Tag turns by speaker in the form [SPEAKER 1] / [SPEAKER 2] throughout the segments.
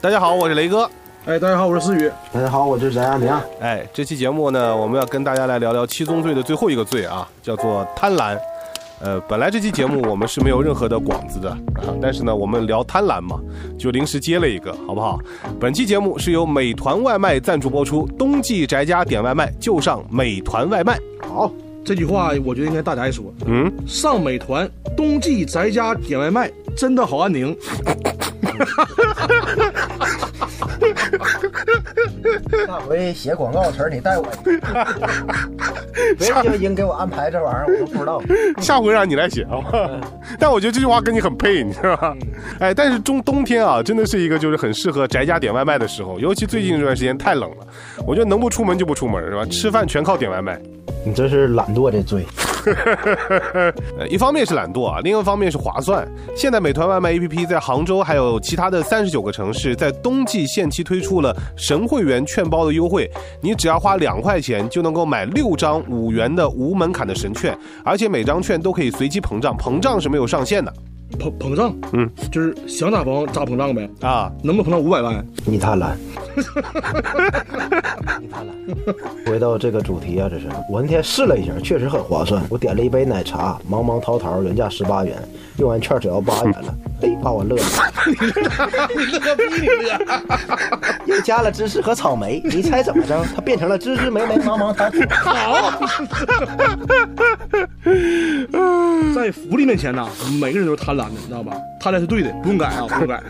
[SPEAKER 1] 大家好，我是雷哥。
[SPEAKER 2] 哎，大家好，我是思雨。
[SPEAKER 3] 大家好，我是翟亚明。
[SPEAKER 1] 哎，这期节目呢，我们要跟大家来聊聊七宗罪的最后一个罪啊，叫做贪婪。呃，本来这期节目我们是没有任何的广子的啊，但是呢，我们聊贪婪嘛，就临时接了一个，好不好？本期节目是由美团外卖赞助播出，冬季宅家点外卖就上美团外卖。
[SPEAKER 2] 好，这句话我觉得应该大家说。
[SPEAKER 1] 嗯，
[SPEAKER 2] 上美团冬季宅家点外卖，真的好安宁。
[SPEAKER 3] 下回写广告词儿你带我一 个，别人就应给我安排这玩意儿，我都不知道。
[SPEAKER 1] 下回让你来写好吧？但我觉得这句话跟你很配，你知道吧？哎，但是中冬天啊，真的是一个就是很适合宅家点外卖的时候，尤其最近这段时间太冷了，我觉得能不出门就不出门，是吧？吃饭全靠点外卖。
[SPEAKER 3] 你这是懒惰的罪。
[SPEAKER 1] 呃，一方面是懒惰啊，另一方面是划算。现在美团外卖 APP 在杭州还有其他的三十九个城市，在冬季限期推出了神会员券包的优惠，你只要花两块钱就能够买六张五元的无门槛的神券，而且每张券都可以随机膨胀，膨胀是没有上限的
[SPEAKER 2] 膨膨胀，
[SPEAKER 1] 嗯，
[SPEAKER 2] 就是想咋膨咋膨胀呗，
[SPEAKER 1] 啊。
[SPEAKER 2] 能不能膨胀五百万？
[SPEAKER 3] 你贪婪， 你贪婪。回到这个主题啊，这是我那天试了一下，确实很划算。我点了一杯奶茶，茫茫淘淘原价十八元，用完券只要八元了，嘿，把我乐的。你乐个屁！你乐！又加了芝士和草莓，你猜怎么着？它变成了芝芝莓莓茫茫淘淘。
[SPEAKER 4] 嗯
[SPEAKER 2] 在福利面前呐，每个人都是贪婪的，你知道吧？贪婪是对的，不用改 啊，不用改。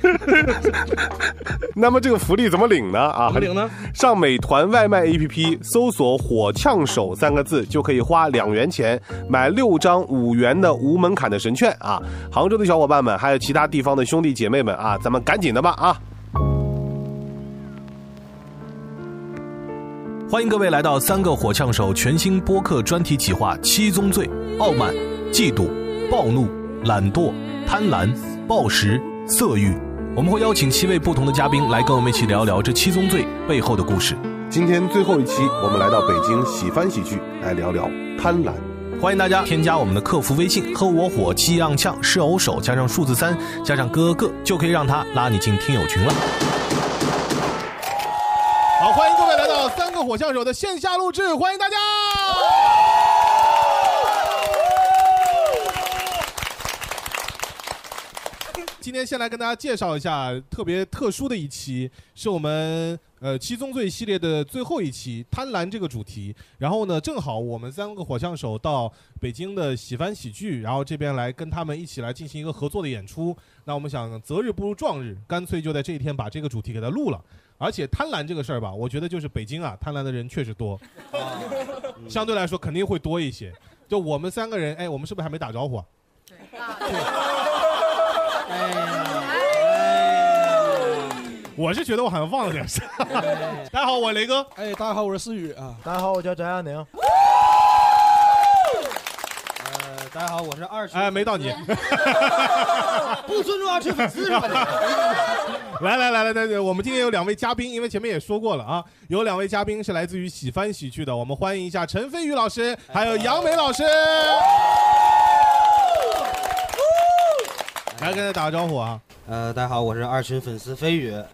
[SPEAKER 1] 那么这个福利怎么领呢？啊，
[SPEAKER 2] 怎么领呢？
[SPEAKER 1] 上美团外卖 APP 搜索“火呛手”三个字，就可以花两元钱买六张五元的无门槛的神券啊！杭州的小伙伴们，还有其他地方的兄弟姐妹们啊，咱们赶紧的吧啊！
[SPEAKER 5] 欢迎各位来到三个火枪手全新播客专题企划《七宗罪：傲慢、嫉妒、暴怒、懒惰、贪婪、暴食、色欲》。我们会邀请七位不同的嘉宾来跟我们一起聊聊这七宗罪背后的故事。
[SPEAKER 1] 今天最后一期，我们来到北京喜翻喜剧，来聊聊贪婪。
[SPEAKER 5] 欢迎大家添加我们的客服微信“和我火气样呛是偶手”，加上数字三，加上哥哥，就可以让他拉你进听友 群了。
[SPEAKER 1] 好，欢迎各位来到三个火枪手的线下录制，欢迎大家。今天先来跟大家介绍一下特别特殊的一期，是我们呃七宗罪系列的最后一期，贪婪这个主题。然后呢，正好我们三个火枪手到北京的喜翻喜剧，然后这边来跟他们一起来进行一个合作的演出。那我们想择日不如撞日，干脆就在这一天把这个主题给它录了。而且贪婪这个事儿吧，我觉得就是北京啊，贪婪的人确实多，相对来说肯定会多一些。就我们三个人，哎，我们是不是还没打招呼啊？我是觉得我好像忘了点啥。大家好，我雷哥。
[SPEAKER 4] 哎，大家好，我是思雨啊。
[SPEAKER 3] 大家好，我叫翟亚宁。
[SPEAKER 4] 呃，大家好，我是二
[SPEAKER 1] 哎，没到你。
[SPEAKER 4] 不尊重二群粉丝是吧？
[SPEAKER 1] 来来来来来，我们今天有两位嘉宾，因为前面也说过了啊，有两位嘉宾是来自于喜翻喜剧的，我们欢迎一下陈飞宇老师，还有杨梅老师。来跟大家打个招呼啊！
[SPEAKER 4] 呃，大家好，我是二群粉丝飞宇。哎呀，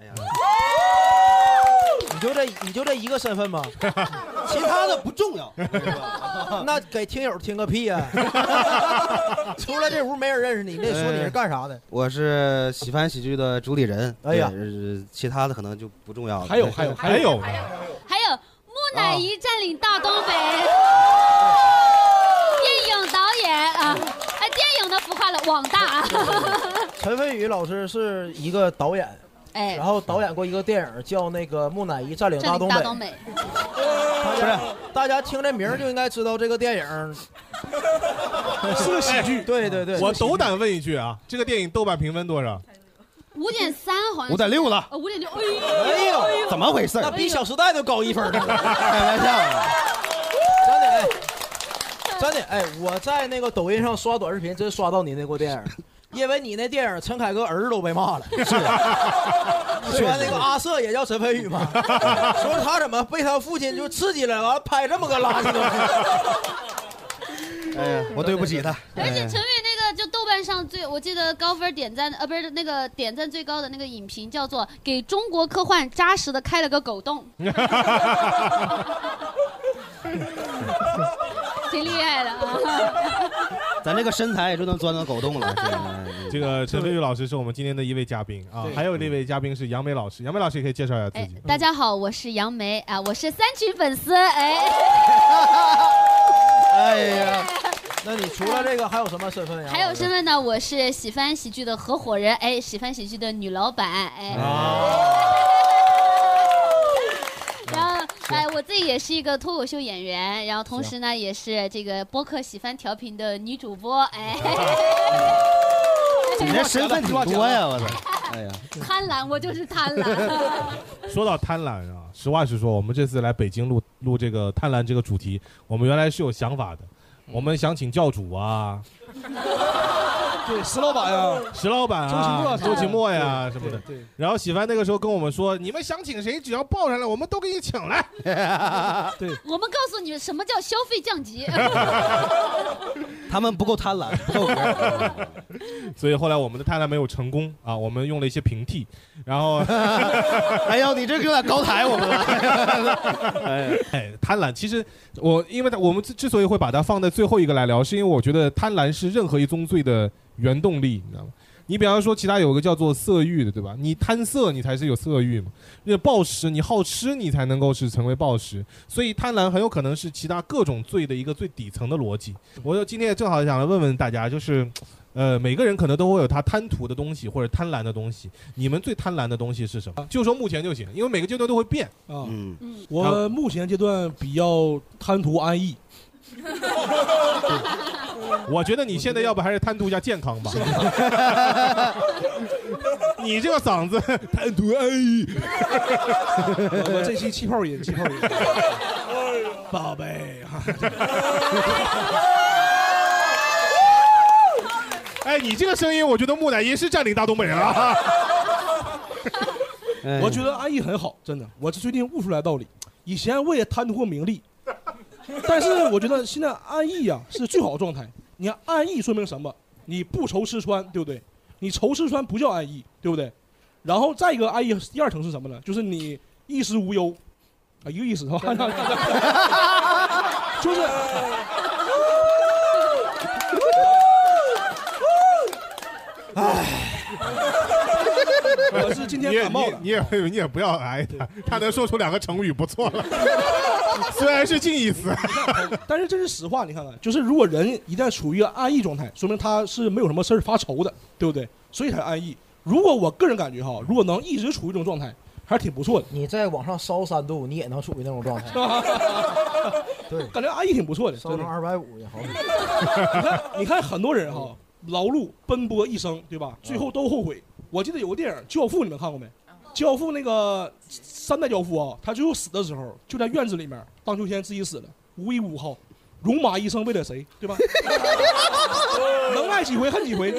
[SPEAKER 6] 你就这你就这一个身份 吗？
[SPEAKER 4] 其他的不重 要。
[SPEAKER 6] 那给听友听个屁 呀、除了这屋没人认识你，那
[SPEAKER 1] 哎
[SPEAKER 6] 说你是干啥的？
[SPEAKER 4] 我是喜翻喜剧的主理人。
[SPEAKER 6] 哎呀
[SPEAKER 4] 对，呃其他的可能就不重要了。哎
[SPEAKER 2] 还有还有
[SPEAKER 1] 还有呢，
[SPEAKER 7] 还有木
[SPEAKER 6] 啊
[SPEAKER 7] 乃伊占领大东北，电影导演啊，哎，电影的孵化了网大啊，
[SPEAKER 6] 陈飞宇老师是一个导演，
[SPEAKER 7] 哎
[SPEAKER 6] 然，后导演过一个电影叫那个《木乃伊占领
[SPEAKER 7] 占
[SPEAKER 6] 大
[SPEAKER 7] 领
[SPEAKER 6] 东北
[SPEAKER 7] 大》东北，
[SPEAKER 6] 大家，大家听这名儿就应该知道这个电影。
[SPEAKER 2] 是个喜剧，
[SPEAKER 6] 对对对，
[SPEAKER 1] 我斗胆问一句啊，这个电影豆瓣评分多少？
[SPEAKER 7] 五点三好像是，
[SPEAKER 1] 六了。
[SPEAKER 7] 呃，五点六，哎
[SPEAKER 6] 哎
[SPEAKER 7] 呦，
[SPEAKER 6] 呦，
[SPEAKER 4] 怎么回事儿？
[SPEAKER 6] 那比《小时代》都高一分 儿呢。
[SPEAKER 4] 开玩笑。
[SPEAKER 6] 真的哎，真的哎，我在那个抖音上刷短视频，真刷到你那部电影，因为你那电影，陈凯歌儿子都被骂了。是
[SPEAKER 1] 啊
[SPEAKER 6] 说那个阿瑟也叫陈飞宇嘛， 说他怎么被他父亲就刺激了，完了拍这么个垃圾东西。
[SPEAKER 4] 哎呀，我对不起他。
[SPEAKER 7] 而且陈伟那个就豆瓣站上最，我记得高分点赞呃不是那个点赞最高的那个影评叫做“给中国科幻扎实的开了个狗洞”，挺厉害的啊。
[SPEAKER 4] 咱这个身材也就能钻到狗洞了。真的
[SPEAKER 1] 这个陈飞宇老师是我们今天的一位嘉宾啊，还有那位嘉宾是杨梅老师，杨梅老师也可以介绍一下自己。
[SPEAKER 7] 大家好，我是杨梅啊，我是三群粉丝哎。
[SPEAKER 8] 哎呀，那你除了这个还有什么身份呀？
[SPEAKER 7] 还有身份呢，我是喜翻喜剧的合伙人，哎，喜翻喜剧的女老板，哎。然后，哎，我自己也是一个脱口秀演员，然后同时呢，也是这个播客喜翻调频的女主播，哎，
[SPEAKER 4] 你这身份挺多呀，我操！哎呀，
[SPEAKER 7] 贪婪，我就是贪婪。
[SPEAKER 1] 说到贪婪啊，实话实说，我们这次来北京录录这个贪婪这个主题，我们原来是有想法的，我们想请教主啊，
[SPEAKER 2] 对，石老板呀，
[SPEAKER 1] 石老板啊，周奇墨呀什么的。
[SPEAKER 2] 对，
[SPEAKER 1] 然后喜欢那个时候跟我们说，你们想请谁，只要报上来，我们都给你请来。
[SPEAKER 7] 我们告诉你们什么叫消费降 级。
[SPEAKER 4] 他们不够贪婪，不够格。
[SPEAKER 1] 所以后来我们的贪婪没有成功啊，我们用了一些平替，然后。
[SPEAKER 4] 哎呦，你这有点高抬我们 了。哎呀，
[SPEAKER 1] 哎，贪婪，其实我因为它我们之之所以会把它放在最后一个来聊，是因为我觉得贪婪是任何一宗罪的原动力，你知道吗？你比方说，其他有个叫做色欲的，对吧？你贪色，你才是有色欲嘛。那暴食，你好吃，你才能够是成为暴食。所以贪婪很有可能是其他各种罪的一个最底层的逻辑。我就今天也正好想来问问大家，就是，呃，每个人可能都会有他贪图的东西或者贪婪的东西。你们最贪婪的东西是什么？就说目前就行，因为每个阶段都会变。
[SPEAKER 2] 啊，
[SPEAKER 4] 嗯，
[SPEAKER 7] 嗯，
[SPEAKER 2] 我目前阶段比较贪图安逸，
[SPEAKER 1] 我觉得你现在要不还是贪图一下健 康吧。你这个嗓子贪图安逸，
[SPEAKER 2] 我我这期气泡音，气泡音。哎宝贝，啊
[SPEAKER 1] 哎，你这个声音，我觉得木乃伊是占领大东北啊了。
[SPEAKER 2] 我觉得安逸很好，真的。我是最近悟出来道理，以前我也贪图过名利，但是我觉得现在安逸呀、是最好的状态。你看安逸说明什么？你不愁吃穿，对不对？你愁吃穿不叫安逸，对不对？然后再一个安逸第二层是什么呢？就是你衣食无忧，啊，一个意思是吧？ 就是。唉，我是今
[SPEAKER 1] 你
[SPEAKER 2] 天
[SPEAKER 1] 也
[SPEAKER 2] 感冒了，
[SPEAKER 1] 你也你也不要挨他，他能说出两个成语不错 了。 虽然是近义词，
[SPEAKER 2] 但是这是实话，你看看，就是如果人一旦处于安逸状态，说明他是没有什么事儿发愁的，对不对？所以才安逸。如果我个人感觉哈，如果能一直处于这种状态，还是挺不错的，
[SPEAKER 8] 你再往上烧三度，你也能处于那种状态，对
[SPEAKER 2] 感觉安逸挺不错的。
[SPEAKER 8] 烧
[SPEAKER 2] 真
[SPEAKER 8] 成
[SPEAKER 2] 的，
[SPEAKER 8] 二百五也好使。
[SPEAKER 2] 你看，你看很多人哈，劳碌奔波一生，对
[SPEAKER 8] 嗯
[SPEAKER 2] 吧？最后都后悔。我记得有个电影《教父》，你们看过没？《教父》那个三代教父啊，他最后死的时候就在院子里面荡秋千自己死了，无依无靠。戎马一生为了谁，对吧？ 能爱几回恨几回，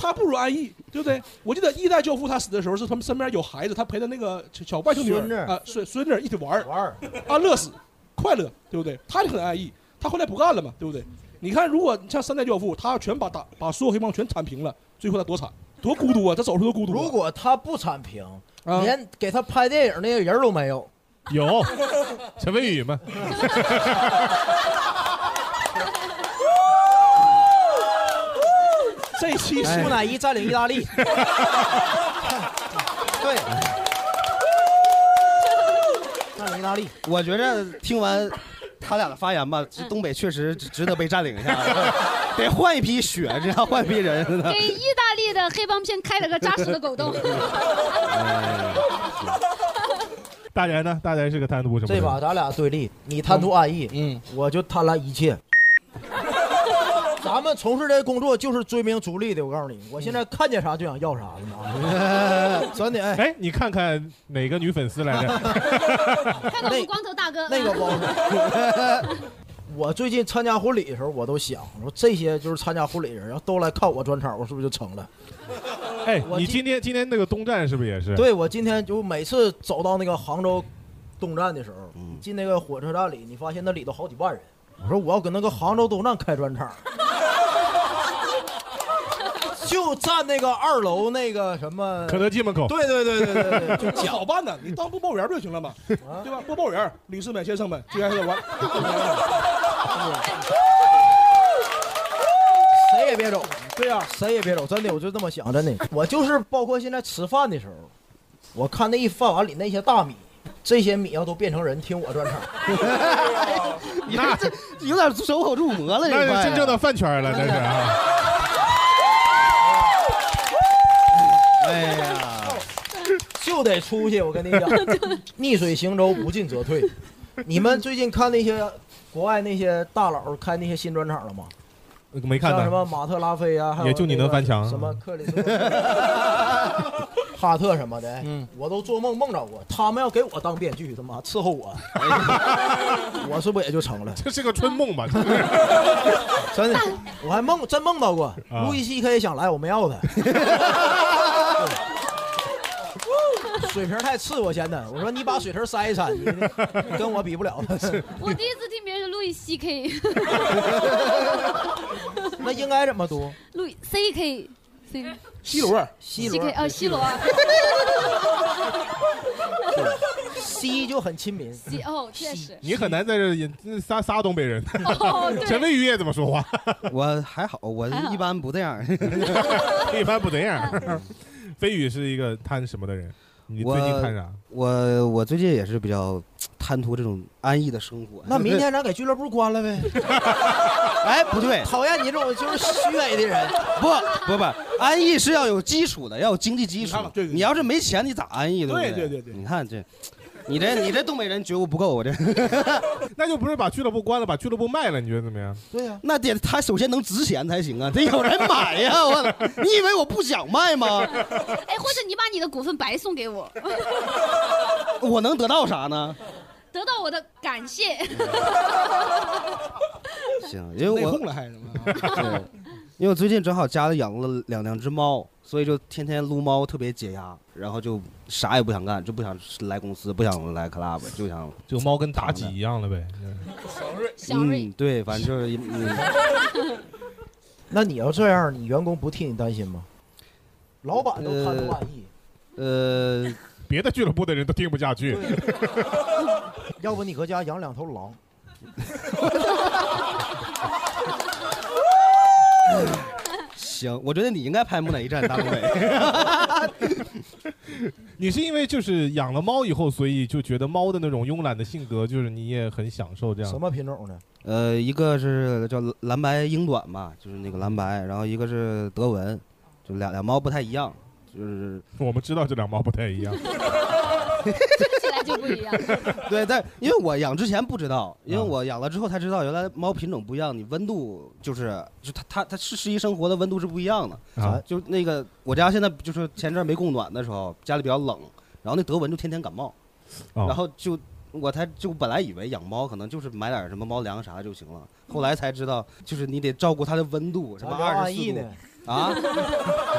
[SPEAKER 2] 他不如安逸，对不对？我记得一代教父他死的时候是他们身边有孩子，他陪他那个小小外甥女
[SPEAKER 4] 孙子
[SPEAKER 2] 儿啊孙孙子一起玩儿
[SPEAKER 4] 玩儿，
[SPEAKER 2] 安乐死，快乐，对不对？他就很安逸，他后来不干了嘛，对不对？你看，如果像三代教父，他全把打把所有黑帮全铲平了，最后他多惨，多孤独啊！他走出多孤独啊、
[SPEAKER 8] 如果他不铲平，
[SPEAKER 2] 啊
[SPEAKER 8] 连给他拍电影那个人都没有。
[SPEAKER 1] 有陈飞 宇嘛？
[SPEAKER 2] 这期是
[SPEAKER 8] 木乃伊占领意大利，
[SPEAKER 4] 对，
[SPEAKER 8] 占领意大利，
[SPEAKER 4] 我觉着听完他俩的发言吧，这东北确实值值得被占领一下，得换一批血，这样换一批人。真的
[SPEAKER 7] 给意大利的黑帮片开了个扎实的狗 洞。
[SPEAKER 4] 哎
[SPEAKER 7] 哎
[SPEAKER 1] 大然呢？大然是个贪图什么？
[SPEAKER 8] 这把咱俩对立，你贪图安逸，
[SPEAKER 2] 嗯，
[SPEAKER 8] 我就贪婪一切。咱们从事这工作就是追名逐利的，我告诉你，我现在看见啥就想要啥了嘛。真的，哎，
[SPEAKER 1] 哎，你看看哪个女粉丝来着？
[SPEAKER 7] 看看我们光头大哥，啊
[SPEAKER 8] 那个包子。 我最近参加婚礼的时候，我都想，我说这些就是参加婚礼人，要都来看我专场，我是不是就成了？
[SPEAKER 1] 哎，
[SPEAKER 8] 我
[SPEAKER 1] 你
[SPEAKER 8] 今
[SPEAKER 1] 今天今天那个东站是不是也是？
[SPEAKER 8] 对我今天就每次走到那个杭州东站的时候，进那个火车站里，你发现那里头好几万人。我说我要搁那个杭州东站开专场，
[SPEAKER 6] 就站那个二楼那个什么
[SPEAKER 1] 肯德基门口
[SPEAKER 6] 对对对对对 对，就
[SPEAKER 2] 这好办呢，你当播报员不就行了吗？
[SPEAKER 6] 啊
[SPEAKER 2] 对吧？播报员，女士们、先生们，接下来完，
[SPEAKER 6] 谁也别走。对呀、谁也别走，真的，我就这么想，真的。我就是包括现在吃饭的时候，我看那一饭碗里那些大米，这些米要都变成人听我专场，
[SPEAKER 4] 你看这有点守口如魔了，这
[SPEAKER 1] 那
[SPEAKER 4] 块
[SPEAKER 1] 是真正的饭圈了，那是啊。
[SPEAKER 4] 哎呀，
[SPEAKER 6] 就得出去。我跟你讲，逆水行舟，不进则退。你们最近看那些国外那些大佬开那些新专场了吗？
[SPEAKER 1] 没看
[SPEAKER 6] 像什
[SPEAKER 1] 到。
[SPEAKER 6] 么马特拉菲啊，还有
[SPEAKER 1] 也就你能
[SPEAKER 6] 那个
[SPEAKER 1] 翻墙
[SPEAKER 6] 什么克里斯托弗哈特什么的，我都做梦梦着过。他们要给我当编剧，他妈伺候 我，我是不是也就成 了？
[SPEAKER 1] 这是个春梦吧？
[SPEAKER 6] 真的，我还梦真梦到过，
[SPEAKER 1] 啊
[SPEAKER 6] 路易 C K 想来，我 没要他。水瓶太次，我嫌他。我说你把水瓶塞一塞，你你跟我比不了。
[SPEAKER 7] 我第一次听别人是路易 C K，
[SPEAKER 6] 那应该怎 么读？
[SPEAKER 7] 路易 C K C
[SPEAKER 2] 西罗，
[SPEAKER 6] 西
[SPEAKER 7] C
[SPEAKER 6] 罗
[SPEAKER 7] K 哦，西罗
[SPEAKER 6] 西就很亲民。
[SPEAKER 7] 西哦，确实
[SPEAKER 1] 你很难在这引仨仨东北人，
[SPEAKER 7] 哦，
[SPEAKER 1] 陈
[SPEAKER 7] 对，
[SPEAKER 1] 飞宇也这么说话，
[SPEAKER 4] 我还好，我
[SPEAKER 7] 还好
[SPEAKER 4] 一般不这样。
[SPEAKER 1] 一般不这 样。飞宇是一个贪什么的人？你
[SPEAKER 4] 我
[SPEAKER 1] 最近贪啥？
[SPEAKER 4] 我我最近也是比较贪图这种安逸的生活。
[SPEAKER 6] 那明天咱给俱乐部关 了呗。
[SPEAKER 4] 哎，不对，
[SPEAKER 6] 讨厌你这种就是虚伪的人。
[SPEAKER 4] 不不不，安逸是要有基础的，要有经济基础
[SPEAKER 2] 你看吧。对对对
[SPEAKER 4] 你要是没钱，你咋安逸？对不
[SPEAKER 2] 对
[SPEAKER 4] 对
[SPEAKER 2] 对对对
[SPEAKER 4] 你看这，你这你这东北人觉悟不够，我啊这
[SPEAKER 1] 那就不是把俱乐部关了，把俱乐部卖了，你觉得怎么样？
[SPEAKER 6] 对呀、
[SPEAKER 4] 那得他首先能值钱才行啊，得有人买呀！我你以为我不想卖吗？
[SPEAKER 7] 哎，或者你把你的股份白送给我，
[SPEAKER 4] 我能得到啥呢？
[SPEAKER 7] 得到我的感谢。
[SPEAKER 4] 行，因为
[SPEAKER 2] 内
[SPEAKER 4] 我
[SPEAKER 2] 讧了还 是什么？啊
[SPEAKER 4] 对，因为我最近正好家里养了两两只猫，所以就天天撸猫特别解压，然后就啥也不想干，就不想来公司，不想来 club，就想
[SPEAKER 1] 这个猫跟妲己一样了呗？
[SPEAKER 7] 祥瑞
[SPEAKER 4] 嗯，对，反正就是一嗯
[SPEAKER 6] 那你要这样，你员工不替你担心吗？老板都贪图安逸，
[SPEAKER 4] 呃，
[SPEAKER 1] 别的俱乐部的人都听不下去，
[SPEAKER 6] 要不你搁家养两头狼，
[SPEAKER 4] 行，我觉得你应该拍《木乃 伊战士大东北》。
[SPEAKER 1] 你是因为就是养了猫以后，所以就觉得猫的那种慵懒的性格，就是你也很享受这
[SPEAKER 6] 什
[SPEAKER 1] 样。
[SPEAKER 6] 么品种的？
[SPEAKER 4] 呃，一个是叫蓝白英短吧，就是那个蓝白，然后一个是德文，就俩俩猫不太一样，就是
[SPEAKER 1] 我们知道这两猫不太一样，
[SPEAKER 7] 听起来就不一样。
[SPEAKER 4] 对，但因为我养之前不知道，因为
[SPEAKER 1] 啊
[SPEAKER 4] 我养了之后才知道，原来猫品种不一样，你温度就是就它它它适适宜生活的温度是不一样的。
[SPEAKER 1] 啊
[SPEAKER 4] 就那个我家现在就是前阵儿没供暖的时候，家里比较冷，然后那德文就天天感冒，
[SPEAKER 1] 哦
[SPEAKER 4] 然后就我才就本来以为养猫可能就是买点什么猫粮啥的就行了，
[SPEAKER 6] 嗯
[SPEAKER 4] 后来才知道就是你得照顾它的温度，什么
[SPEAKER 6] 咱聊
[SPEAKER 4] 二
[SPEAKER 6] 安
[SPEAKER 4] 十
[SPEAKER 6] 逸
[SPEAKER 4] 四度
[SPEAKER 6] 呢？
[SPEAKER 4] 啊。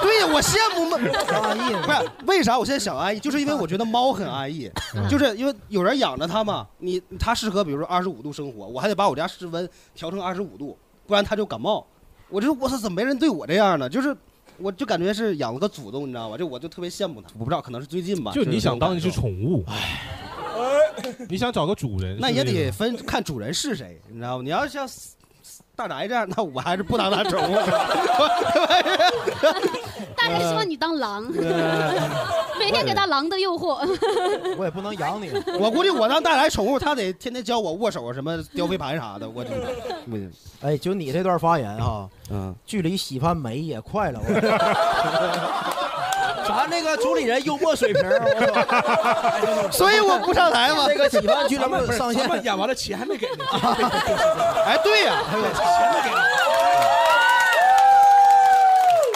[SPEAKER 4] 对呀，我羡慕猫。
[SPEAKER 6] 聊安逸
[SPEAKER 4] 不
[SPEAKER 6] 呢？嗯
[SPEAKER 4] 是为啥我现在想安逸，就是因为我觉得猫很安逸，就是因为有人养着它嘛，你它适合比如说二十五度生活，我还得把我家室温调成二十五度，不然它就感冒。我就我操，怎么没人对我这样呢？就是。我就感觉是养了个祖宗，你知道吧？就我就特别羡慕它。我不知道，可能是最近吧。
[SPEAKER 1] 就你想当一只
[SPEAKER 4] 是这种
[SPEAKER 1] 宠物，哎你想找个主人，
[SPEAKER 4] 感受，那也
[SPEAKER 1] 是不是
[SPEAKER 4] 得分看主人是谁，你知道吗？你要像大宅这样，那我还是不当它宠 物。
[SPEAKER 7] 大人希望你当狼，嗯 每天给他狼的诱惑。
[SPEAKER 6] 我也不能养你。
[SPEAKER 4] 我估计我当大宅宠物，它得天天教我握手什么叼飞盘啥的，我就 不行。
[SPEAKER 6] 哎，就你这段发言啊，
[SPEAKER 4] 嗯，
[SPEAKER 6] 距离洗饭梅也快了。我咱那个主理人幽默 水平，我
[SPEAKER 4] 所以我不上台嘛
[SPEAKER 6] 操，。这个洗饭俱乐
[SPEAKER 2] 咱们
[SPEAKER 6] 部
[SPEAKER 2] 不是
[SPEAKER 6] 上线
[SPEAKER 2] 咱，们演 完了钱还没给 呢，
[SPEAKER 4] 哎，对呀、
[SPEAKER 2] 钱没给呢。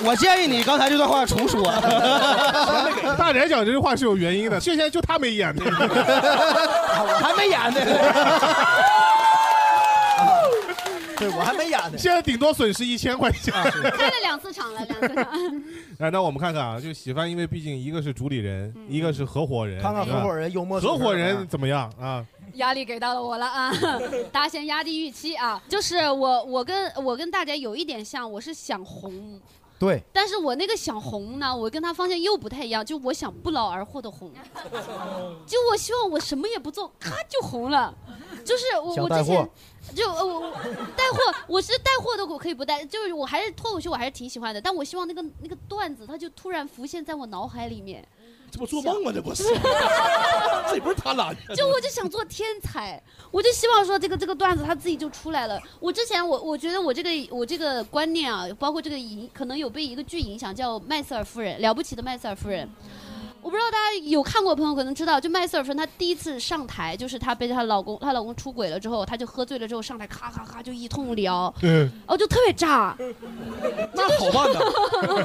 [SPEAKER 4] 我建议你刚才这段话重说。
[SPEAKER 6] 啊
[SPEAKER 1] 大宅讲这句话是有原因的，现在就他没演的。
[SPEAKER 6] 我还没演 呢。 对，我
[SPEAKER 7] 哎
[SPEAKER 6] 还 没演呢。
[SPEAKER 1] 现在顶多损失一千块钱。
[SPEAKER 7] 开了两次场了，两次场。
[SPEAKER 1] 哎，那我们看看啊，就喜欢，因为毕竟一个是主理人，一个是合伙人，
[SPEAKER 6] 看看合伙
[SPEAKER 1] 人，
[SPEAKER 6] 人幽默水
[SPEAKER 1] 合
[SPEAKER 6] 平
[SPEAKER 1] 伙人怎么样啊？
[SPEAKER 7] 压力给到了我了啊！ 大家先压低预期啊，就是我，我跟我跟大家有一点像，我是想红，
[SPEAKER 3] 对，
[SPEAKER 7] 但是我那个想红呢，我跟他方向又不太一样，就我想不劳而获的红，就我希望我什么也不做，咔就红了，就是我
[SPEAKER 3] 想
[SPEAKER 7] 我
[SPEAKER 3] 带
[SPEAKER 7] 之
[SPEAKER 3] 货
[SPEAKER 7] 前。就呃我我带货，我是带货的，我可以不带，就是我还是脱口秀，我还是挺喜欢的。但我希望那个那个段子，它就突然浮现在我脑海里面，
[SPEAKER 2] 这不做梦吗？啊这 不是，这不是啊贪婪。
[SPEAKER 7] 就我就想做天才，我就希望说这个这个段子它自己就出来了。我之前我我觉得我这个我这个观念啊，包括这个影，可能有被一个剧影响，叫《麦瑟尔夫人》，了不起的麦瑟尔夫人。我不知道大家有看过的朋友可能知道，就麦瑟尔夫人她第一次上台，就是她被她老公她老公出轨了之后，她就喝醉了之后上台，咔咔咔就一通聊，
[SPEAKER 1] 嗯，
[SPEAKER 7] 哦就特别炸。
[SPEAKER 2] 那好办呐，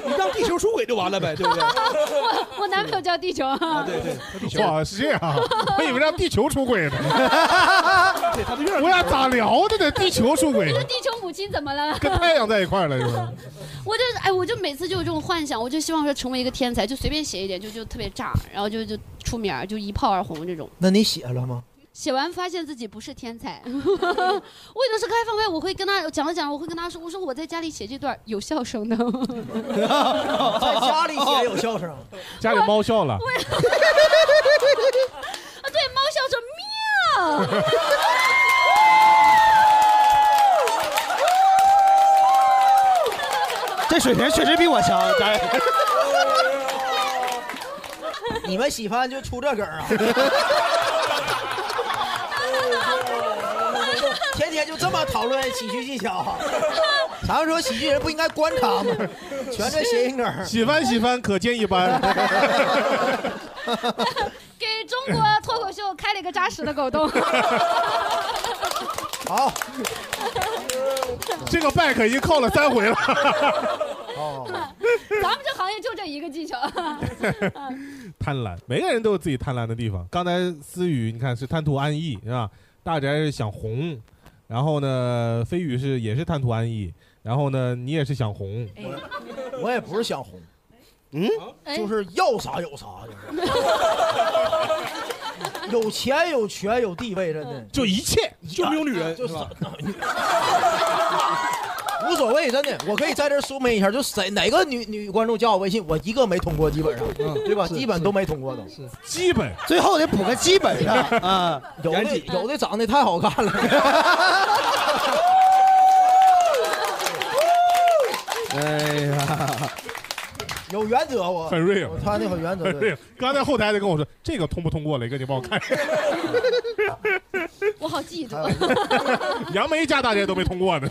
[SPEAKER 2] 你让地球出轨就完了呗，对不对？
[SPEAKER 7] 我我男朋友叫地球，
[SPEAKER 2] 对 对，让地球
[SPEAKER 1] 哇，是这样啊，我以为让地球出轨呢，
[SPEAKER 2] 对他的月亮
[SPEAKER 1] 我俩咋聊的呢？地球 出轨
[SPEAKER 7] 这，个地球母亲怎么了？
[SPEAKER 1] 跟太阳在一块儿了是吧？
[SPEAKER 7] 我就是哎，我就每次就有这种幻想，我就希望说成为一个天才，就随便写一点，就就特别炸，然后就就出名儿，就一炮而红这种。
[SPEAKER 3] 那你写了吗？
[SPEAKER 7] 写完发现自己不是天才， 我有的是开放麦，我会跟他讲着讲着，我会跟他说，我说我在家里写这段有笑声的， 啊
[SPEAKER 6] 在家里写有笑声，
[SPEAKER 1] 家里猫笑了，
[SPEAKER 7] 啊对，猫笑声喵。
[SPEAKER 4] 这水平确实比我强，
[SPEAKER 6] 哎
[SPEAKER 4] 咱
[SPEAKER 6] 你们喜欢就出这梗啊！天天就这么讨论喜剧技巧，啊咱们说喜剧人不应该观察吗？全这谐音梗儿，
[SPEAKER 1] 喜欢喜欢，可见一斑。
[SPEAKER 7] 给中国脱口秀开了一个扎实的狗洞，
[SPEAKER 3] 好，
[SPEAKER 1] 这个 back 已经扣了三回了。
[SPEAKER 7] 咱们这行业就这一个技巧。
[SPEAKER 1] 贪婪，每个人都有自己贪婪的地方。刚才思雨，你看是贪图安逸是吧？大宅是想红，然后呢，飞宇是也是贪图安逸，然后呢，你也是想 红，
[SPEAKER 6] 哎我也不是想红，嗯
[SPEAKER 7] 哎
[SPEAKER 6] 就是要啥有啥，就是有钱有权有地位，真的
[SPEAKER 1] 就一切
[SPEAKER 2] 就没有女人，
[SPEAKER 6] 就是
[SPEAKER 2] 是吧？
[SPEAKER 6] 无所谓，真的，我可以在这儿说明一下，就谁哪个女女观众加我微信，我一个没通过，基本上，对吧？基本都没通过都。
[SPEAKER 1] 基本
[SPEAKER 4] 最后得补个基本上啊，
[SPEAKER 6] 有的有的长得太好看了，
[SPEAKER 4] 哎呀，
[SPEAKER 6] 有原则我。
[SPEAKER 1] 很 real
[SPEAKER 6] 我。他那很原则，对
[SPEAKER 1] real。刚才后台在跟我说这个通不通过了，哥你帮我看。
[SPEAKER 7] 我好嫉妒。
[SPEAKER 1] 杨梅家大家都没通 过呢，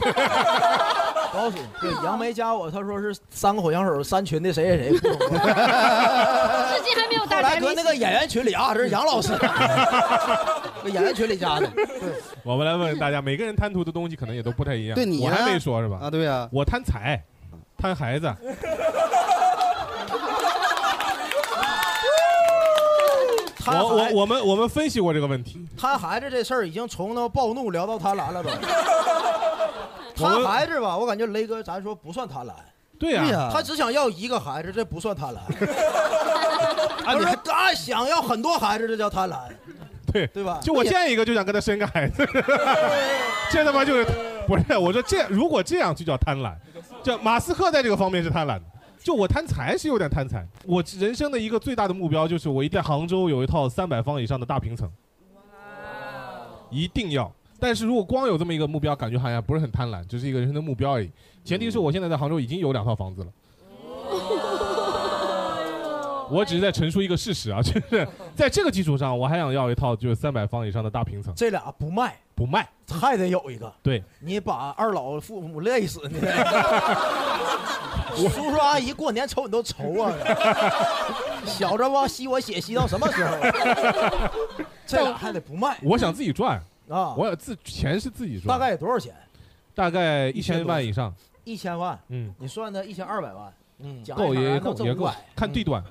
[SPEAKER 6] 老鼠对杨梅加我，他说是三个火枪手三群的谁谁谁不 通过。
[SPEAKER 7] 至今还没有
[SPEAKER 6] 后
[SPEAKER 7] 大
[SPEAKER 6] 来
[SPEAKER 7] 宅
[SPEAKER 6] 搁
[SPEAKER 7] 微
[SPEAKER 6] 那
[SPEAKER 7] 信
[SPEAKER 6] 个演员群里啊，这是杨 老师， 搁演员群里加的。
[SPEAKER 1] 我们来问问大家，每个人贪图的东西可能也都不太一样。
[SPEAKER 4] 对你
[SPEAKER 1] 我
[SPEAKER 4] 呀
[SPEAKER 1] 还没说是吧？
[SPEAKER 4] 啊，对呀，
[SPEAKER 1] 我贪财，贪孩子，
[SPEAKER 6] 贪
[SPEAKER 1] 我我
[SPEAKER 6] 孩
[SPEAKER 1] 我们我们分析过这个问题，
[SPEAKER 6] 贪孩子这事儿已经从那暴怒聊到贪婪 了都。
[SPEAKER 1] 我
[SPEAKER 6] 贪孩子吧，我感觉雷哥咱说不算贪婪，
[SPEAKER 1] 对呀、
[SPEAKER 4] 对呀，
[SPEAKER 6] 他只想要一个孩子，这不算贪婪。
[SPEAKER 1] 啊
[SPEAKER 6] 他
[SPEAKER 1] 你
[SPEAKER 6] 说
[SPEAKER 1] 还
[SPEAKER 6] 他想要很多孩子，这叫贪婪，
[SPEAKER 1] 对
[SPEAKER 6] 对吧？
[SPEAKER 1] 就我见一个就想跟他生个孩子，这他妈就是不是？我说这如果这样就叫贪婪，这马斯克在这个方面是贪婪的。就我贪财是有点贪财，我人生的一个最大的目标就是我一定在杭州有一套三百方以上的大平层，一定要。但是如果光有这么一个目标，感觉好像不是很贪婪，只是一个人生的目标而已。前提是我现在在杭州已经有两套房子了。我只是在陈述一个事实啊，就是在这个基础上，我还想要一套就是三百方以上的大平层，
[SPEAKER 6] 这俩不卖，
[SPEAKER 1] 不卖。
[SPEAKER 6] 还得有一个。
[SPEAKER 1] 对，
[SPEAKER 6] 你把二老父母累死 你！叔叔阿姨过年瞅你都 愁啊！小子吧，吸我血吸到什么时候 啊？这俩还得不卖
[SPEAKER 1] 我想自己赚，
[SPEAKER 6] 啊！
[SPEAKER 1] 我自钱是自己赚，
[SPEAKER 6] 大概有多少钱？
[SPEAKER 1] 大概一
[SPEAKER 6] 千
[SPEAKER 1] 千
[SPEAKER 6] 多
[SPEAKER 1] 万以上，
[SPEAKER 6] 一千万，
[SPEAKER 1] 嗯，
[SPEAKER 6] 你算他一千二百万，
[SPEAKER 2] 嗯，
[SPEAKER 6] 讲
[SPEAKER 1] 够也够也
[SPEAKER 6] 五
[SPEAKER 1] 够
[SPEAKER 6] 百，，
[SPEAKER 1] 看地段。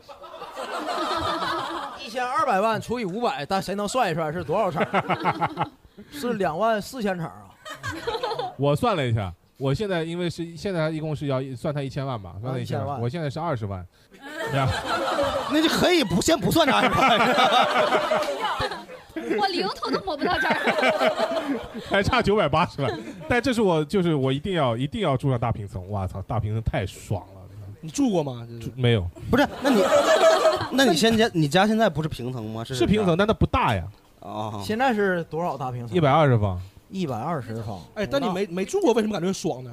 [SPEAKER 6] 一千二百万除以五百，但谁能算一算是多少场？ 是两万四千场啊！
[SPEAKER 1] 我算了一下，我现在因为是现在一共是要算他一千万吧，算他一
[SPEAKER 6] 1000万
[SPEAKER 1] 万，我现在是二十万，然后
[SPEAKER 4] 那就可以不先不算这二十
[SPEAKER 7] 我零头都抹不到这儿。
[SPEAKER 1] 还差九百八十万。但这是我就是我一定要一定要住上大平层，我操，大平层太爽了。
[SPEAKER 2] 你住过吗？就是
[SPEAKER 1] 没有，
[SPEAKER 4] 不是，那你那你现在你家现在不是平层吗？是
[SPEAKER 1] 是平层，但它不大呀，
[SPEAKER 4] 啊。
[SPEAKER 6] 现在是多少大平层？
[SPEAKER 1] 一百二十方。
[SPEAKER 6] 一百二十方。
[SPEAKER 2] 哎，但你没没住过，为什么感觉爽呢？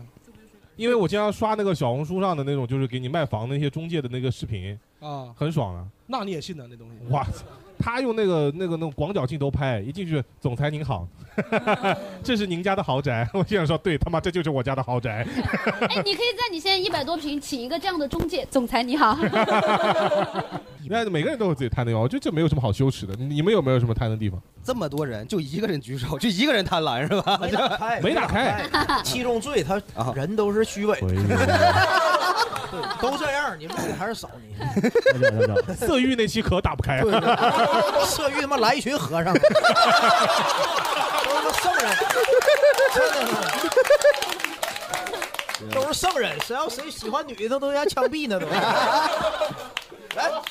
[SPEAKER 1] 因为我经常刷那个小红书上的那种，就是给你卖房的那些中介的那个视频，
[SPEAKER 2] 啊，
[SPEAKER 1] 很爽啊！
[SPEAKER 2] 那你也信呢？那东西
[SPEAKER 1] 哇，他用那个那个那种广角镜头拍，一进去，总裁您好， 这是您家的豪宅。 我心想说，对他妈这就是我家的 豪宅。
[SPEAKER 7] 哎，你可以在你现在一百多平请一个这样的中介，总裁你好。
[SPEAKER 1] 那每个人都有自己贪的地方，我觉得这没有什么好羞耻的。你们有没有什么贪的地方？
[SPEAKER 4] 这么多人，就一个人举手，就一个人贪婪是吧？
[SPEAKER 6] 没打开，
[SPEAKER 1] 没打
[SPEAKER 6] 开。七宗罪，他
[SPEAKER 4] 啊
[SPEAKER 6] 人都是虚伪，都这样。你们还是少你。
[SPEAKER 1] 色欲那期可打不开 啊。
[SPEAKER 6] 色欲他妈来一群 和尚，都他妈圣人，真的是都是圣人。谁要谁喜欢女的，都都要枪毙 呢都。来，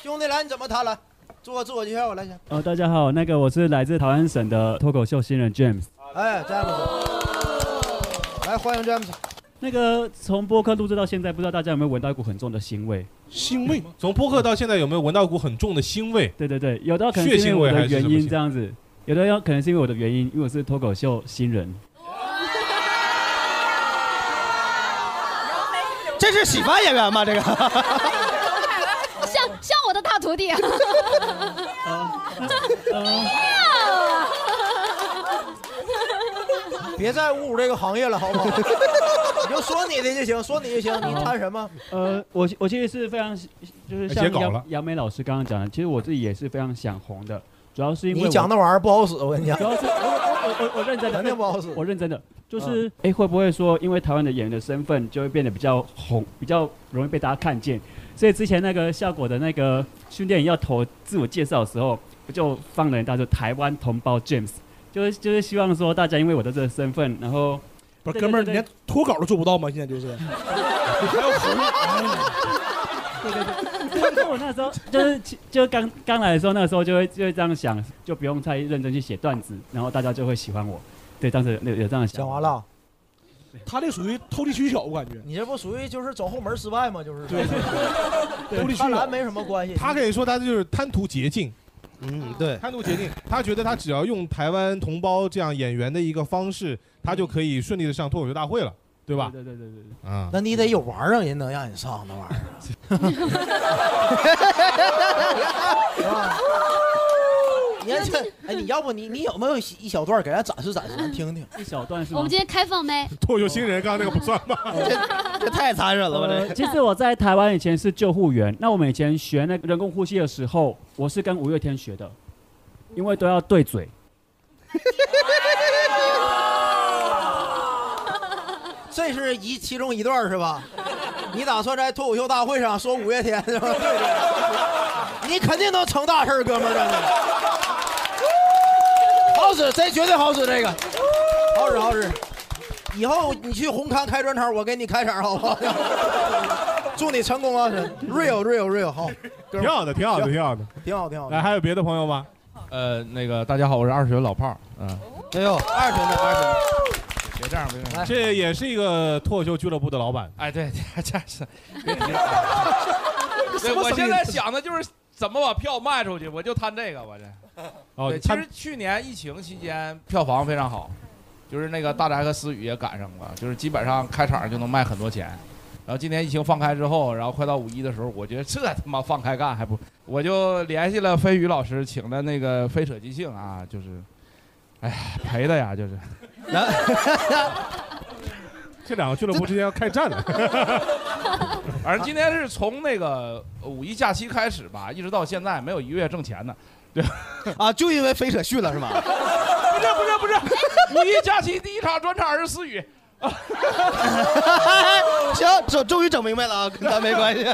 [SPEAKER 6] 兄弟，来，你怎么贪婪？做个自我介绍，来先。
[SPEAKER 9] 呃，大家好，那个我是来自台湾省的脱口秀新人 James。
[SPEAKER 6] 哎，詹姆斯，来欢迎詹姆斯。
[SPEAKER 9] 那个从播客录制到现在，不知道大家有没有闻到一股很重的腥味？
[SPEAKER 2] 腥味吗？
[SPEAKER 1] 嗯从播客到现在，有没有闻到股很重的腥味？
[SPEAKER 9] 对对对，有哦的可能是因为我的原因这样子，有的要可能是因为我的原因，因为我是脱口秀新人。
[SPEAKER 4] 这是洗发演员吗？这个
[SPEAKER 7] 像像我的大徒
[SPEAKER 3] 啊
[SPEAKER 7] 弟，
[SPEAKER 3] 哎
[SPEAKER 6] 别再侮辱这个行业了，好不好？你就说你的就行，说你就行。你贪什么？
[SPEAKER 9] 呃，我我其实是非常就是
[SPEAKER 1] 哎写
[SPEAKER 9] 像
[SPEAKER 1] 稿了
[SPEAKER 9] 杨杨梅老师刚刚讲的，其实我自己也是非常想红的，主要是因为
[SPEAKER 6] 你
[SPEAKER 9] 我
[SPEAKER 6] 讲那玩意儿不好使，我跟你讲
[SPEAKER 9] 主，要是我我我我我认真
[SPEAKER 6] 肯定
[SPEAKER 9] 的，
[SPEAKER 6] 不好使。嗯
[SPEAKER 9] 我认真的，
[SPEAKER 2] 嗯
[SPEAKER 9] 就是哎、会不会说因为台湾的演员的身份就会变得比较红，比较容易被大家看见？所以之前那个效果的那个训练营要投自我介绍的时候，不就放了一大就台湾同胞 James，就是就是希望说大家因为我的这个身份，然后
[SPEAKER 2] 不是，
[SPEAKER 9] 对
[SPEAKER 2] 哥们儿，你
[SPEAKER 9] 对对
[SPEAKER 2] 连脱稿都做不到吗？现在就是，你还要服
[SPEAKER 6] 哎
[SPEAKER 9] 就是我那时候 就是其就刚刚来的时候，那个时候就会就会这样想，就不用太认真去写段子，然后大家就会喜欢我。对，当时有有这样的想。
[SPEAKER 6] 讲完。了，
[SPEAKER 2] 他这属于偷鸡取巧，我感觉。
[SPEAKER 6] 你这不属于就是走后门失败吗？就是
[SPEAKER 2] 对，偷鸡取
[SPEAKER 6] 贪婪
[SPEAKER 2] 巧。
[SPEAKER 6] 没什么关系。
[SPEAKER 1] 他可以说他就是贪图捷径。
[SPEAKER 6] 啊
[SPEAKER 4] 嗯，对，
[SPEAKER 1] 贪图捷径，他觉得他只要用台湾同胞这样演员的一个方式，他就可以顺利的上脱口秀大会了，对
[SPEAKER 9] 对
[SPEAKER 1] 吧？
[SPEAKER 9] 对对对对对。
[SPEAKER 1] 啊，
[SPEAKER 6] 嗯那你得有玩儿啊，人能让你上那玩意儿。 是吧你看这，哎，你要不你你有没有一小段给咱展示展示，咱听听？
[SPEAKER 9] 一小段是吗？
[SPEAKER 7] 我们今天开放 麦，
[SPEAKER 1] 脱口秀新人刚刚那个不算吧？
[SPEAKER 4] 这太残忍了吧？
[SPEAKER 9] 呃，
[SPEAKER 4] 这
[SPEAKER 9] 其实我在台湾以前是救护员，那我们以前学那个人工呼吸的时候，我是跟五月天学的，因为都要对 嘴。
[SPEAKER 6] 这是一其中一段是吧？你打算在脱口秀大会上说五月天 是吧？你肯定能成大事儿，哥们 儿，真的。好使，这绝对好使，这个好使好使。以后你去红勘开专场，我给你开场，好不好？ 祝你成功啊！real real real，好，哥
[SPEAKER 1] 挺
[SPEAKER 6] 们儿
[SPEAKER 1] 好的，挺好的，
[SPEAKER 6] 行
[SPEAKER 1] 挺好的。
[SPEAKER 6] 挺好挺好。
[SPEAKER 1] 来，还有别的朋友吗？
[SPEAKER 10] 呃，那个大家好，我是二学老炮儿，嗯，
[SPEAKER 4] 哎呦，二十的二十的，
[SPEAKER 10] 别这样，别这样。
[SPEAKER 1] 这也是一个脱口秀俱乐部的老板，
[SPEAKER 10] 哎，对，这 这是。对，我现在想的就是怎么把票卖出去，我就贪这个，我这。
[SPEAKER 1] 哦
[SPEAKER 10] 对，，其
[SPEAKER 1] 他
[SPEAKER 10] 实去年疫情期间票房非常好，就是那个大宅和思雨也赶上了，就是基本上开场就能卖很多钱。然后今年疫情放开之后，然后快到五一的时候，我觉得这他妈放开干还不，我就联系了飞宇老师，请的那个非扯即兴啊，就是，哎呀赔的呀，就是
[SPEAKER 1] 这两个俱乐部之间要开 战了。
[SPEAKER 10] 反正今天是从那个五一假期开始吧，一直到现在没有一个月挣钱的。
[SPEAKER 4] 啊，就因为非扯续了是吗？
[SPEAKER 10] 不是不是不是，五一假期第一场专场是思雨，
[SPEAKER 4] 行，终终于整 明白了啊，跟咱没关系。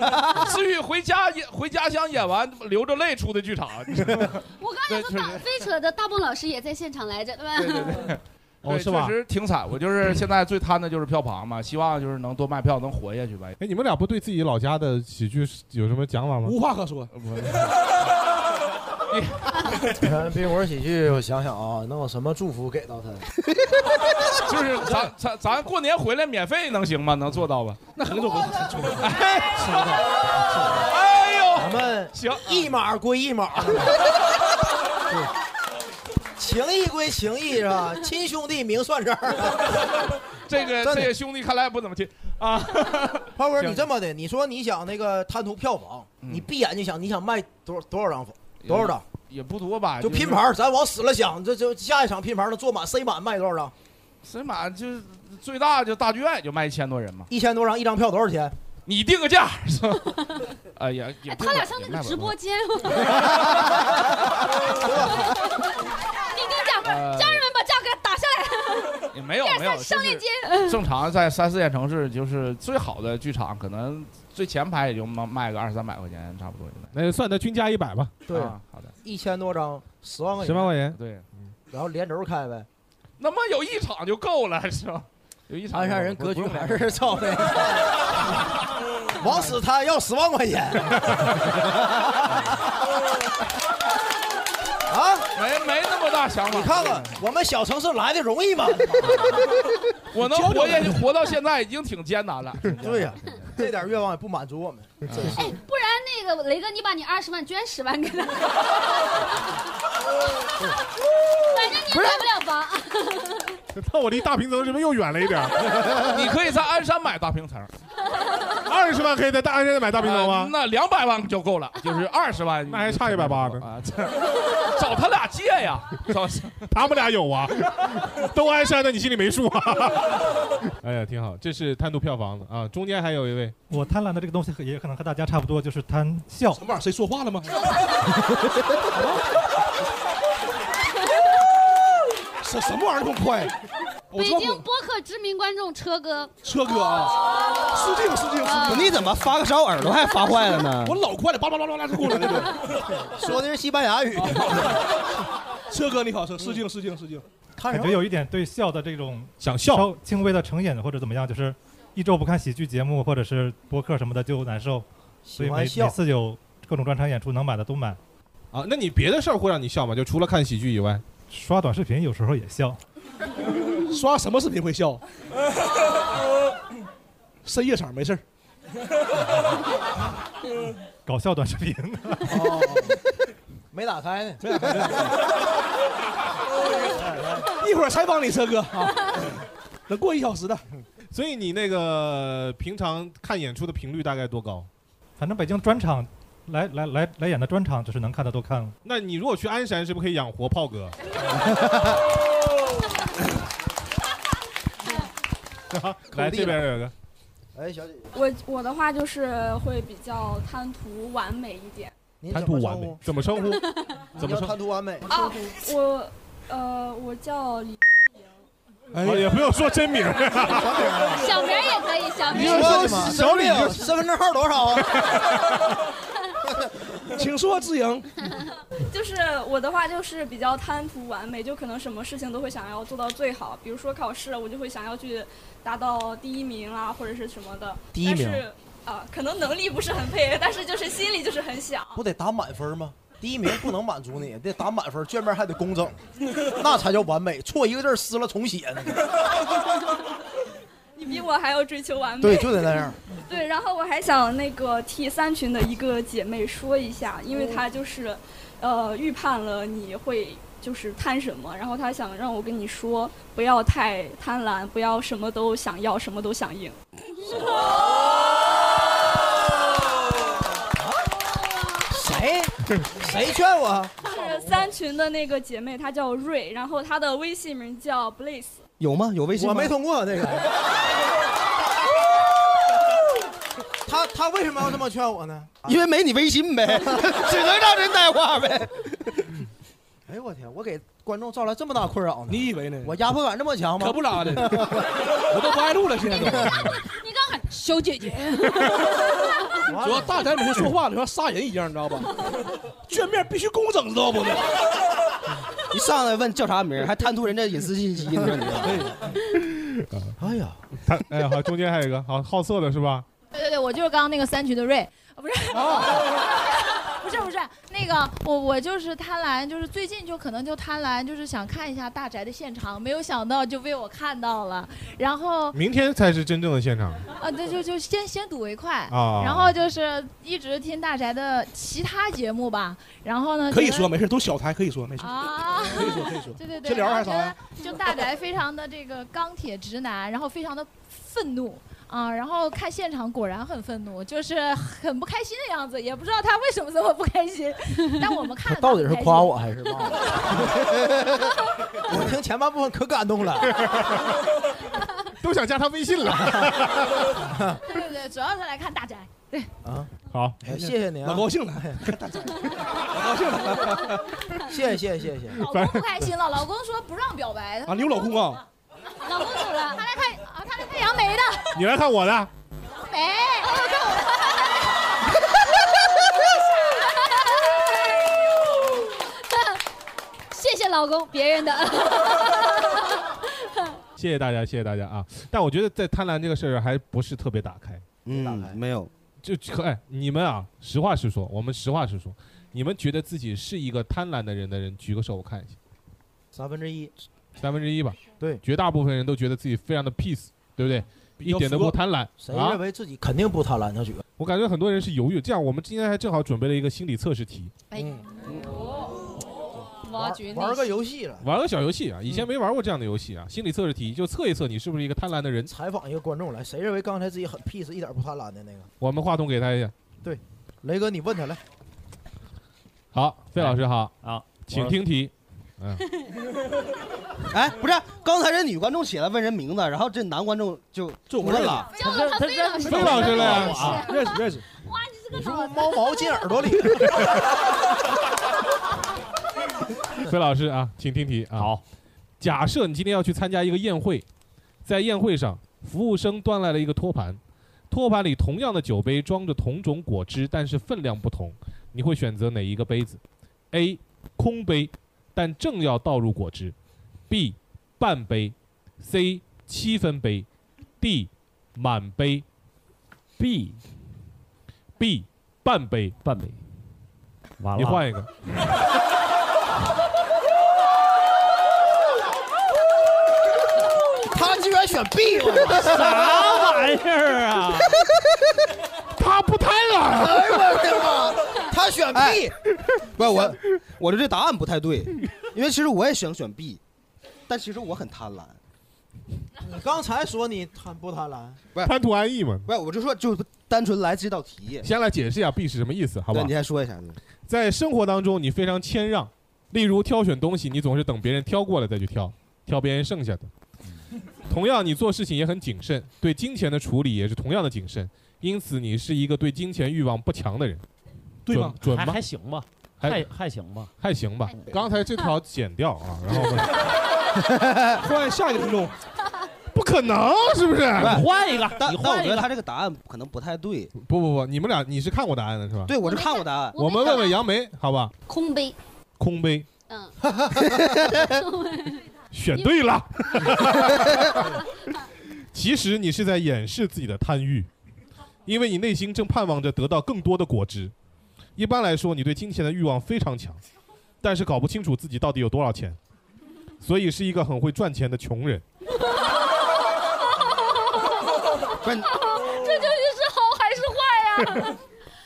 [SPEAKER 10] 思雨回家演回家乡演完流着泪出的剧场。
[SPEAKER 7] 我刚才
[SPEAKER 10] 对，
[SPEAKER 7] 说
[SPEAKER 10] 确
[SPEAKER 7] 大
[SPEAKER 10] 实，
[SPEAKER 7] 飞扯的大蹦老师也在现场来着，对吧？
[SPEAKER 10] 对对对，
[SPEAKER 1] 哦，
[SPEAKER 10] 对
[SPEAKER 1] 是吧
[SPEAKER 10] 确？实挺惨。我就是现在最贪的就是票房嘛，希望就是能多卖票，能活下去吧。
[SPEAKER 1] 哎，你们俩不对自己老
[SPEAKER 10] 呃
[SPEAKER 1] 家的喜剧有什么讲法吗？
[SPEAKER 2] 无话可说，
[SPEAKER 10] 我
[SPEAKER 11] 看冰火喜剧，我想想啊，能有什么祝福给到他？
[SPEAKER 10] 就是咱咱咱过年回来免费能行吗？能做到吧？
[SPEAKER 2] 那很做不到。
[SPEAKER 10] 哎呦，
[SPEAKER 6] 哎咱们
[SPEAKER 10] 行，
[SPEAKER 6] 一码归一码，
[SPEAKER 10] 嗯
[SPEAKER 6] 情谊归情谊是吧？亲兄弟明算账。
[SPEAKER 10] 这个
[SPEAKER 6] 真的
[SPEAKER 10] 这个兄弟看来不怎么听 啊。
[SPEAKER 6] 泡哥，
[SPEAKER 10] 行
[SPEAKER 6] 你这么的，你说你想那个贪图票房，
[SPEAKER 10] 嗯
[SPEAKER 6] 你闭眼睛想你想卖多少多少张房多少张？
[SPEAKER 10] 也不多吧，
[SPEAKER 6] 就拼盘儿，咱往死了想，这就下一场拼盘儿，那坐满塞满卖多少张？
[SPEAKER 10] 神马就是最大就大剧院就卖一千多人嘛，
[SPEAKER 6] 一千多张，一张票多少钱？
[SPEAKER 10] 你定个价是吧？哎呀，也
[SPEAKER 3] 哎，
[SPEAKER 10] 不
[SPEAKER 3] 他俩
[SPEAKER 10] 买
[SPEAKER 3] 上那
[SPEAKER 10] 也卖
[SPEAKER 3] 个
[SPEAKER 10] 不
[SPEAKER 3] 直
[SPEAKER 10] 动
[SPEAKER 3] 播间，你定价，
[SPEAKER 10] 呃
[SPEAKER 3] 家人们把价格打下来，
[SPEAKER 10] 也没有没有
[SPEAKER 3] 上上链接。
[SPEAKER 10] 就是正常在三四线城市，就是最好的剧场，可能最前排也就卖卖个二三百块钱，差不多现在。
[SPEAKER 1] 那就算他均价一百吧，
[SPEAKER 6] 对，
[SPEAKER 10] 啊好的，
[SPEAKER 6] 一千多张，十万块
[SPEAKER 1] 十
[SPEAKER 6] 钱，
[SPEAKER 1] 万块钱。
[SPEAKER 10] 对，
[SPEAKER 6] 然后连轴开呗。
[SPEAKER 10] 那么有一场就够了是吧？有一场
[SPEAKER 6] 鞍
[SPEAKER 10] 就够了不
[SPEAKER 6] 山啊人格局
[SPEAKER 10] 用买
[SPEAKER 6] 还是操 的，往死摊要十万块钱。啊，
[SPEAKER 10] 没没那么大想法。
[SPEAKER 6] 你看看，我们小城市来的容 易吗？
[SPEAKER 10] 我能活下去，活到现在已经挺艰难 了。
[SPEAKER 1] 哎
[SPEAKER 6] 对呀、这点愿望也不满足我们。
[SPEAKER 3] 哎，不然那个雷哥，你把你二十万捐十万给他， 反正你也买不了房。
[SPEAKER 1] 那我离大平层是不是又远了一点儿？
[SPEAKER 10] 你可以在鞍山买大平层，
[SPEAKER 1] 二十万可以在大安现在买大平层
[SPEAKER 10] 呃
[SPEAKER 1] 吗？
[SPEAKER 10] 那两百万就够了，就是二十 万，
[SPEAKER 1] 那还差180呢
[SPEAKER 10] 啊！这 找他俩借呀，找
[SPEAKER 1] 他们俩有啊，都鞍山哎的，你心里没数啊？哎呀，挺好，这是贪图票房的啊。中间还有一位，
[SPEAKER 12] 我贪婪的这个东西也可能和大家差不多，就是贪笑。
[SPEAKER 2] 什么玩意啊儿？谁说话了吗？什什么玩意儿这么快？我
[SPEAKER 3] 北
[SPEAKER 2] 知道
[SPEAKER 3] 京
[SPEAKER 2] 我
[SPEAKER 3] 播客知名观众车哥，
[SPEAKER 2] 车哥啊，是这个是这个是这个，
[SPEAKER 4] 你怎么发个烧耳朵还发坏了呢
[SPEAKER 2] 我？老快了，叭叭叭叭叭就过来那种。
[SPEAKER 6] 说的是西班牙语，
[SPEAKER 2] 车哥你好，车是敬是敬是敬。
[SPEAKER 6] 看什
[SPEAKER 12] 感
[SPEAKER 6] 么
[SPEAKER 12] 觉？有一点对笑的这种
[SPEAKER 1] 想笑，
[SPEAKER 12] 稍轻微的成瘾或者怎么样，就是一周不看喜剧节目或者是播客什么的就难受，所
[SPEAKER 6] 喜
[SPEAKER 12] 以每
[SPEAKER 6] 欢
[SPEAKER 12] 每
[SPEAKER 6] 笑。
[SPEAKER 12] 次有各种专场演出能买的都买。
[SPEAKER 1] 啊，那你别的事儿会让你笑吗？就除了看喜剧以外，
[SPEAKER 12] 刷短视频有时候也笑，
[SPEAKER 2] 刷什么视频会笑？深夜场没事儿，
[SPEAKER 12] 搞笑短视频。
[SPEAKER 6] 哦，没打开呢。
[SPEAKER 2] 一会儿采访你车哥 啊，能过一小时的。
[SPEAKER 1] 所以你那个平常看演出的频率大概多高？
[SPEAKER 12] 反正北京专场来来来来演的专场，就是能看的都看了。
[SPEAKER 1] 那你如果去鞍山，是不是可以养活 炮哥？ 啊来这边有一个，
[SPEAKER 6] 哎，小姐，
[SPEAKER 8] 我我的话就是会比较贪图完美一点，
[SPEAKER 6] 您
[SPEAKER 1] 贪
[SPEAKER 6] 怎
[SPEAKER 1] 图
[SPEAKER 6] 么
[SPEAKER 1] 完
[SPEAKER 6] 称
[SPEAKER 1] 美
[SPEAKER 6] 呼？，
[SPEAKER 1] 怎么称呼？ 怎
[SPEAKER 6] 你
[SPEAKER 1] 么
[SPEAKER 6] 要
[SPEAKER 1] 称
[SPEAKER 6] 贪图完美？
[SPEAKER 3] 哦
[SPEAKER 8] 我呃我叫李，
[SPEAKER 2] 哎
[SPEAKER 1] 啊
[SPEAKER 2] 呀，
[SPEAKER 1] 也不用说真 名儿，
[SPEAKER 3] 小名儿也可以，小
[SPEAKER 6] 你
[SPEAKER 3] 名
[SPEAKER 1] 就
[SPEAKER 3] 儿
[SPEAKER 1] 说
[SPEAKER 6] 说
[SPEAKER 1] 小李就
[SPEAKER 6] 身份证号多少啊？
[SPEAKER 2] 请说志颖，
[SPEAKER 8] 就是我的话就是比较贪图完美，就可能什么事情都会想要做到最好，比如说考试，我就会想要去达到第一名啦，或者是什么的。
[SPEAKER 6] 第一名
[SPEAKER 8] 但是啊、可能能力不是很配，但是就是心里就是很想。
[SPEAKER 6] 不得打满分吗？第一名不能满足你，得打满分，卷面还得工整，那才叫完美。错一个字儿撕了重写呢。
[SPEAKER 8] 你比我还要追求完美。
[SPEAKER 6] 对，就得那样。
[SPEAKER 8] 对，然后我还想那个替三群的一个姐妹说一下，因为
[SPEAKER 6] 哦
[SPEAKER 8] 她就是，呃，预判了你会就是贪什么，然后她想让我跟你说，不要太贪婪，不要什么都想要，什么都想赢。
[SPEAKER 6] 哦谁？谁劝 我？
[SPEAKER 8] 是三群的那个姐妹，她叫瑞，然后她的微信名叫 Bliss。
[SPEAKER 4] 有吗？有微信吗？
[SPEAKER 6] 我没通过那个。他他为什么要这么劝我呢？
[SPEAKER 4] 因为没你微信呗，只能让人带话呗。
[SPEAKER 6] 哎呦我天！我给观众造来这么大困扰呢？
[SPEAKER 2] 你以为呢？
[SPEAKER 6] 我压迫感这么强吗
[SPEAKER 2] 可？不咋的， 我都不爱录了，现在都。
[SPEAKER 3] 你刚喊小姐姐，
[SPEAKER 2] 主要大宅每天说话，你像杀人一样，你知道吧？ 卷面必须工整，知道不？
[SPEAKER 4] 一上来问叫啥名儿，还贪图人家隐私信息呢。
[SPEAKER 6] 哎呀，
[SPEAKER 1] 他哎，好，中间还有一个，好好色的是
[SPEAKER 13] 哦
[SPEAKER 2] 哦
[SPEAKER 1] 吧？
[SPEAKER 8] 对对对，我就是刚刚那个三群的瑞，啊不是，不是不是，
[SPEAKER 13] 那个，我我就是贪婪，就是最近就可能就贪婪，就是想看一下大宅的现场，没有想到就被我看到了。然后
[SPEAKER 1] 明天才是真正的现场。
[SPEAKER 13] 啊，对，就就先先睹为快。
[SPEAKER 1] 哦
[SPEAKER 13] 然后就是一直听大宅的其他节目吧。然后呢，
[SPEAKER 2] 可以
[SPEAKER 13] 觉得
[SPEAKER 2] 说没事，都小台可以说没事。
[SPEAKER 13] 啊，
[SPEAKER 2] 可以说可以说
[SPEAKER 13] 对对对，
[SPEAKER 2] 先聊
[SPEAKER 13] 然后
[SPEAKER 2] 还是啥呀
[SPEAKER 13] 觉得就大宅非常的这个钢铁直男，然后非常的愤怒。啊，然后看现场果然很愤怒，就是很不开心的样子，也不知道他为什么这么不开 心。但我们看得
[SPEAKER 6] 他到底
[SPEAKER 13] 很
[SPEAKER 6] 是
[SPEAKER 13] 开
[SPEAKER 6] 夸
[SPEAKER 13] 心
[SPEAKER 6] 我还是骂我？ 我听前半部分可感动了，
[SPEAKER 1] 都想加他微 信了。
[SPEAKER 13] 对对对，主要是来看大宅。对，
[SPEAKER 6] 啊，
[SPEAKER 1] 好，
[SPEAKER 6] 谢谢您啊，
[SPEAKER 2] 老高 兴了，
[SPEAKER 6] 老高兴了，谢谢谢谢谢谢。
[SPEAKER 13] 老公不开心了，老公说不让表白。
[SPEAKER 2] 啊，你有老公啊？
[SPEAKER 13] 老公走了，他来看啊，他来看杨梅的。
[SPEAKER 1] 你来看我的，
[SPEAKER 13] 梅，
[SPEAKER 7] 哎谢谢老公，别人的。
[SPEAKER 1] 谢谢大家，谢谢大家啊！但我觉得在贪婪这个事儿还不是特别打开，
[SPEAKER 4] 嗯，没有，
[SPEAKER 1] 就可哎，你们啊，实话实说，我们实话实说，你们觉得自己是一个贪婪的人的人，举个手我看一下，
[SPEAKER 6] 三分之一，
[SPEAKER 1] 三分之一吧。
[SPEAKER 6] 对，
[SPEAKER 1] 绝大部分人都觉得自己非常的 peace，对不对？一点都不贪婪。
[SPEAKER 6] 谁
[SPEAKER 1] 啊
[SPEAKER 6] 认为自己肯定不贪婪？他举个，
[SPEAKER 1] 我感觉很多人是犹豫。这样，我们今天还正好准备了一个心理测试题，
[SPEAKER 7] 哎，
[SPEAKER 6] 玩玩个游戏了，
[SPEAKER 1] 玩个小游戏啊，以前没玩过这样的游戏啊。心理测试题就测一测你是不是一个贪婪的人。
[SPEAKER 6] 采访一个观众来，谁认为刚才自己很 peace 一点不贪婪的那个？
[SPEAKER 1] 我们话筒给他一下。
[SPEAKER 6] 对，雷哥你问他来，
[SPEAKER 4] 哎
[SPEAKER 1] 好，费老师好，
[SPEAKER 9] 好，
[SPEAKER 1] 请
[SPEAKER 4] 我
[SPEAKER 1] 听题。嗯，
[SPEAKER 4] 哎，不是，刚才这女观众起来问人名字，然后这男观众就就
[SPEAKER 2] 我
[SPEAKER 4] 问了，
[SPEAKER 7] 叫了他非老师，
[SPEAKER 4] 费老师了呀
[SPEAKER 6] 啊
[SPEAKER 2] 认识认识。
[SPEAKER 7] 哇，你这个
[SPEAKER 6] 你是
[SPEAKER 7] 脑
[SPEAKER 6] 不是
[SPEAKER 7] 子
[SPEAKER 6] 猫毛进耳朵里？
[SPEAKER 1] 费老师啊，请听题啊。好，假设你今天要去参加一个宴会，在宴会上，服务生端来了一个托盘，托盘里同样的酒杯装着同种果汁，但是分量不同，你会选择哪一个杯子？A. 空杯，但正要倒入果汁；B. 半杯；C. 七分杯；D. 满杯。B。B. 半杯。
[SPEAKER 9] 半杯。完
[SPEAKER 1] 你换一个。
[SPEAKER 6] 他居然选 B，
[SPEAKER 9] 啥玩意儿啊？
[SPEAKER 1] 他不贪婪。
[SPEAKER 6] 哎呦我的妈！他选
[SPEAKER 4] 哎
[SPEAKER 6] B，
[SPEAKER 4] 不是我，我的这答案不太对，因为其实我也想选 B，但其实我很贪婪，
[SPEAKER 6] 你刚才说你贪不贪婪？
[SPEAKER 4] 不是
[SPEAKER 1] 贪图安逸嘛。
[SPEAKER 4] 不是，我就说就单纯来这道题，
[SPEAKER 1] 先来解释一下 B 是什么意思，好不好？
[SPEAKER 4] 对你先说一下。
[SPEAKER 1] 在生活当中，你非常谦让，例如挑选东西，你总是等别人挑过了再去挑，挑别人剩下的。同样，你做事情也很谨慎，对金钱的处理也是同样的谨慎，因此你是一个对金钱欲望不强的人，
[SPEAKER 2] 对吗
[SPEAKER 1] 准
[SPEAKER 14] 还
[SPEAKER 1] 准吗？
[SPEAKER 14] 还行吧，
[SPEAKER 1] 还
[SPEAKER 14] 还还行吧。
[SPEAKER 1] 还行吧。刚才这条剪掉啊，
[SPEAKER 4] 哎
[SPEAKER 1] 然后我们
[SPEAKER 2] 换下一个听众，
[SPEAKER 1] 不可能，是不是？
[SPEAKER 4] 你
[SPEAKER 14] 换一个
[SPEAKER 4] 但
[SPEAKER 1] 你换
[SPEAKER 4] 但我
[SPEAKER 1] 一
[SPEAKER 4] 觉得
[SPEAKER 1] 个
[SPEAKER 4] 他这个答案可能不太对。
[SPEAKER 1] 不不不，你们俩你是看过答案的是吧？
[SPEAKER 4] 对，我是看过答案。
[SPEAKER 1] 我们问问杨梅，好吧？
[SPEAKER 7] 空 杯，
[SPEAKER 1] 空杯
[SPEAKER 7] 嗯，
[SPEAKER 1] 选对了。 其实你是在掩饰自己的贪欲，因为你内心正盼望着得到更多的果汁。一般来说，你对金钱的欲望非常强，但是搞不清楚自己到底有多少钱，所以是一个很会赚钱的穷人。
[SPEAKER 4] 不是你
[SPEAKER 7] 这究竟是好还 是坏呀、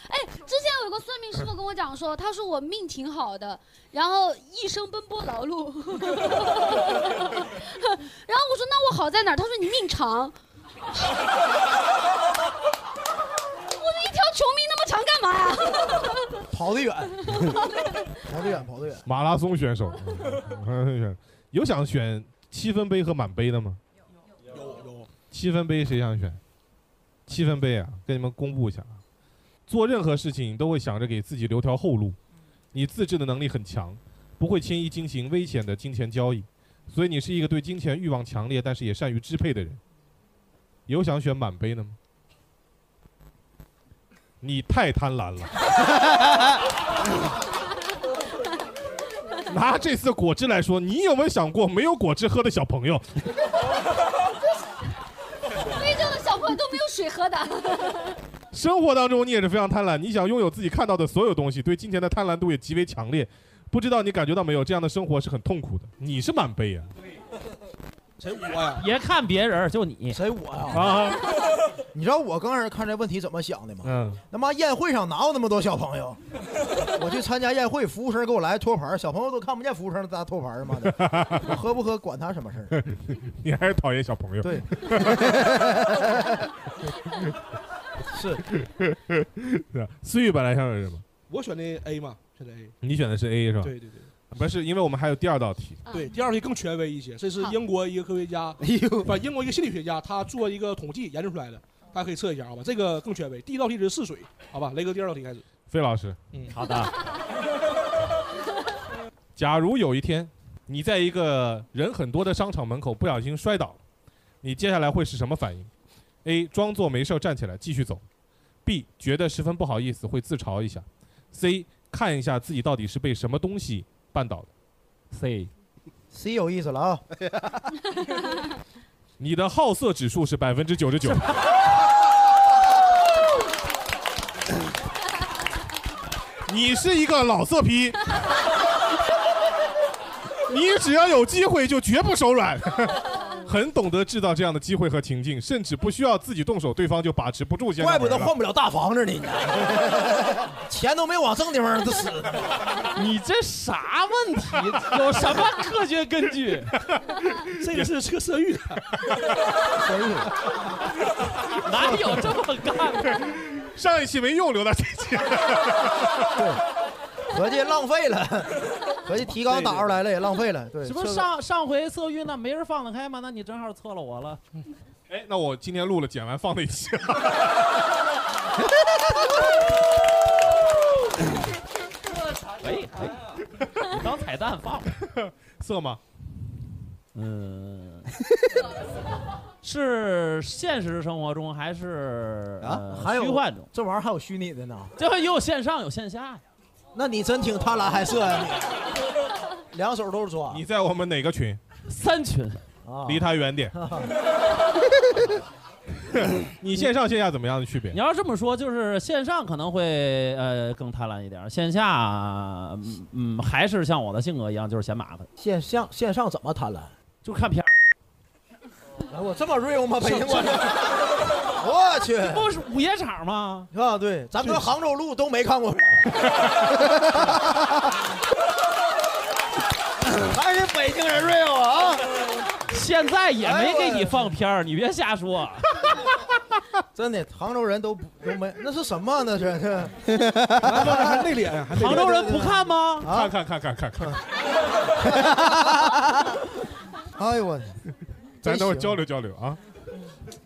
[SPEAKER 7] 哎，之前有个算命师傅跟我讲说，他说我命挺好的，然后一生奔波劳碌。 然后我说那我好在哪儿？他说你命长。 我这一条穷命那么长干嘛呀？
[SPEAKER 6] 跑得远，跑得远，跑得远。
[SPEAKER 1] 马拉松选手， 嗯 有想选七分杯和满杯的吗？七分杯谁想选？七分杯啊，跟你们公布一下啊，做任何事情都会想着给自己留条后路。你自制的能力很强，不会轻易进行危险的金钱交易，所以你是一个对金钱欲望强烈，但是也善于支配的人。有想选满杯的吗？你太贪婪了。 拿这次果汁来说，你有没有想过没有果汁喝的小朋友？
[SPEAKER 7] 非洲的小朋友都没有水喝的。
[SPEAKER 1] 生活当中你也是非常贪婪，你想拥有自己看到的所有东西，对金钱的贪婪度也极为强烈。不知道你感觉到没有，这样的生活是很痛苦的。你是满杯啊，
[SPEAKER 6] 谁我呀？
[SPEAKER 14] 别看别人，就你。
[SPEAKER 6] 谁我呀？
[SPEAKER 1] 啊！
[SPEAKER 6] 你知道我刚开始看这问题怎么想的吗？
[SPEAKER 1] 嗯，
[SPEAKER 6] 他妈宴会上哪有那么多小朋友？我去参加宴会，服务生给我来托盘儿，小朋友都看不见服务生拿托盘 儿妈的，我喝不喝管他什么事儿？
[SPEAKER 1] 你还是讨厌小朋友。
[SPEAKER 6] 对，
[SPEAKER 1] 是是啊。思雨本来想选什么？
[SPEAKER 2] 我选的 A 嘛，选的 A。
[SPEAKER 1] 你选的是 A 是吧？
[SPEAKER 2] 对对对。
[SPEAKER 1] 不是，因为我们还有第二道
[SPEAKER 13] 啊
[SPEAKER 1] 题。
[SPEAKER 2] 对，第二题更权威一些，这是
[SPEAKER 1] 好
[SPEAKER 2] 英国一个科学家，
[SPEAKER 4] 哎
[SPEAKER 2] 不，英国一个心理学家，他做一个统计研究出来的，大家可以测一下，好吧？这个更权威。第一道题是试水，好吧？雷哥，第二道题开始。
[SPEAKER 1] 费老师，
[SPEAKER 2] 嗯，
[SPEAKER 14] 好的。
[SPEAKER 1] 假如有一天你在一个人很多的商场门口不小心摔倒了，你接下来会是什么反应？A. 装作没事儿站起来继续走；B. 觉得十分不好意思，会自嘲一下；C. 看一下自己到底是被什么东西绊倒的。
[SPEAKER 14] C。
[SPEAKER 6] C 有意思了啊！
[SPEAKER 1] 你的好色指数是百分之九十 九。你是一个老色批，你只要有机会就绝不手 软，很懂得制造这样的机会和情境，甚至不需要自己动手，对方就把持不住现在。
[SPEAKER 6] 怪不得换不了大房子呢，你钱都没往正地方儿使。
[SPEAKER 14] 你这啥问题？有什么科学根据？
[SPEAKER 2] 这个是测色欲的，
[SPEAKER 14] 哪有这么干的？
[SPEAKER 1] 上一期没用，留到这 期。
[SPEAKER 6] 合计浪 费了，合计提纲打出来了也浪费了。对，
[SPEAKER 14] 这不
[SPEAKER 6] 这
[SPEAKER 14] 是
[SPEAKER 6] 个
[SPEAKER 14] 上上回色欲那没人放得开吗？那你正好测了我 了。
[SPEAKER 1] 哎，那我今天录了，剪完放那一期。
[SPEAKER 6] 哎
[SPEAKER 14] 可以可以，你当彩蛋放吧。
[SPEAKER 1] 色吗？
[SPEAKER 14] 嗯，是现实生活中还是
[SPEAKER 6] 啊
[SPEAKER 14] 呃，
[SPEAKER 6] 还有
[SPEAKER 14] 虚幻中？
[SPEAKER 6] 这玩意儿还有虚拟的呢。
[SPEAKER 14] 这也有线上有线下呀。
[SPEAKER 6] 那你真挺贪婪害色呀、你两手都是
[SPEAKER 2] 啊
[SPEAKER 6] 抓。
[SPEAKER 1] 你在我们哪个群？
[SPEAKER 14] 三群。
[SPEAKER 6] 啊
[SPEAKER 1] 离他 远点。你线上线下怎么样 的区别？
[SPEAKER 14] 你要这么说，就是线上可能会呃更贪婪一点，线下嗯嗯还是像我的性格一样，就是嫌麻烦，
[SPEAKER 6] 线上线上怎么贪婪？
[SPEAKER 14] 就看片儿。
[SPEAKER 6] 哎，我这么 real 吗？北京观众，我去，
[SPEAKER 14] 不是午夜场吗？
[SPEAKER 6] 是吧？对，咱们搁杭州路都没看过，还是北京人 real 啊！哎
[SPEAKER 14] 现在也没给你放片儿，你别瞎说。
[SPEAKER 6] 真的，杭州人都不都没，那是什么？啊那是这。
[SPEAKER 2] 啊还内敛呀，还内
[SPEAKER 14] 杭州
[SPEAKER 2] 敛。
[SPEAKER 14] 人不看吗？
[SPEAKER 1] 看看看看看看，
[SPEAKER 6] 哎呦我，
[SPEAKER 1] 咱等会儿
[SPEAKER 6] 真行
[SPEAKER 1] 交流交流啊。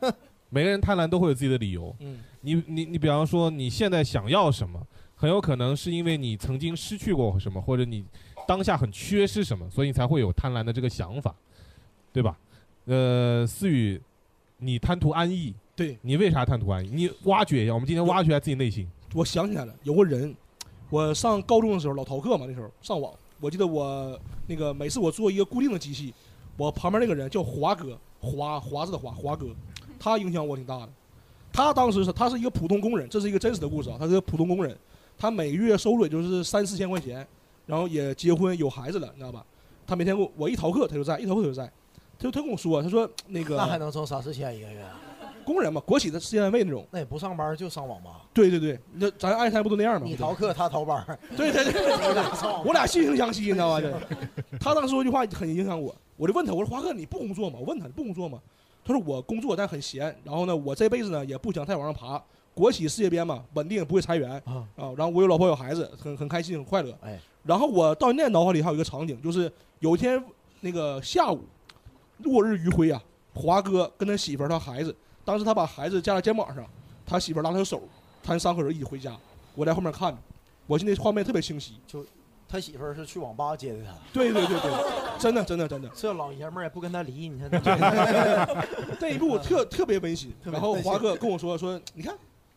[SPEAKER 1] 每个人贪婪都会有自己的理由。
[SPEAKER 2] 嗯，
[SPEAKER 1] 你你你，比方说你现在想要什么，很有可能是因为你曾经失去过什么，或者你当下很缺失什么，所以你才会有贪婪的这个想法，对吧？呃，思雨，你贪图安逸，
[SPEAKER 2] 对
[SPEAKER 1] 你为啥贪图安逸？你挖掘一下，我们今天挖掘一下自己内心。
[SPEAKER 2] 我想起来了，有个人，我上高中的时候老逃课嘛，那时候上网，我记得我那个每次我做一个固定的机器，我旁边那个人叫华哥，华华字的华，华哥，他影响我挺大的。他当时是他是一个普通工人，这是一个真实的故事啊，他是个普通工人，他每月收入也就是三四千块钱，然后也结婚有孩子了，你知道吧？他每天给我我一逃课他就在，一逃课他就在，他就他跟我说，啊他说那个
[SPEAKER 6] 那还能挣三四千一个月？啊
[SPEAKER 2] 工人嘛，国企的事业单位那种。
[SPEAKER 6] 那也不上班就上网吧？
[SPEAKER 2] 对对对，那咱爱三不都那样吗？
[SPEAKER 6] 你逃课，他逃班儿。
[SPEAKER 2] 对对对，
[SPEAKER 6] 你 俩上网吧
[SPEAKER 2] 我俩惺惺相惜，你知道吧？这，他当时说一句话很影响我，我就问他，我说华哥你不工作吗？我问他你不工作吗？他说我工作但很闲，然后呢，我这辈子呢也不想再往上爬，国企事业编嘛，稳定不会裁员
[SPEAKER 6] 啊
[SPEAKER 2] 然后我有老婆有孩子，很很开心很快乐。
[SPEAKER 6] 哎，
[SPEAKER 2] 然后我到现在脑海里还有一个场景，就是有一天那个下午，落日余晖啊，华哥跟他媳妇儿他孩子，当时他把孩子架在肩膀上，他媳妇儿拉他的手，他们三口人一起回家，我在后面看着，我现在画面特别清晰。
[SPEAKER 6] 就他媳妇儿是去网吧接的他。
[SPEAKER 2] 对对对对，真的真的真的，
[SPEAKER 6] 这老爷们儿也不跟他离，你看
[SPEAKER 2] 这一幕特特别温馨。
[SPEAKER 6] 特
[SPEAKER 2] 然
[SPEAKER 6] 别温馨
[SPEAKER 2] 后华哥跟我说说，你看，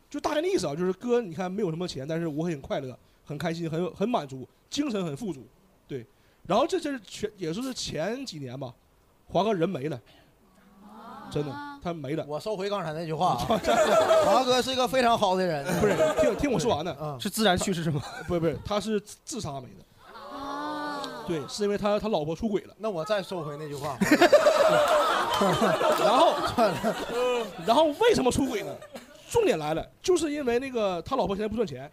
[SPEAKER 2] 就大概那意思啊，就是哥，你看没有什么钱，但是我很快乐，很开心，很很满足，精神很富足。对，然后这这是全也就是前几年吧，华哥人没了，真的，他没了。
[SPEAKER 6] 我收回刚才那句话 啊， 华哥是一个非常好的人，嗯
[SPEAKER 2] 不是，听听我说完呢，
[SPEAKER 4] 是自然去世是吗？
[SPEAKER 2] 不是不是，他是自自杀没的。对，是因为他他老婆出轨了。
[SPEAKER 6] 那我再收回那句话，
[SPEAKER 2] 然后，然后为什么出轨呢？重点来了，就是因为那个他老婆现在不赚钱。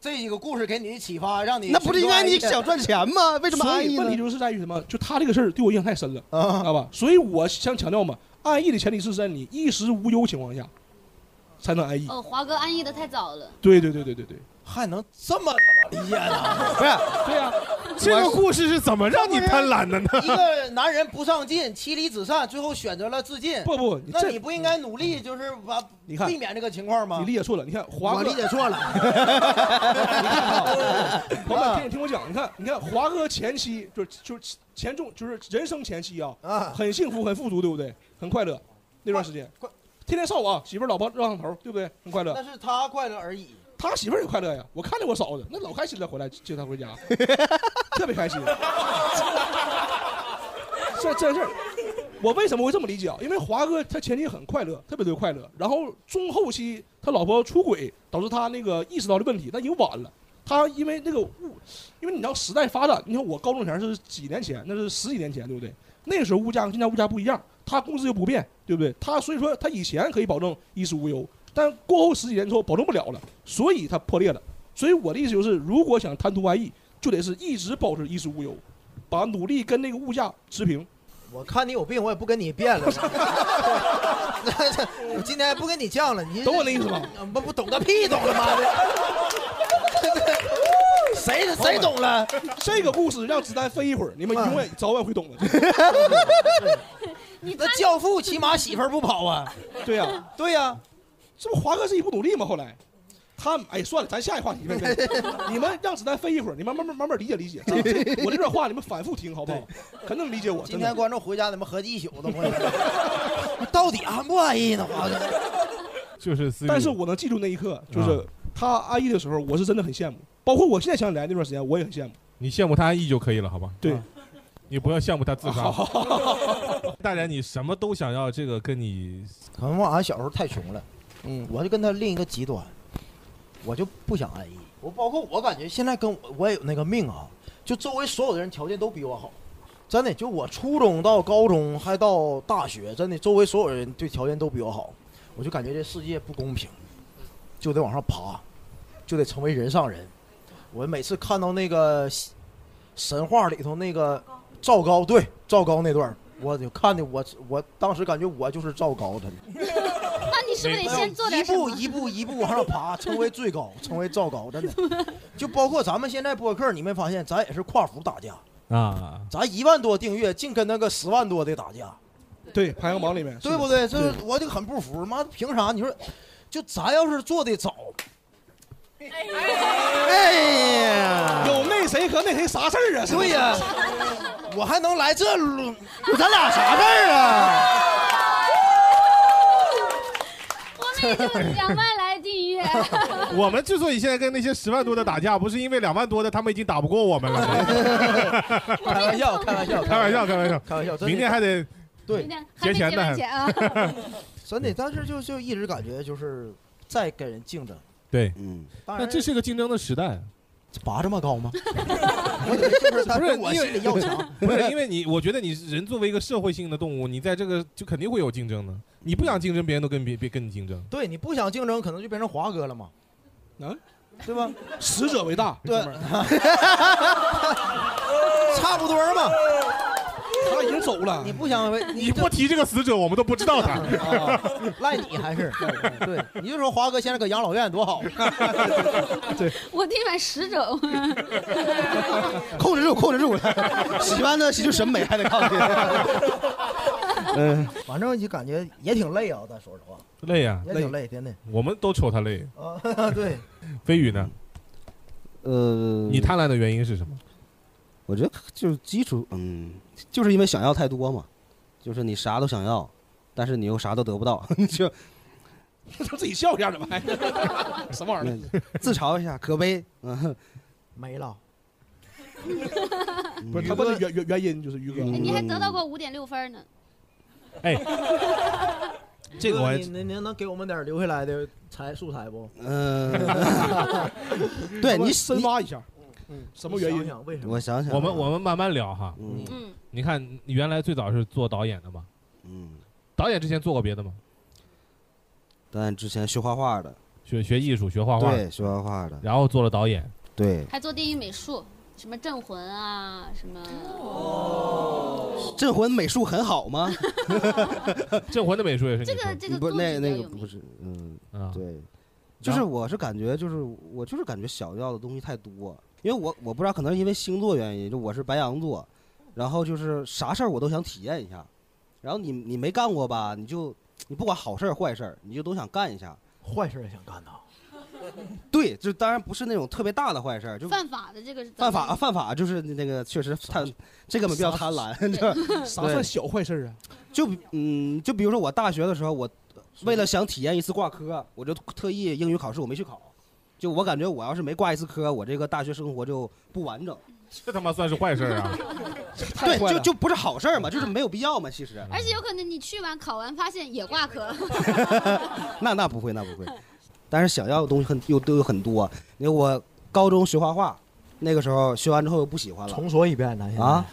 [SPEAKER 6] 这一个故事给你启发，让你
[SPEAKER 4] 那不是应该你想赚钱 吗？为什么
[SPEAKER 2] 所
[SPEAKER 4] 安
[SPEAKER 2] 以
[SPEAKER 4] 逸呢？
[SPEAKER 2] 问题就是在于什么？就他这个事儿对我影响太深了，知道吧？所以我想强调嘛，安逸的前提是在你衣食无忧情况下才能安逸。
[SPEAKER 7] 哦，华哥安逸的太早了。
[SPEAKER 2] 对对对对对对，
[SPEAKER 6] 还能这么他 妈理解呢？
[SPEAKER 2] 不是，对呀、
[SPEAKER 1] 这个故事是怎么让你贪婪的呢？
[SPEAKER 6] 一个男人不上进，妻离子散，最后选择了自尽。
[SPEAKER 2] 不不
[SPEAKER 6] 那
[SPEAKER 2] 这
[SPEAKER 6] 你不应该努
[SPEAKER 4] 嗯
[SPEAKER 6] 力，就是把
[SPEAKER 2] 你看
[SPEAKER 6] 避免这个情况吗？
[SPEAKER 2] 你理解错了。你看华哥，啊
[SPEAKER 6] 我理解错 了。啊
[SPEAKER 2] 老板，听听我讲，你看，你看华哥前期就是就是前中就是人生前期啊，很幸福很富足，对不对？很快乐那段时间，天天上午啊，媳妇儿老婆热炕头，对不对？很快乐
[SPEAKER 6] 那。是他快乐而已。
[SPEAKER 2] 他媳妇儿也快乐呀，我看着我嫂子那老开心了，回来接她回 家，特别开心。 这这事儿，我为什么会这么理解啊？因为华哥他前期很快乐，特别的快乐，然后中后期他老婆出轨，导致他那个意识到的问题，那已经晚了。他因为那个物，因为你知道时代发展，你看我高中前是几年前，那是十几年前，对不对？那个时候物价跟现在物价不一样，他工资又不变，对不对？他所以说他以前可以保证衣食无忧，但过后十几年之后保证不了了，所以他破裂了。所以我的意思就是，如果想贪图安逸，就得是一直保持衣食无忧，把努力跟那个物价持平。
[SPEAKER 6] 我看你有病，我也不跟你辩了。我 今天不跟你犟了，你
[SPEAKER 2] 懂我那意思吗？
[SPEAKER 6] 不不懂个屁，懂他妈的！谁谁懂了？
[SPEAKER 2] 这个故事让子弹飞一会儿，你
[SPEAKER 6] 嗯
[SPEAKER 2] 们永远早晚会 懂的。
[SPEAKER 6] 那教父起码媳妇儿不跑啊？
[SPEAKER 2] 对呀、
[SPEAKER 6] 对呀、
[SPEAKER 2] 这不华哥自己不努力吗？后来，他哎算了，咱下一话题呗。 你们让子弹飞一会儿，你们慢慢慢慢理解理解。这 这我这段话你们反复听好不好？肯定理解我。
[SPEAKER 6] 今
[SPEAKER 2] 真
[SPEAKER 6] 天
[SPEAKER 2] 的。
[SPEAKER 6] 观众回家他妈合计一宿都不会。 到底安不安逸呢？华哥，
[SPEAKER 1] 就是 思雨，啊
[SPEAKER 2] 但是我能记住那一刻，就是他安逸的时候，我是真的很羡慕。包括我现在想起来那段时间，我也很羡慕。
[SPEAKER 1] 你羡慕他安逸就可以了，好吧？
[SPEAKER 2] 对，
[SPEAKER 1] 你不要羡慕 他自杀
[SPEAKER 2] 好。
[SPEAKER 1] 大然，你什么都想要，这个跟你
[SPEAKER 6] 可能我俺小时候太穷了，嗯，我就跟他另一个极端，我就不想安逸。我包括我感觉现在跟我我也有那个命啊，就周围所有的人条件都比我好，真的，就我初中到高中还到大学，真的周围所有人对条件都比我好，我就感觉这世界不公平，就得往上爬，就得成为人上人。我每次看到那个神话里头那个赵高，对赵高那段儿，我就看的我我当时感觉我就是赵高，真的。
[SPEAKER 7] 那你是不是得先做点
[SPEAKER 6] 一
[SPEAKER 7] 什么
[SPEAKER 6] 步？一步一步往上爬，成为最高，成为赵高，真 的。就包括咱们现在播客，你没发现咱也是跨服打架，
[SPEAKER 1] 啊，
[SPEAKER 6] 咱一万多订阅，净跟那个十万多的打架，
[SPEAKER 2] 对，排行榜里面，
[SPEAKER 6] 对不对？这是 我就很不服，妈的，凭啥？你说，就咱要是做的早， 哎呀，
[SPEAKER 2] 有那谁和那谁啥事儿啊？是不是
[SPEAKER 6] 对呀、我还能来这路，咱俩啥事儿 啊？
[SPEAKER 7] 我们也就两万来订阅。
[SPEAKER 1] 我们之所以现在跟那些十万多的打架，不是因为两万多的他们已经打不过我们 了。
[SPEAKER 6] 开玩笑，开玩笑，
[SPEAKER 1] 开玩笑，开玩笑，
[SPEAKER 6] 开玩笑，真的
[SPEAKER 1] 明天还得
[SPEAKER 6] 对
[SPEAKER 7] 明天还
[SPEAKER 1] 节
[SPEAKER 7] 没
[SPEAKER 1] 前
[SPEAKER 7] 完
[SPEAKER 1] 呢。
[SPEAKER 7] 钱啊！
[SPEAKER 6] 真的，但是就就一直感觉就是在跟人竞争。
[SPEAKER 1] 对，
[SPEAKER 4] 嗯，
[SPEAKER 6] 当
[SPEAKER 1] 那
[SPEAKER 6] 然
[SPEAKER 1] 这是个竞争的时代。
[SPEAKER 6] 拔这么高吗？我以为就是他
[SPEAKER 1] 不
[SPEAKER 6] 跟
[SPEAKER 1] 是
[SPEAKER 6] 我
[SPEAKER 1] 因为
[SPEAKER 6] 心里要强，
[SPEAKER 1] 不是因为你，我觉得你人作为一个社会性的动物，你在这个就肯定会有竞争的。你不想竞争，别人都跟别别跟你竞争。
[SPEAKER 6] 对你不想竞争，可能就变成华哥了嘛，
[SPEAKER 2] 嗯，
[SPEAKER 6] 对吧？
[SPEAKER 2] 死者为大，
[SPEAKER 6] 对
[SPEAKER 2] 哥们儿，
[SPEAKER 6] 差不多嘛。
[SPEAKER 2] 他已经走了
[SPEAKER 6] 你。不想为
[SPEAKER 1] 你不提这个死者，我们都不知道他。
[SPEAKER 6] 啊，赖你还是对？你就说华哥现在搁养老院多好，
[SPEAKER 7] 我订满十种，
[SPEAKER 4] 控制住，控制住了，喜欢的就审美还得靠你。
[SPEAKER 6] 嗯， 反正就感觉也挺累啊。咱说实话，
[SPEAKER 1] 累呀、
[SPEAKER 6] 也挺累，真的
[SPEAKER 1] 我们都瞅他累。
[SPEAKER 6] 啊。 对，
[SPEAKER 1] 飞宇呢？
[SPEAKER 4] 呃，
[SPEAKER 1] 你贪婪的原因是什么？
[SPEAKER 4] 我觉得就是基础，嗯，就是因为想要太多嘛，就是你啥都想要，但是你又啥都得不到， 你就
[SPEAKER 2] 他自己笑一下怎么还？ 什么玩
[SPEAKER 4] 嗯
[SPEAKER 2] 意儿？
[SPEAKER 4] 自嘲一下，可悲。 嗯，
[SPEAKER 6] 没了。
[SPEAKER 2] 不是他问的哎原原原因就是于哥，
[SPEAKER 7] 哎你还得到过五点六分呢。
[SPEAKER 1] 哎，这个我还
[SPEAKER 6] 你您您能给我们点儿留下来的材素材不？
[SPEAKER 4] 嗯， 对你
[SPEAKER 2] 深挖一下，
[SPEAKER 6] 嗯，
[SPEAKER 2] 什么原因
[SPEAKER 6] 想想为什么？
[SPEAKER 4] 我想想啊
[SPEAKER 1] 我们我们慢慢聊哈。
[SPEAKER 6] 嗯，
[SPEAKER 1] 你看，你原来最早是做导演的嘛？
[SPEAKER 4] 嗯，
[SPEAKER 1] 导演之前做过别的吗？
[SPEAKER 4] 但之前学画画的，
[SPEAKER 1] 学学艺术，学画画，
[SPEAKER 4] 对，学画画的，
[SPEAKER 1] 然后做了导演，
[SPEAKER 4] 对，
[SPEAKER 7] 还做电影美术，什么镇魂啊，什么
[SPEAKER 4] 镇魂美术很好吗？
[SPEAKER 1] 镇魂的美术也是
[SPEAKER 7] 这个这个
[SPEAKER 4] 不
[SPEAKER 7] 作
[SPEAKER 4] 那
[SPEAKER 7] 品
[SPEAKER 4] 那
[SPEAKER 7] 比较
[SPEAKER 4] 个
[SPEAKER 7] 有
[SPEAKER 4] 不是，嗯，对，
[SPEAKER 1] 然
[SPEAKER 4] 就是
[SPEAKER 1] 后
[SPEAKER 4] 我是感觉就是我就是感觉想要的东西太多，因为我我不知道可能是因为星座原因，就我是白羊座，然后就是啥事儿我都想体验一下，然后你你没干过吧，你就你不管好事儿坏事儿，你就都想干一下。
[SPEAKER 6] 坏事也想干呐？
[SPEAKER 4] 对，就当然不是那种特别大的坏事儿，就
[SPEAKER 7] 犯法的这个是咱
[SPEAKER 4] 犯
[SPEAKER 7] 们
[SPEAKER 4] 法啊，犯法就是那个确实贪，这根本不叫贪婪， 这
[SPEAKER 2] 啥算小坏事啊？
[SPEAKER 4] 就比嗯，就比如说我大学的时候，我为了想体验一次挂科，啊我就特意英语考试我没去考，就我感觉我要是没挂一次科，我这个大学生活就不完整。
[SPEAKER 1] 这他妈算是坏事啊！
[SPEAKER 4] 对，就就不是好事儿嘛，就是没有必要嘛，其实。
[SPEAKER 7] 而且有可能你去完考完发现也挂科，
[SPEAKER 4] 那那不会，那不会。但是想要的东西很又都有很多。因为我高中学画画，那个时候学完之后又不喜欢了。
[SPEAKER 6] 重说一遍呢？
[SPEAKER 4] 啊，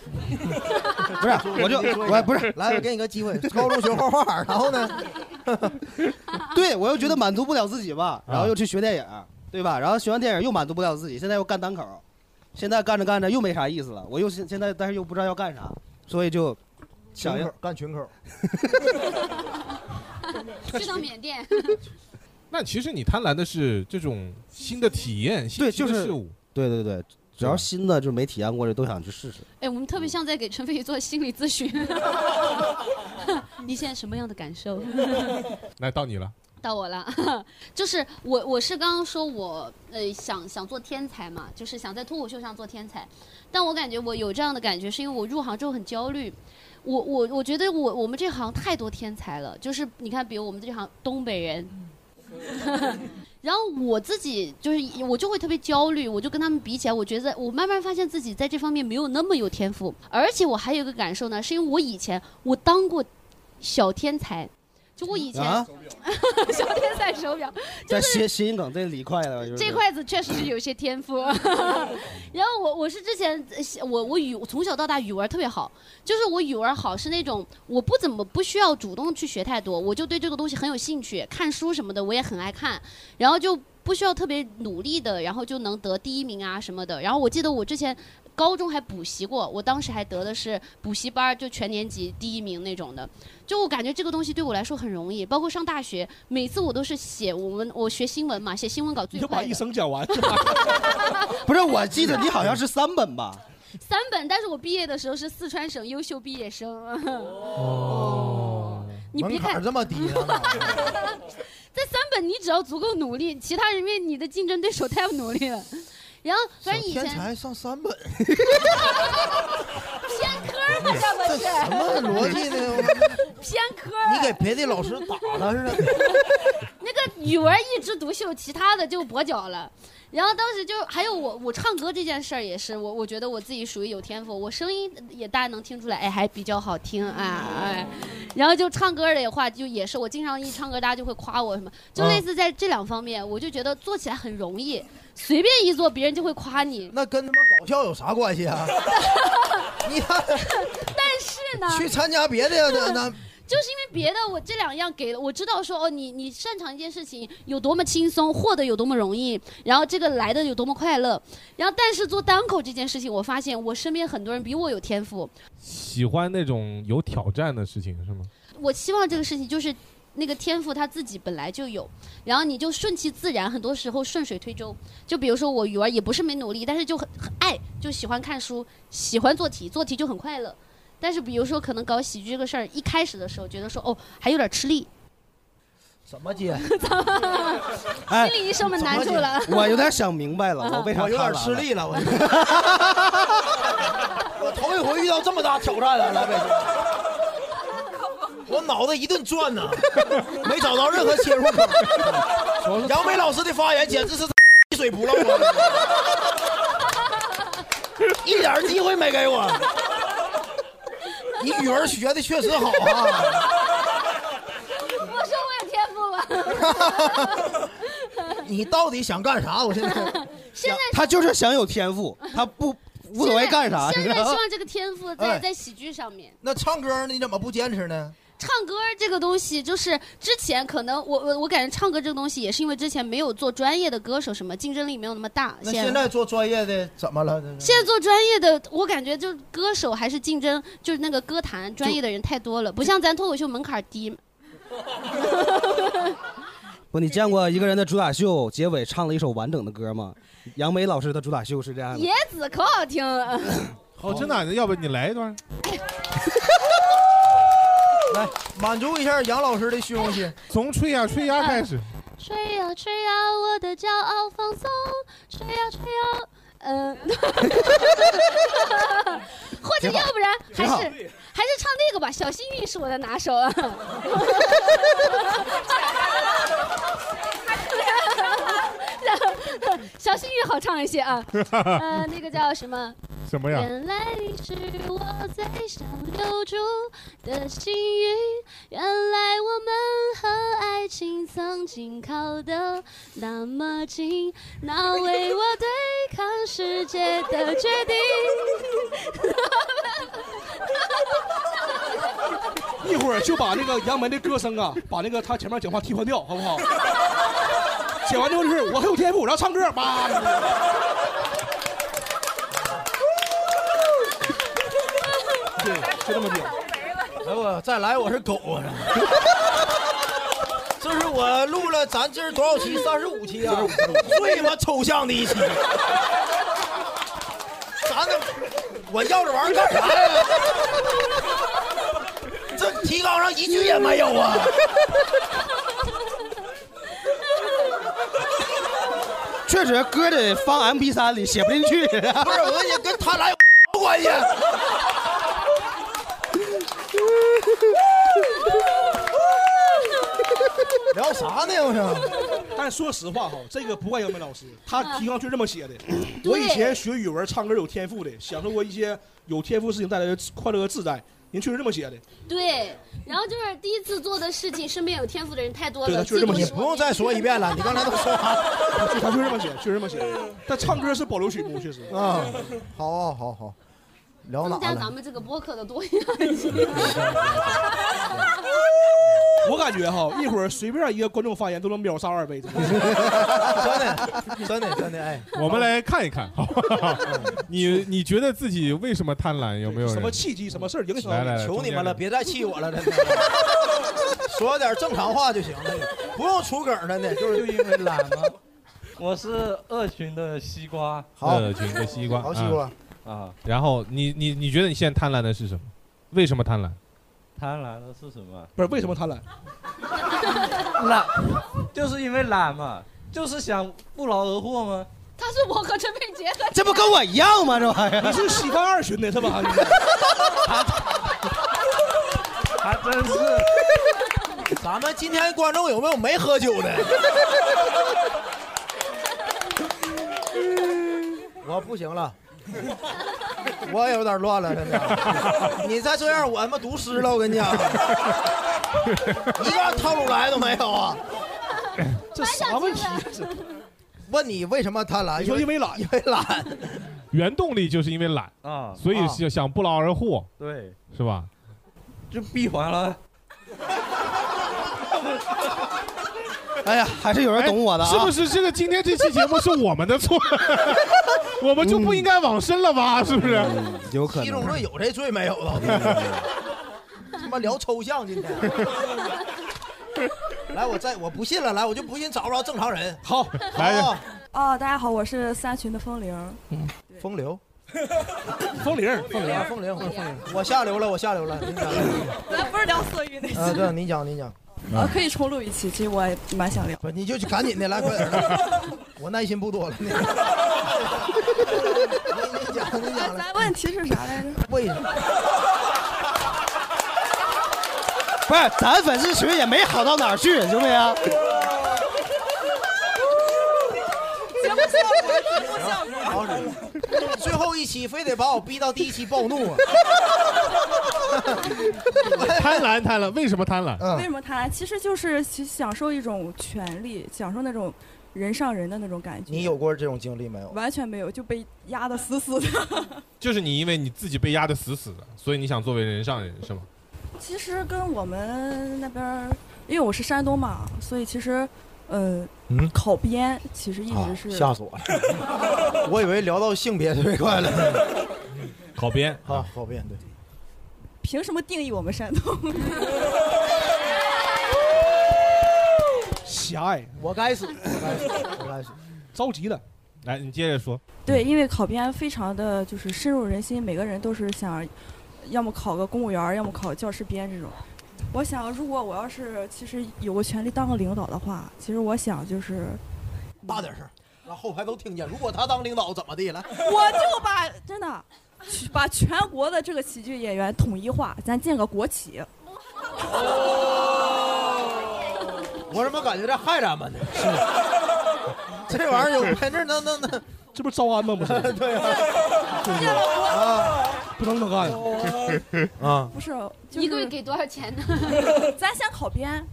[SPEAKER 4] 不是，我就我不是
[SPEAKER 6] 来，我给你个机 会，高中学画画，然 后呢？
[SPEAKER 4] 对我又觉得满足不了自己吧，然
[SPEAKER 6] 啊
[SPEAKER 4] 后又去学电影，对吧？然后学完电影又满足不了自己，现在又干单口，现在干着干着又没啥意思了，我又现现在但是又不知道要干啥，所以就想
[SPEAKER 6] 群
[SPEAKER 4] 要
[SPEAKER 6] 口干群口，
[SPEAKER 7] 去到缅甸。
[SPEAKER 1] 那其实你贪婪的是这种新的体验，新
[SPEAKER 4] 对，就
[SPEAKER 1] 新的
[SPEAKER 4] 是
[SPEAKER 1] 事物。
[SPEAKER 4] 对对对，只要新的就是没体验过的都想去试试。
[SPEAKER 7] 哎，我们特别像在给陈飞宇做心理咨询。你现在什么样的感受？
[SPEAKER 1] 来到你了，
[SPEAKER 7] 到我了， 就是我我是刚刚说我呃想想做天才嘛，就是想在脱口秀上做天才，但我感觉我有这样的感觉，是因为我入行之后很焦虑。我我我觉得我我们这行太多天才了，就是你看，比如我们这行东北人， 然后我自己就是我就会特别焦虑，我就跟他们比起来，我觉得我慢慢发现自己在这方面没有那么有天赋，而且我还有一个感受呢，是因为我以前我当过小天才，就我以前、
[SPEAKER 4] 啊
[SPEAKER 7] 小天才手表，
[SPEAKER 4] 在谐谐音梗这里快了，啊就是
[SPEAKER 7] 这块子确实是有些天赋。 然后我我是之前呃我我语我从小到大语文特别好，就是我语文好是那种我不怎么不需要主动去学太多，我就对这个东西很有兴趣，看书什么的我也很爱看，然后就不需要特别努力的，然后就能得第一名啊什么的。然后我记得我之前。高中还补习过，我当时还得的是补习班儿，就全年级第一名那种的。就我感觉这个东西对我来说很容易，包括上大学，每次我都是写我们我学新闻嘛，写新闻稿最
[SPEAKER 2] 你
[SPEAKER 7] 快
[SPEAKER 2] 就
[SPEAKER 7] 的。
[SPEAKER 2] 把一生讲完，
[SPEAKER 4] 不是？我记得你好像是三本吧？
[SPEAKER 7] 三本，但是我毕业的时候是四川省优秀毕业生。 你别
[SPEAKER 6] 门槛
[SPEAKER 7] 看
[SPEAKER 6] 儿这么低啊呢？
[SPEAKER 7] 这三本，你只要足够努力，其他人因为你的竞争对手太不努力了。 然后，
[SPEAKER 6] 小
[SPEAKER 7] 反正以前
[SPEAKER 6] 天才上三 本，
[SPEAKER 7] 偏科儿 嘛，这不
[SPEAKER 6] 这
[SPEAKER 7] 是
[SPEAKER 6] 什么逻 辑呢？
[SPEAKER 7] 偏科儿。
[SPEAKER 6] 你给别的老师打了似 的。
[SPEAKER 7] 那个 语文一枝独秀，其他的就跛脚了。然后当时就还有我，我唱歌这件事儿也是，我我觉得我自己属于有天赋，我声音也大家能听出来，哎，还比较好听啊，哎。然后就唱歌的话，就也是我经常一唱歌，大家就会夸我什么，就类似在这两方面，我就觉得做起来很容易，随便一做别人就会夸你。
[SPEAKER 6] 那跟他妈搞笑有啥关系 啊？你看，
[SPEAKER 7] 但是呢，
[SPEAKER 6] 去参加别的呀那那
[SPEAKER 7] 就是因为别的，我这两样给了，我知道说哦，你你擅长一件事情有多么轻松，获得有多么容易，然后这个来的有多么快乐，然后但是做单口这件事情，我发现我身边很多人比我有天赋，
[SPEAKER 1] 喜欢那种有挑战的事情是吗？
[SPEAKER 7] 我希望这个事情就是那个天赋他自己本来就有，然后你就顺其自然，很多时候顺水推舟。就比如说我语文也不是没努力，但是就很很爱，就喜欢看书，喜欢做题，做题就很快乐。但是比如说可能搞喜剧这个事儿，一开始的时候觉得说哦还有点吃力，
[SPEAKER 6] 怎么接？
[SPEAKER 4] 哎
[SPEAKER 7] 心理医生们难受了。
[SPEAKER 4] 我有点想明白了，我为啥
[SPEAKER 6] 我有点
[SPEAKER 4] 贪婪
[SPEAKER 6] 吃力了，我我头一回遇到这么大挑战啊，来北京，我脑袋一顿转呐， 没找到任何切入口。杨梅老师的发言简直是 一水不漏啊，一点儿机会没给我。你语文学的确实好啊，
[SPEAKER 7] 我说
[SPEAKER 6] 你到底想干啥？我现在
[SPEAKER 7] 现在
[SPEAKER 4] 他就是想有天赋，他不无所谓干啥。
[SPEAKER 7] 现
[SPEAKER 4] 你
[SPEAKER 7] 在
[SPEAKER 4] 知
[SPEAKER 7] 希
[SPEAKER 4] 道吗
[SPEAKER 7] 望这个天赋在
[SPEAKER 6] 哎
[SPEAKER 7] 在喜剧上面。
[SPEAKER 6] 那唱歌呢？你怎么不坚持呢？
[SPEAKER 7] 唱歌这个东西，就是之前可能我我我感觉唱歌这个东西也是因为之前没有做专业的歌手，什么竞争力没有那么大。
[SPEAKER 6] 那现在做专业的怎么了？
[SPEAKER 7] 现在做专业的，我感觉就是歌手还是竞争，就是那个歌坛专业的人太多了，不像咱脱口秀门槛低。
[SPEAKER 4] 不，你见过一个人的主打秀结尾唱了一首完整的歌吗？杨梅老师的主打秀是这
[SPEAKER 6] 嗯
[SPEAKER 4] 样的。
[SPEAKER 7] 野子可好听了，
[SPEAKER 1] 哦，真的啊，要不你来一段？
[SPEAKER 6] 来满足一下杨老师的虚荣心，
[SPEAKER 1] 从吹呀吹呀开始。
[SPEAKER 7] 吹呀吹呀，我的骄傲放松，吹呀吹呀， 嗯、或者要不然还
[SPEAKER 6] 挺
[SPEAKER 7] 是
[SPEAKER 6] 好
[SPEAKER 7] 还是唱那个吧，《小幸运》是我的拿手啊。 小幸运好唱一些啊，呃，那个叫什么？
[SPEAKER 1] 什么呀？
[SPEAKER 7] 原来你是我最想留住的幸运，原来我们和爱情曾经靠得那么近，那为我对抗世界的决定。
[SPEAKER 2] 一会儿就把那个杨梅的歌声啊，把那个他前面讲话替换掉，好不好？ 讲完之后就是我很有天赋，我要唱歌，叭。对，就这么顶。
[SPEAKER 6] 来我再来，我是狗 啊！这是我录了，咱这是多少期？三十五期啊！最他妈抽象的一期，咱那我要这玩意儿干啥呀？这提纲上一句也没有啊！
[SPEAKER 4] 确实，歌得放 MP 3里写不进去。
[SPEAKER 6] 不是，我跟你跟他来有毛关系。 聊啥呢？我嗯操！
[SPEAKER 2] 但说实话哈，这个不怪杨梅老师，他提纲就是这么写的。
[SPEAKER 6] 嗯
[SPEAKER 2] 我以前学语文、唱歌有天赋的，享受过一些有天赋事情带来的快乐和自在。人确实这么写的，
[SPEAKER 7] 对，然后就是第一次做的事情，身边有天赋的人太多
[SPEAKER 2] 对，他
[SPEAKER 7] 了，
[SPEAKER 2] 确实这么写。
[SPEAKER 7] 嫉妒
[SPEAKER 6] 用再说一遍了，你刚才都说完
[SPEAKER 2] 了。他确实这么写，确实这么写。但唱歌是保留曲 目，确实。
[SPEAKER 6] 啊，好啊，好好，聊哪
[SPEAKER 7] 增加
[SPEAKER 6] 了？
[SPEAKER 7] 咱们这个播客的多样性。
[SPEAKER 2] 我感觉哈，一会儿随便一个观众发言都能秒杀二倍。真
[SPEAKER 6] 的， 真的，真的，哎，
[SPEAKER 1] 我们来看一看，好不好？你你觉得自己为什么贪婪？有没有人
[SPEAKER 2] 什么契机，什么事儿影响
[SPEAKER 1] 来来来
[SPEAKER 6] 求你
[SPEAKER 1] 中间
[SPEAKER 6] 们了，
[SPEAKER 1] 这
[SPEAKER 6] 别再气我了，真的。说点正常话就行了，不用出梗了呢，就是就因为懒嘛。
[SPEAKER 15] 我是二群的西瓜，
[SPEAKER 1] 好二群的西瓜好西瓜
[SPEAKER 15] 啊，
[SPEAKER 1] 然后你你你觉得你现在贪婪的是什么？为什么贪婪？
[SPEAKER 15] 贪婪的是什么？
[SPEAKER 2] 不是为什么贪婪？
[SPEAKER 15] 懒，就是因为懒嘛， 就是想不劳而获吗？
[SPEAKER 7] 他是我和陈佩杰的，
[SPEAKER 4] 这不跟我一样吗？这玩意儿。
[SPEAKER 2] 你是西方二群的是吧？
[SPEAKER 15] 还真是。
[SPEAKER 6] 咱们今天观众有没有没喝酒的？我不行了， 我有点乱了，真的。你再这样，我他妈读诗了，我 跟你讲，一个套路来都没有啊！
[SPEAKER 2] 这啥问题？
[SPEAKER 6] 问你为什么贪婪？
[SPEAKER 1] 你说因为懒
[SPEAKER 6] 因为懒。
[SPEAKER 1] 原动力就是因为懒
[SPEAKER 15] 啊
[SPEAKER 1] 所以是想不劳而获，
[SPEAKER 15] 对，
[SPEAKER 1] 是吧？
[SPEAKER 15] 就闭环了。
[SPEAKER 4] 哎呀，还是有人懂我的啊！
[SPEAKER 1] 哎是不是这个今天这期节目是我们的错？ 我们就不应该往深了吧？
[SPEAKER 4] 嗯
[SPEAKER 1] 是不是？
[SPEAKER 4] 有可
[SPEAKER 6] 七宗罪有这罪没有了？他妈聊抽象今天。来，我再我不信了，来，我就不信找不着正常人。
[SPEAKER 1] 好，
[SPEAKER 6] 啊，
[SPEAKER 16] 哦，大家好，我是三群的风铃。
[SPEAKER 6] 风流，
[SPEAKER 2] 风铃，
[SPEAKER 6] 风铃，啊风铃，风铃，我下流了，我下流了。你讲，
[SPEAKER 16] 咱不是聊色欲那
[SPEAKER 6] 啊，对，
[SPEAKER 16] 期，
[SPEAKER 6] 你讲，你讲，
[SPEAKER 16] 呃，可以重录一期，其实我也蛮想聊。
[SPEAKER 6] 不，你就去赶紧的，来，快点 儿，我耐心不多了。你你讲，你讲
[SPEAKER 16] 咱问题是啥来着？
[SPEAKER 6] 为什么？
[SPEAKER 4] 不是，咱粉丝群也没好到哪儿去，兄弟啊！
[SPEAKER 16] 节目效果，节目效
[SPEAKER 6] 果。最后一期非得把我逼到第一期暴怒啊！
[SPEAKER 1] 贪婪贪婪，为什么贪婪？
[SPEAKER 6] 嗯
[SPEAKER 16] 为
[SPEAKER 4] 嗯
[SPEAKER 16] 什么贪婪？其实就是其享受一种权利，享受那种人上人的那种感觉。
[SPEAKER 6] 你有过这种经历没有？
[SPEAKER 16] 完全没有，就被压得死死的。
[SPEAKER 1] 就是你因为你自己被压得死死的，所以你想作为人上人是吗？
[SPEAKER 16] 其实跟我们那边儿，因为我是山东嘛，所以其实，呃，
[SPEAKER 6] 嗯
[SPEAKER 16] 考编其实一
[SPEAKER 6] 啊
[SPEAKER 16] 直是、
[SPEAKER 6] 吓死我了！我以为聊到性别这一块了。
[SPEAKER 1] 考编
[SPEAKER 6] 好，考编对。
[SPEAKER 16] 凭什么定义我们山东？
[SPEAKER 2] 狭隘，
[SPEAKER 6] 我该死，我该死，我该死。
[SPEAKER 2] 着急了，
[SPEAKER 1] 来，你接着说。
[SPEAKER 16] 对，因为考编非常的就是深入人心，每个人都是想，要么考个公务员儿，要么考教师编这种。我想，如果我要是其实有个权利当个领导的话，其实我想就是，
[SPEAKER 6] 大点声，让后排都听见。如果他当领导，怎么地了？
[SPEAKER 16] 我就把真的去把全国的这个喜剧演员统一化，咱建个国企。
[SPEAKER 6] 我怎么感觉在害咱们呢？是，这玩意儿有牌证，那那那，
[SPEAKER 2] 这不是招安吗？不是，
[SPEAKER 6] 对啊呀、
[SPEAKER 2] 不能能干
[SPEAKER 6] 啊！
[SPEAKER 16] 不是，
[SPEAKER 7] 一个月给多少钱 呢？
[SPEAKER 16] 咱先考编，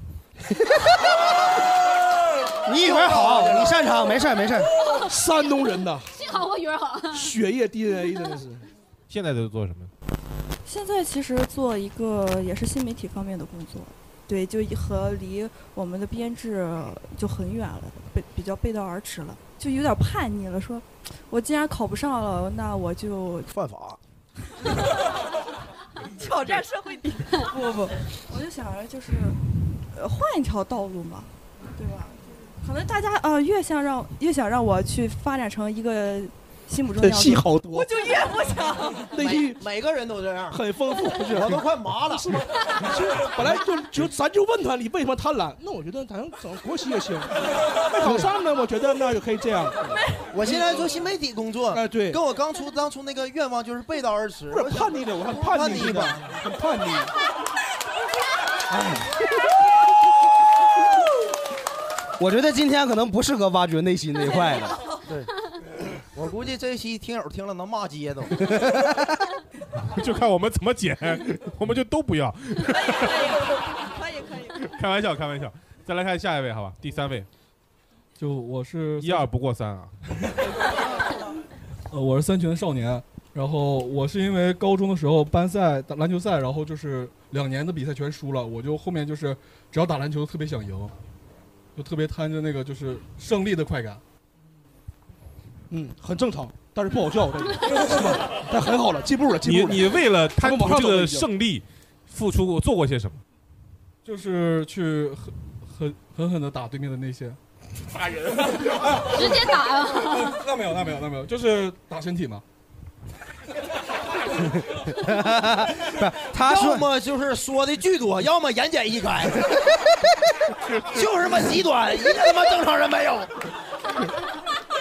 [SPEAKER 4] 你语文
[SPEAKER 6] 啊
[SPEAKER 4] 好，你擅长，没事儿没事儿。
[SPEAKER 2] 山东人呐，
[SPEAKER 7] 幸好我语文好。
[SPEAKER 2] 血液 DNA 真的是。
[SPEAKER 1] 现在都做什么？
[SPEAKER 16] 现在其实做一个也是新媒体方面的工作，对，就和离我们的编制就很远了，被比较背道而驰了，就有点叛逆了。说，我既然考不上了，那我就
[SPEAKER 6] 犯法，
[SPEAKER 16] 挑战社会底线。不不，我就想着就是，呃，换一条道路嘛，对吧？可能大家呃越想让越想让我去发展成一个心目中的样子，
[SPEAKER 2] 戏好多
[SPEAKER 16] 我就越不想。
[SPEAKER 2] 内地
[SPEAKER 6] 每个人都这样，
[SPEAKER 2] 很丰富，是
[SPEAKER 6] 我都快麻了。
[SPEAKER 2] 是吗？就本来就就咱就问他你为什么贪婪？那我觉得咱整国企也行，没考上呢，我觉得那就可以这样。
[SPEAKER 6] 我现在做新媒体工作，
[SPEAKER 2] 哎对
[SPEAKER 6] 跟我刚出当初那个愿望就是背道而驰。
[SPEAKER 2] 有点
[SPEAKER 6] 想
[SPEAKER 2] 叛逆的，我很
[SPEAKER 6] 叛
[SPEAKER 2] 叛逆
[SPEAKER 6] 逆
[SPEAKER 2] 的
[SPEAKER 6] 吧，
[SPEAKER 2] 很叛 逆。
[SPEAKER 6] 哎
[SPEAKER 4] 我觉得今天可能不适合挖掘内心这一块的。
[SPEAKER 6] 对，我估计这期听友听了能骂 街都。
[SPEAKER 1] 就看我们怎么剪， 我们就都不要。
[SPEAKER 16] 可以可以。
[SPEAKER 1] 开玩笑，开玩笑。再来看下一位，好吧，第三位，
[SPEAKER 17] 就我是
[SPEAKER 1] 一二不过三啊。
[SPEAKER 17] 呃，我是三拳少年。然后我是因为高中的时候班赛打篮球赛，然后就是两年的比赛全输了，我就后面就是只要打篮球特别想赢，就特别贪着那个就是胜利的快感。
[SPEAKER 2] 嗯，很正常，但是不好笑，这个是 吧？但很好了，进步了，进
[SPEAKER 1] 你
[SPEAKER 2] 步了。
[SPEAKER 1] 你为了贪
[SPEAKER 2] 咱们
[SPEAKER 1] 图
[SPEAKER 2] 往
[SPEAKER 1] 这
[SPEAKER 2] 上走了
[SPEAKER 1] 个
[SPEAKER 2] 已经
[SPEAKER 1] 胜利，付出过做过些什么？
[SPEAKER 17] 就是去狠狠狠狠的打对面的那
[SPEAKER 2] 啊
[SPEAKER 17] 些。
[SPEAKER 2] 打人，
[SPEAKER 7] 直接打啊
[SPEAKER 2] 呃
[SPEAKER 17] 那没有，那没有，那没有，就是打身体嘛。
[SPEAKER 6] 他要么就是说的巨多，要么言简意 赅， 就是么极端，一个他妈正常人没有。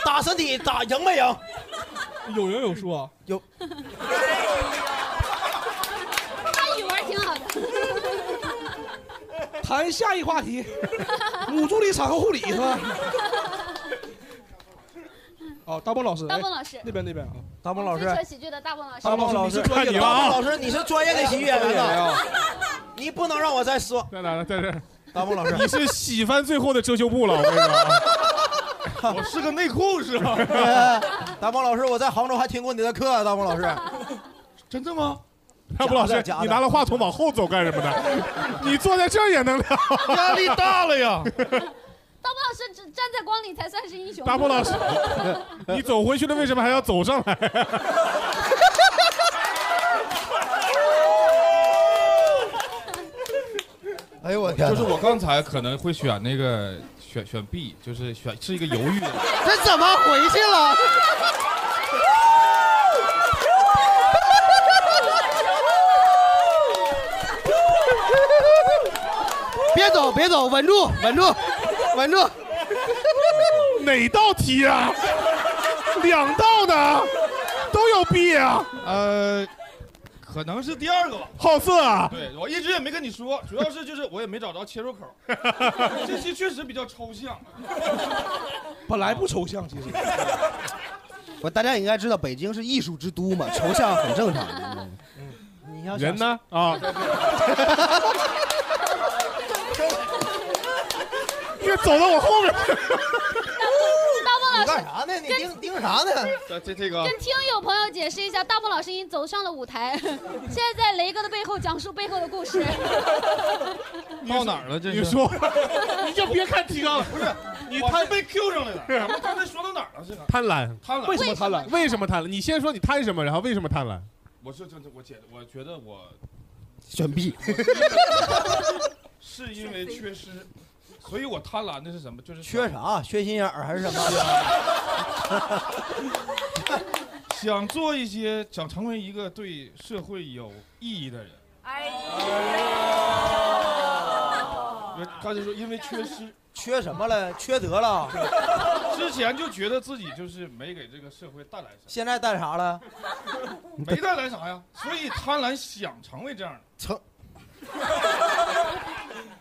[SPEAKER 6] 打身体打赢没赢？
[SPEAKER 17] 有人有说啊，
[SPEAKER 6] 有
[SPEAKER 7] 他语文挺好的。
[SPEAKER 2] 谈下一话题，母助理产后护理是 吧？哦，大鹏老师，
[SPEAKER 7] 大鹏
[SPEAKER 2] 哎
[SPEAKER 7] 老师
[SPEAKER 2] 那边那边啊，
[SPEAKER 6] 大鹏
[SPEAKER 7] 最扯喜剧的大鹏老师，
[SPEAKER 2] 大鹏老师，啊看你
[SPEAKER 6] 大鹏老师，你是专业的喜剧演员呐，你不能让我再失望。
[SPEAKER 1] 在哪呢？在这儿。
[SPEAKER 6] 大鹏老师，
[SPEAKER 1] 你是洗翻最后的遮羞布了，我跟 你说啊。
[SPEAKER 6] 我是个内裤是 吧？大鹏老师，我在杭州还听过你的课啊，大鹏老师， 真的吗？
[SPEAKER 1] 大鹏老师，你拿了话筒往后走干什么呢？你坐在这儿也能 聊，
[SPEAKER 6] 压力大了呀。
[SPEAKER 7] 大鹏老师只站在光里才算是英雄。
[SPEAKER 1] 大鹏老师，你走回去了，为什么还要走上来？
[SPEAKER 6] 哎呦我天
[SPEAKER 18] 就
[SPEAKER 6] 哪！
[SPEAKER 18] 是我刚才可能会选那个选选 B，就是选是一个犹豫的。
[SPEAKER 4] 这怎么回去了？别走，别走，稳住，稳住，稳住！
[SPEAKER 1] 哪道题啊？两道呢，都有 B 啊。
[SPEAKER 18] 呃，可能是第二个吧。
[SPEAKER 1] 好色啊！
[SPEAKER 18] 对我一直也没跟你说，主要是就是我也没找着切入口。这期确实比较抽象。
[SPEAKER 2] 本来不抽象，其实。
[SPEAKER 4] 我大家应该知道，北京是艺术之都嘛，抽象很正常。
[SPEAKER 6] 你你要想
[SPEAKER 1] 人呢？啊，这走到我后 面。
[SPEAKER 7] 大梦老师，
[SPEAKER 6] 你干啥呢你盯盯啥呢
[SPEAKER 18] 这这这个
[SPEAKER 7] 跟听友朋友解释一下，大梦老师已经走上了舞台， 现在在雷哥的背后讲述背后的故事。
[SPEAKER 18] 到哪儿了？这是
[SPEAKER 1] 你说，你就别看提纲了。
[SPEAKER 18] 不是，你他被 Q 上来 了。我们刚才说到哪儿了？这个
[SPEAKER 1] 贪婪，
[SPEAKER 18] 贪婪为什么贪婪
[SPEAKER 1] 为什么贪婪？你先说你贪什么，然后为什么贪婪？
[SPEAKER 18] 我是真的，我觉得我觉得我
[SPEAKER 1] 选 B。
[SPEAKER 18] 是因为缺失，所以我贪婪的是什么？就是
[SPEAKER 6] 缺啥？啊缺心眼儿还是什么？啊
[SPEAKER 18] 想做一些，想成为一个对社会有意义的人。
[SPEAKER 3] 아,
[SPEAKER 18] 哎呀，刚才说因为缺失，
[SPEAKER 6] 缺什么了？缺德了？
[SPEAKER 18] 之前就觉得自己就是没给这个社会带来啥，
[SPEAKER 6] 现在带啥了？
[SPEAKER 10] 아,
[SPEAKER 18] 没带来啥呀，所以贪婪想成为这样的，
[SPEAKER 6] 成，
[SPEAKER 3] 아,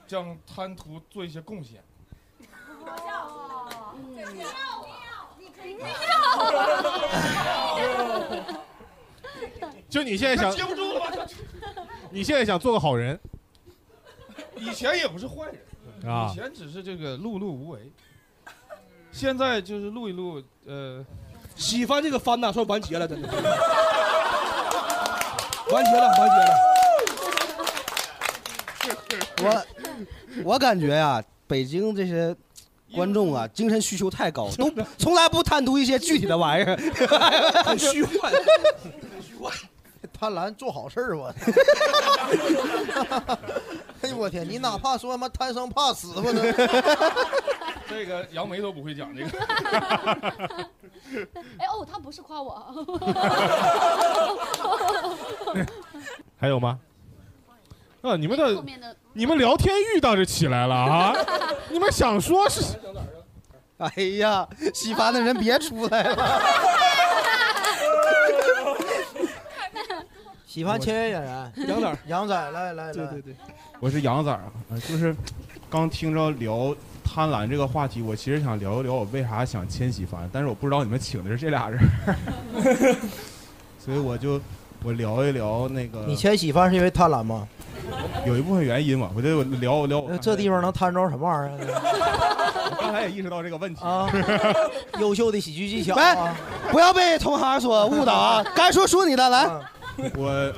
[SPEAKER 18] 想贪图做一些贡献。
[SPEAKER 1] 就你现
[SPEAKER 3] 아.
[SPEAKER 1] 在想
[SPEAKER 18] 接不住了吧？
[SPEAKER 1] 你现在想做个好人
[SPEAKER 18] 以前也不是坏人，
[SPEAKER 1] 啊
[SPEAKER 18] 以前只是这个碌碌无为，现在就是录一录，呃，
[SPEAKER 2] 喜欢这个番呐，算完结了，真的，完结了，完结了。
[SPEAKER 4] 我我感觉呀、北京这些观众啊，精神需求太高，都从来不贪图一些具体的玩意儿，
[SPEAKER 6] 很虚
[SPEAKER 4] 幻。
[SPEAKER 6] 贪婪做好事儿， 我。哎呦我天！你哪怕说他妈贪生怕死吧， 都
[SPEAKER 18] 这个杨梅都不会讲这个。
[SPEAKER 7] 哎哦，他不是夸我 啊。
[SPEAKER 1] 还有吗？啊，你们的
[SPEAKER 7] 后面的
[SPEAKER 1] 你们聊天欲倒是起来了啊！ 你们想说 是？
[SPEAKER 4] 哎呀，喜欢的人别出来了。
[SPEAKER 6] 喜欢啊签约演员，
[SPEAKER 19] 杨仔儿
[SPEAKER 6] 杨仔儿，来来来，
[SPEAKER 19] 对对对，我是杨仔儿啊，呃就是刚听着聊贪婪这个话题，我其实想聊一聊我为啥想千玺凡，但是我不知道你们请的是这俩人儿， 所以我就我聊一聊那个
[SPEAKER 6] 你签喜欢是因为贪婪吗？
[SPEAKER 19] 嗯有一部分原因嘛，我就我聊我聊我
[SPEAKER 6] 呃这地方能贪着什么玩意儿？
[SPEAKER 19] 我刚才也意识到这个问题
[SPEAKER 6] 啊， 优秀的喜剧技巧
[SPEAKER 4] 喂
[SPEAKER 6] 啊！，
[SPEAKER 4] 不要被同行所误导 啊！该说说你的，
[SPEAKER 6] 嗯
[SPEAKER 4] 来，
[SPEAKER 19] 啊我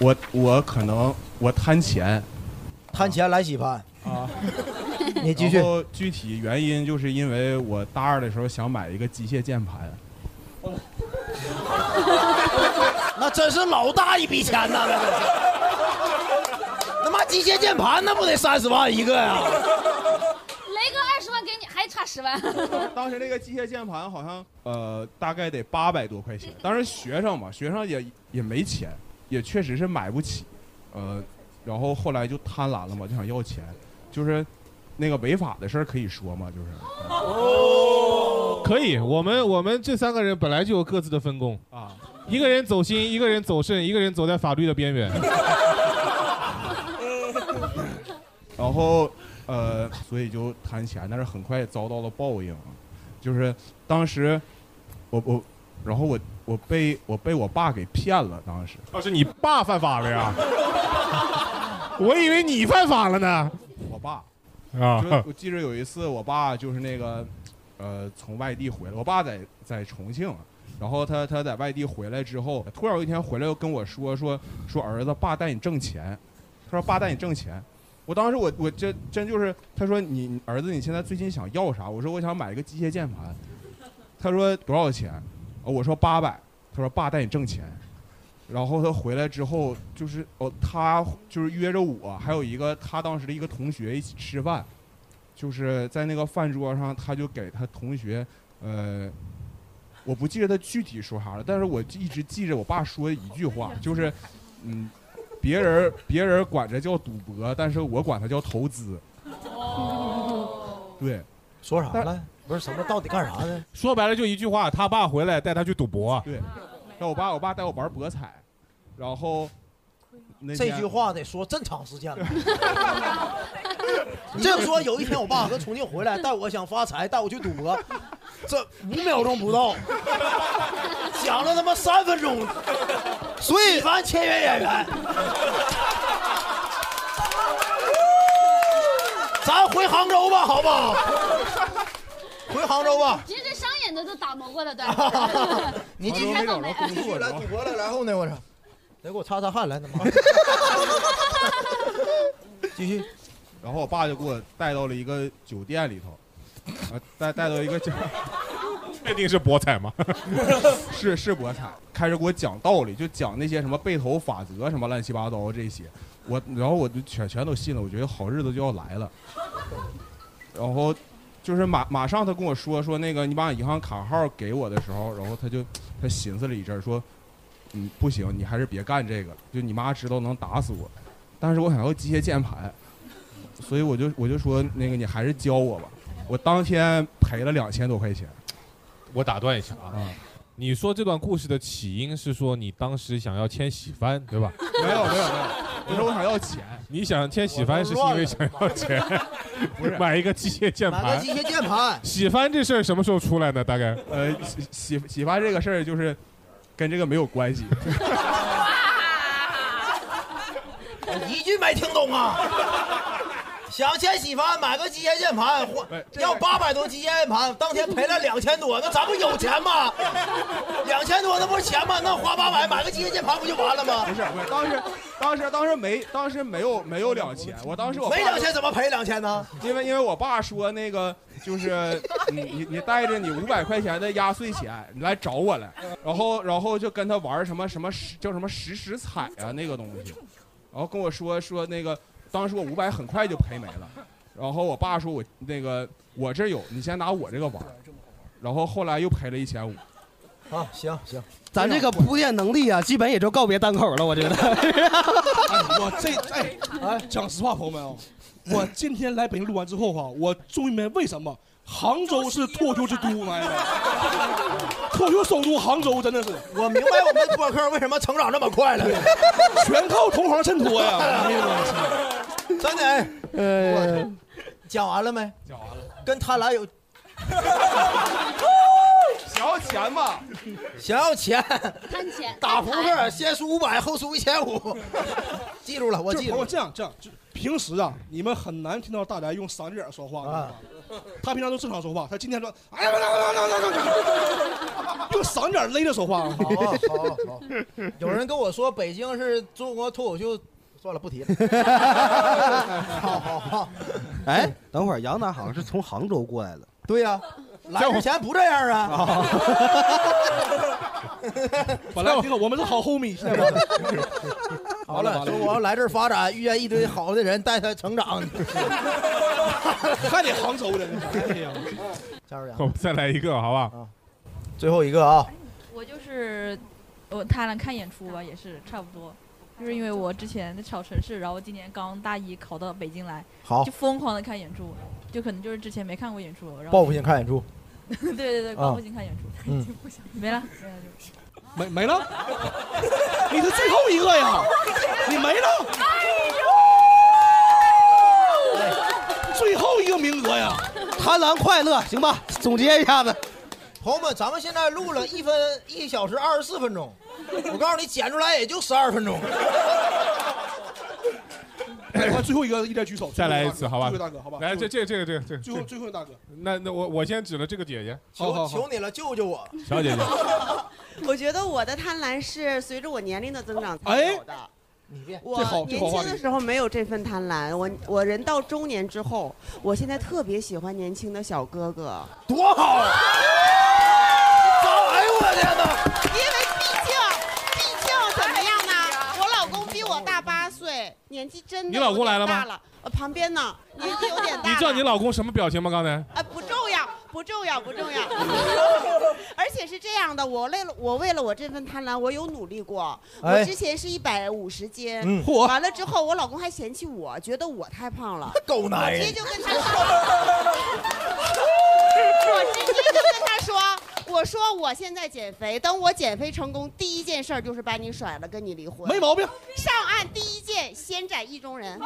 [SPEAKER 19] 我我可能我贪钱，
[SPEAKER 6] 贪钱来喜欢
[SPEAKER 19] 啊！
[SPEAKER 6] 你哎继续
[SPEAKER 19] 然。后具体原因就是因为我大二的时候想买一个机械键盘，
[SPEAKER 6] 那真是老大一笔钱呐、那真是。他妈机械
[SPEAKER 3] 啊
[SPEAKER 6] 键盘那不得三十万一个呀、
[SPEAKER 7] 雷哥二十万给你，还差十万。
[SPEAKER 19] 当时那个机械键盘好像呃，大概得八百多块
[SPEAKER 1] 嗯
[SPEAKER 19] 钱。当时学生嘛，学生也也没钱，也确实是买不起，呃，然后后来就贪婪了嘛，就想要钱，就是那个违法的事儿可以说嘛，就是
[SPEAKER 1] 可以，我们我们这三个人本来就有各自的分工
[SPEAKER 19] 啊，
[SPEAKER 1] 一个人走心，一个人走肾，一个人走在法律的边缘。
[SPEAKER 19] 然后呃，所以就贪钱，但是很快遭到了报应啊，就是当时我我，然后我我被我被我爸给骗了，当时
[SPEAKER 1] 哦，是你爸犯法了呀？我以为你犯法了呢。
[SPEAKER 19] 我爸
[SPEAKER 1] 啊
[SPEAKER 19] 就是我记着有一次，我爸就是那个，呃，从外地回来，我爸在在重庆，啊然后他他在外地回来之后，突然有一天回来又跟我说说说儿子，爸带你挣钱，他说爸带你挣钱，我当时我我真真就是他说你你儿子你现在最近想要啥？我说我想买一个机械键盘，他说多少钱？呃我说八百，他说爸带你挣钱。然后他回来之后，就是哦，他就是约着我，还有一个他当时的一个同学一起吃饭，就是在那个饭桌上，他就给他同学，呃，我不记得他具体说啥了，但是我一直记着我爸说一句话，就是，嗯，别人别人管这叫赌博，但是我管它叫投资。
[SPEAKER 1] 哦
[SPEAKER 19] 对，
[SPEAKER 6] 说啥了？不是什么到底干啥呢？
[SPEAKER 1] 说白了就一句话，他爸回来带他去赌博。
[SPEAKER 19] 对，让我爸我爸带我玩博彩，然后那
[SPEAKER 6] 这
[SPEAKER 19] 天
[SPEAKER 6] 句话得说正长时间了。你就说有一天我爸从重庆回来，带我想发财，带我去赌博，这五秒钟不到，讲了他妈三分钟，
[SPEAKER 4] 所以
[SPEAKER 6] 凡签约演员，咱回杭州吧，好不好？回杭州吧。，
[SPEAKER 7] 其实这商演的都打磨过了段子
[SPEAKER 6] 你
[SPEAKER 7] 这采访没？
[SPEAKER 6] 来赌博了，然后呢？我操，来给我擦擦汗，来他妈！继续。
[SPEAKER 19] 然后我爸就给我带到了一个酒店里头，啊，带带到一个酒，确定是博彩吗？ 是是博彩，开始给我讲道理，就讲那些什么背投法则什么乱七八糟这些，我然后我就全全都信了，我觉得好日子就要来了。然后就是马马上他跟我说说那个你把银行卡号给我的时候，然后他就他寻思了一阵儿说，嗯不行，你还是别干这个了，就你妈知道能打死我，但是我想要机械键盘，所以我就我就说那个你还是教我吧，我当天赔了两千多块钱。
[SPEAKER 1] 我打断一下啊，你说这段故事的起因是说你当时想要签喜番，对吧？
[SPEAKER 19] 没有没有没有，我说我想要钱，
[SPEAKER 1] 你想签喜番是因为想要钱，
[SPEAKER 19] 不是
[SPEAKER 1] 买一个机械键
[SPEAKER 19] 买
[SPEAKER 1] 盘
[SPEAKER 19] 个。机械
[SPEAKER 6] 键盘
[SPEAKER 1] 喜番这事儿什么时候出来呢？大概
[SPEAKER 19] 呃，洗洗洗发这个事儿就是跟这个没有关系。
[SPEAKER 6] 我哦一句没听懂啊！想签喜欢买个机械键盘，或要八百多机械键盘，当天赔了两千多，那咱不有钱吗？两千多那不是钱吗？那花八百买个机械键盘不就完了吗？
[SPEAKER 19] 不是，不是，当时当时当时没当时没有没有两千，我当时我
[SPEAKER 6] 没两千怎么
[SPEAKER 19] 赔
[SPEAKER 6] 两千呢？
[SPEAKER 19] 因为因为我爸说那个就是你你你带着你五百块钱的压岁钱，你来找我来，然后然后就跟他玩什么什么十叫什么十十彩啊那个东西，然后跟我说说那个当时我五百很快就赔没了，然后我爸说我那个我这有，你先拿我这个玩，然后后来又赔了一千五。
[SPEAKER 6] 啊，行行，
[SPEAKER 4] 咱这个铺垫能力啊，基本也就告别单口了，我觉得。
[SPEAKER 2] 我这哎哎，讲实话，朋友们啊，我今天来北京录完之后哈、我终于明白为什么杭州是脱口秀之都来了，脱口秀首都杭州真的是。
[SPEAKER 6] 我明白我们播客为什么成长这么快了，
[SPEAKER 2] 全靠同行衬托呀！
[SPEAKER 6] 真的，哎我讲完了没？
[SPEAKER 19] 讲完了，
[SPEAKER 6] 跟贪婪有
[SPEAKER 19] 想要钱嘛？
[SPEAKER 6] 想要钱，
[SPEAKER 7] 贪钱
[SPEAKER 6] 打扑克先输五百，后输一千五， 记住了，我记住
[SPEAKER 2] 我
[SPEAKER 6] 了。
[SPEAKER 2] 这样这样，就平时啊，你们很难听到大宅用嗓子眼儿说话
[SPEAKER 6] 啊。
[SPEAKER 2] 他平常都正常说话，他今天说，哎呀，用嗓子眼儿勒着说话。好
[SPEAKER 6] 啊好啊好啊有人跟我说北京是中国脱口秀，算了不提了。好好好，
[SPEAKER 4] 哎，等会儿杨楠好
[SPEAKER 6] 嗯
[SPEAKER 4] 像是从杭州过来的。
[SPEAKER 6] 对呀、来之前不这样 啊。
[SPEAKER 2] 本来这个我们是好 homie，现在完了
[SPEAKER 6] 好了，说我要来这儿发展，遇见一堆好的人，带他成长。
[SPEAKER 2] 还得杭州的，
[SPEAKER 6] 加油！
[SPEAKER 1] 我们再来一个，好吧？
[SPEAKER 6] 啊最后一个啊，
[SPEAKER 20] 我就是我泰兰看演出吧，也是差不多，就是因为我之前在小城市，然后今年刚大一考到北京来，
[SPEAKER 6] 好
[SPEAKER 20] 就疯狂的看演出，就可能就是之前没看过演出，然后
[SPEAKER 6] 报复性看演出，
[SPEAKER 20] 对对对，
[SPEAKER 6] 啊
[SPEAKER 20] 报复性看演出，
[SPEAKER 6] 嗯
[SPEAKER 20] 没了没了 就。
[SPEAKER 2] 没没了，你是最后一个呀，你没了，
[SPEAKER 7] 哎
[SPEAKER 2] 最后一个名 额呀，
[SPEAKER 4] 贪婪快乐，行吧？总结一下子，
[SPEAKER 6] 朋友们，咱们现在录了一分一小时二十四分钟，我告诉你，剪出来也就十二分钟。
[SPEAKER 2] 来最后一个一点举手，
[SPEAKER 1] 再来一次，好吧？
[SPEAKER 2] 最后一个大哥，好吧？
[SPEAKER 1] 来，这这这个这个这个，
[SPEAKER 2] 最后最后一个大哥，
[SPEAKER 1] 那那我我先指了这个姐姐，
[SPEAKER 2] 好好
[SPEAKER 6] 哦求你了，救救我！
[SPEAKER 1] 小姐姐，
[SPEAKER 21] 我觉得我的贪婪是随着我年龄的增长才
[SPEAKER 2] 哎
[SPEAKER 21] 有的。
[SPEAKER 6] 你别
[SPEAKER 21] 我年轻的时候没有这份贪婪，我我人到中年之后，我现在特别喜欢年轻的小哥哥，
[SPEAKER 6] 多好啊！哎呦我的天哪！
[SPEAKER 21] 因为毕竟毕竟怎么样呢？我老公比我大八岁，年纪真的
[SPEAKER 1] 你老公来
[SPEAKER 21] 有
[SPEAKER 1] 了
[SPEAKER 21] 点
[SPEAKER 1] 吗
[SPEAKER 21] 大了，呃旁边呢，年纪有点
[SPEAKER 1] 你
[SPEAKER 21] 大
[SPEAKER 1] 知道你老公什么表情吗？刚才
[SPEAKER 21] 啊，不重要，不重要，不重要。而且是这样的，我为了我为了我这份贪婪，我有努力过。
[SPEAKER 6] 哎
[SPEAKER 21] 我之前是一百五十斤
[SPEAKER 6] 嗯，嚯
[SPEAKER 21] 完了之后，我老公还嫌弃我，觉得我太胖了。
[SPEAKER 6] 狗男
[SPEAKER 21] 我直接
[SPEAKER 6] 人
[SPEAKER 21] 就跟他 说，我直接就跟他说。我说我现在减肥，等我减肥成功，第一件事儿就是把你甩了，跟你离婚。
[SPEAKER 2] 没毛病。
[SPEAKER 21] 上岸第一件，先斩意中人。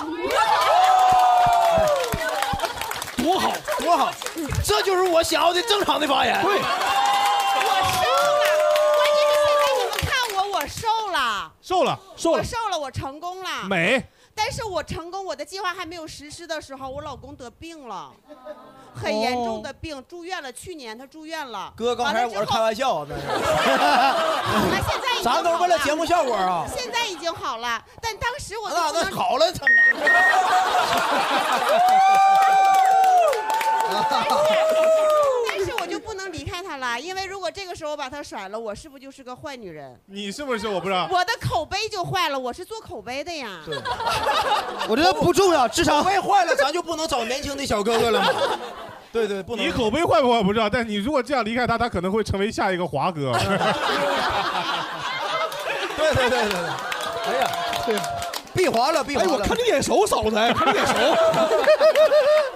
[SPEAKER 2] 多好，
[SPEAKER 6] 多好，这就是我想要的正常的发言。
[SPEAKER 2] 对，
[SPEAKER 21] 我这个了，
[SPEAKER 1] 瘦了，
[SPEAKER 21] 我瘦了，我成功了，
[SPEAKER 1] 美。
[SPEAKER 21] 但是我成功，我的计划还没有实施的时候，我老公得病了，
[SPEAKER 8] 哦
[SPEAKER 21] 很严重的病，住院了。去年他住院了。
[SPEAKER 8] 哥，刚
[SPEAKER 21] 完
[SPEAKER 8] 才
[SPEAKER 21] 了
[SPEAKER 8] 我
[SPEAKER 21] 之
[SPEAKER 8] 是
[SPEAKER 21] 后
[SPEAKER 8] 开玩笑啊，那
[SPEAKER 21] 他
[SPEAKER 8] 是。
[SPEAKER 21] 现在已经
[SPEAKER 8] 咱都是为了节目效果啊
[SPEAKER 21] 好了现在已经好了，但当时我就
[SPEAKER 8] 那
[SPEAKER 21] 不
[SPEAKER 8] 那
[SPEAKER 21] 能
[SPEAKER 8] 好了，他
[SPEAKER 21] 但是我就不能离开他了，因为如果这个时候我把他甩了，我是不是就是个坏女人？
[SPEAKER 1] 你是不是我不知
[SPEAKER 8] 啊
[SPEAKER 1] 道？
[SPEAKER 21] 我的口碑就坏了，我是做口碑的呀。
[SPEAKER 8] 我觉得不重要，至少口碑坏了，咱就不能找年轻的小哥哥了吗？对对，不能。
[SPEAKER 1] 你口碑坏不坏不知道，但你如果这样离开他，他可能会成为下一个华哥。
[SPEAKER 8] 对对对对对，哎呀，对， 闭环了，闭环了。
[SPEAKER 2] 哎，我看你眼熟，嫂子，看你眼熟。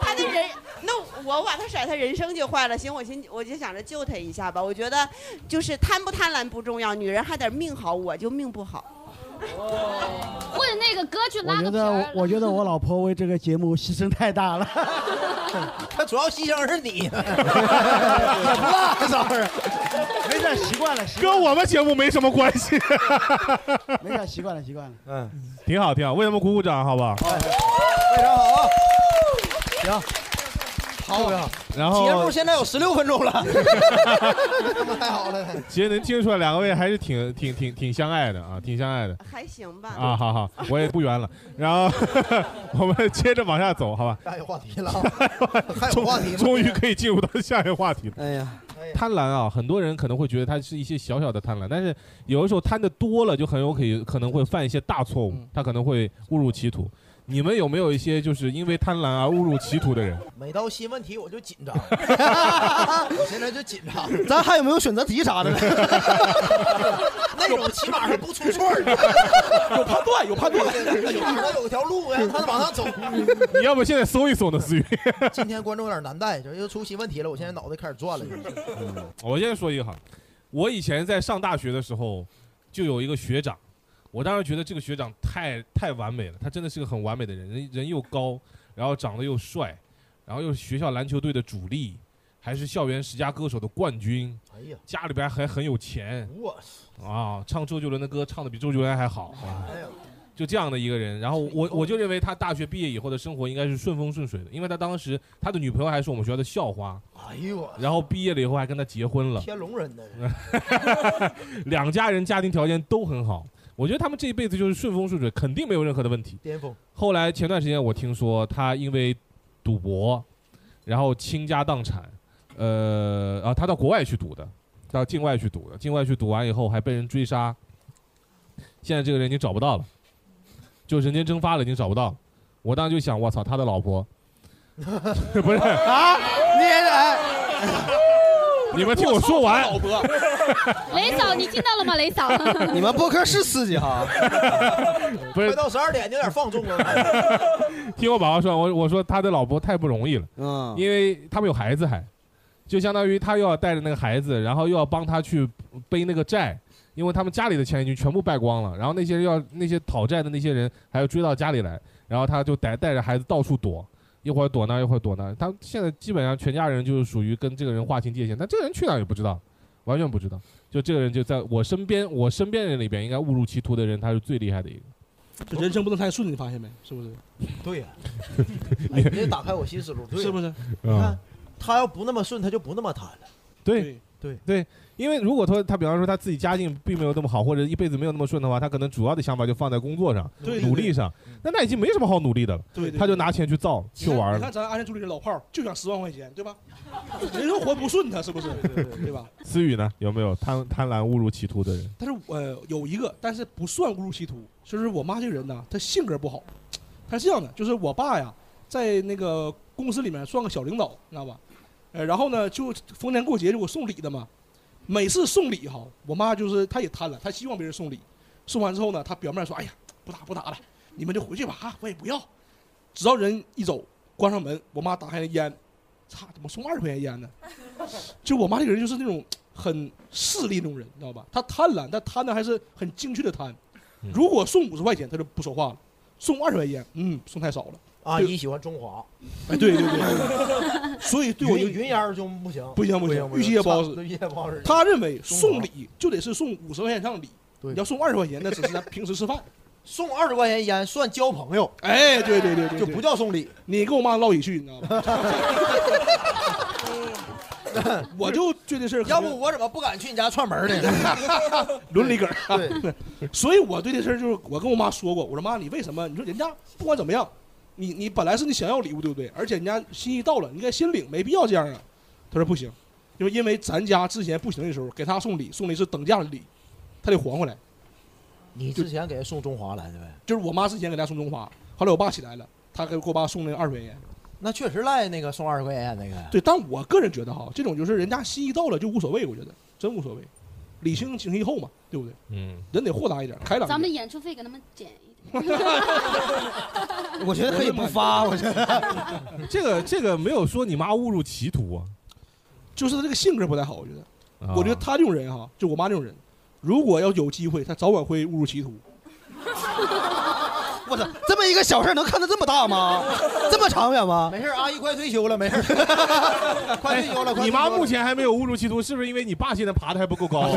[SPEAKER 21] 他的人，那我把他甩，他人生就坏了。行，我先我就想着救他一下吧。我觉得就是贪不贪婪不重要，女人还得命好，我就命不好。
[SPEAKER 7] 或者那个歌去
[SPEAKER 22] 我
[SPEAKER 7] 拉
[SPEAKER 22] 觉
[SPEAKER 7] 个皮
[SPEAKER 22] 得
[SPEAKER 7] 儿
[SPEAKER 22] 我，。我觉得我老婆为这个节目牺牲太大了。
[SPEAKER 8] 他主要牺牲是 你，
[SPEAKER 22] 不
[SPEAKER 8] 辣嫂
[SPEAKER 22] 是？没事，习惯了，习
[SPEAKER 1] 跟我们节目没什么关 系。
[SPEAKER 22] 没事，习惯了，习惯了。
[SPEAKER 1] 嗯，挺好，挺好，为他们鼓鼓掌，好不好？
[SPEAKER 8] 非常好啊。行，
[SPEAKER 1] 好
[SPEAKER 22] 啊
[SPEAKER 1] 呀。然后
[SPEAKER 8] 节目现在有十六分 钟了，太好了。
[SPEAKER 1] 其实能听出来，两位还是挺挺挺挺相爱的啊，挺相爱的。
[SPEAKER 21] 还行吧。
[SPEAKER 1] 啊，好好，我也不圆了。然后 我们接着往下走，好吧？
[SPEAKER 8] 还有话 题了，还有话题吗？
[SPEAKER 1] 终于可以进入到下一个话题了。
[SPEAKER 8] 哎呀，
[SPEAKER 1] 贪婪啊，很多人可能会觉得它是一些小小的贪婪，但是有的时候贪的多了，就很有可以可能会犯一些大错误，他可能会误入歧途。你们有没有一些就是因为贪婪而误入歧途的人？
[SPEAKER 8] 每到新问题我就紧 张，我现在就紧张。
[SPEAKER 4] 咱还有没有选择题啥 的呢？
[SPEAKER 8] 那种起码是不出错 的，
[SPEAKER 2] 有判断，有判断，
[SPEAKER 8] 起码他有条路呀，他得往 上走。
[SPEAKER 1] 你要不现在搜一搜呢，思雨？
[SPEAKER 8] 今天观众有点难带，这又出新问题了，我现在脑袋开始转了。
[SPEAKER 1] 我先说一个哈，我以前在上大学的时候，就有一个学长，我当时觉得这个学长太太完美了，他真的是个很完美的人，人人又高，然后长得又帅，然后又是学校篮球队的主力，还是校园十佳歌手的冠军，
[SPEAKER 8] 哎呀，
[SPEAKER 1] 家里边还很有钱
[SPEAKER 8] 我
[SPEAKER 1] 啊，唱周杰伦的歌唱的比周杰伦还好啊，
[SPEAKER 8] 哎
[SPEAKER 1] 就这样的一个人。然后我我就认为他大学毕业以后的生活应该是顺风顺水的，因为他当时他的女朋友还是我们学校的校花，
[SPEAKER 8] 哎呦我，
[SPEAKER 1] 然后毕业了以后还跟他结婚了。
[SPEAKER 8] 天龙人呢？
[SPEAKER 1] 两家人家庭条件都很好，我觉得他们这一辈子就是顺风顺水，肯定没有任何的问题。
[SPEAKER 8] 巅峰。
[SPEAKER 1] 后来前段时间我听说他因为赌博，然后倾家荡产，呃啊，他到国外去赌的，到境外去赌的，境外去赌完以后还被人追杀，现在这个人已经找不到了，就人间蒸发了，已经找不到了。我当时就想，我操，他的老婆，不是
[SPEAKER 8] 啊，你也得
[SPEAKER 3] 哎
[SPEAKER 1] 你们听我说完，
[SPEAKER 7] 雷嫂，你听到了吗？雷嫂，
[SPEAKER 4] 你们播客是刺激哈，
[SPEAKER 1] 不是
[SPEAKER 8] 快到十二点，你有点放纵了。
[SPEAKER 1] 听我爸爸说，我我说他的老婆太不容易了，嗯，因为他们有孩子还，就相当于他又要带着那个孩子，然后又要帮他去背那个债，因为他们家里的钱已经全部败光了，然后那些要那些讨债的那些人还要追到家里来，然后他就带带着孩子到处躲。一会儿躲那儿，一会儿躲那儿。他现在基本上全家人就是属于跟这个人划清界限，但这个人去哪儿也不知道，完全不知道。就这个人就在我身边，我身边人里边应该误入歧途的人，他是最厉害的一个。
[SPEAKER 2] 这人生不能太顺，你发现没？是不是？
[SPEAKER 8] 对呀、 哎你这打开我新思路，对
[SPEAKER 2] 是不是
[SPEAKER 8] 你看，他要不那么顺，他就不那么贪了。
[SPEAKER 1] 对
[SPEAKER 8] 对
[SPEAKER 1] 对，因为如果说他比方说他自己家境并没有那么好，或者一辈子没有那么顺的话，他可能主要的想法就放在工作上、
[SPEAKER 2] 对对对嗯
[SPEAKER 1] 努力上，那他已经没什么好努力的了，
[SPEAKER 2] 对对对
[SPEAKER 1] 他就拿钱去造
[SPEAKER 2] 你
[SPEAKER 1] 去
[SPEAKER 2] 看
[SPEAKER 1] 玩
[SPEAKER 2] 你
[SPEAKER 1] 了
[SPEAKER 2] 看。咱安全助理人老炮儿就想十万块钱，对吧？人生活不顺，他是不是？对吧？
[SPEAKER 1] 思雨呢，有没有贪贪婪误入歧途的人？
[SPEAKER 2] 但是我、呃、有一个，但是不算误入歧途，就是我妈这个人呢，她性格不好，她是这样的，就是我爸呀，在那个公司里面算个小领导，你知道吧？呃，然后呢，就逢年过节就给我送礼的嘛，每次送礼哈，我妈就是她也贪婪，她希望别人送礼，送完之后呢，她表面说，哎呀，不打不打了，你们就回去吧啊，我也不要。只要人一走，关上门，我妈打开那烟，操，怎么送二十块钱烟呢？ 就我妈这个人就是那种很势利那种人，你知道吧？她贪婪，但贪的还是很精确的贪。如果送五十块钱，她就不说话了；送二十块钱，嗯，送太少了。
[SPEAKER 8] 阿
[SPEAKER 2] 对
[SPEAKER 8] 啊姨喜欢中华，
[SPEAKER 2] 哎，对对对，所以对我
[SPEAKER 8] 云
[SPEAKER 2] 有
[SPEAKER 8] 云烟儿就不行，
[SPEAKER 2] 不行
[SPEAKER 8] 不
[SPEAKER 2] 不
[SPEAKER 8] 行
[SPEAKER 2] 行，，
[SPEAKER 8] 不
[SPEAKER 2] 玉
[SPEAKER 8] 行
[SPEAKER 2] 蟹包
[SPEAKER 8] 差
[SPEAKER 2] 子
[SPEAKER 8] 玉蟹包子。
[SPEAKER 2] 他认为送礼就得是送五十块钱以上的礼，
[SPEAKER 6] 对
[SPEAKER 2] 你要送二十块钱，那只是咱平时吃饭。
[SPEAKER 6] 送二十块钱烟算交朋友，
[SPEAKER 2] 哎，对对对对，
[SPEAKER 6] 就不叫送礼。
[SPEAKER 2] 你跟我妈唠一句，你知道吗？ 我就对这事儿，
[SPEAKER 6] 要不我怎么不敢去你家串门呢？
[SPEAKER 2] 伦理梗儿。啊 所以我对这事儿就是，我跟我妈说过，我说妈，你为什么？你说人家不管怎么样，你你本来是你想要礼物，对不对？而且人家心意到了，你应该先领，没必要这样啊。她说不行，就是因为咱家之前不行的时候，给她送礼送的是等价的礼，她得还回来。
[SPEAKER 6] 你之前给人送中华来 的呗？
[SPEAKER 2] 就是我妈之前给她送中华，后来我爸起来了，她给我爸送那个二十块钱。
[SPEAKER 6] 那确实赖那个送二十块钱那个。
[SPEAKER 2] 对，但我个人觉得哈，这种就是人家心意到了就无所谓，我觉得真无所谓，理清情义后嘛，对不对？
[SPEAKER 1] 嗯，
[SPEAKER 2] 人得豁达一点，开朗一点。
[SPEAKER 7] 咱们演出费给他们减一
[SPEAKER 4] 我觉得可以不发，我觉
[SPEAKER 2] 得
[SPEAKER 1] 这个这个没有说你妈误入歧途啊，
[SPEAKER 2] 就是他这个性格不太好，我觉得，我觉得他这种人哈，就我妈这种人，如果要有机会，他早晚会误入歧途。
[SPEAKER 4] 我操，这么一个小事儿能看得这么大吗？这么长远吗？
[SPEAKER 6] 没事，阿姨快退休了，没事。 快退休了，快退休了
[SPEAKER 1] 你妈目前还没有误入歧途，是不是因为你爸现在爬的还不够高、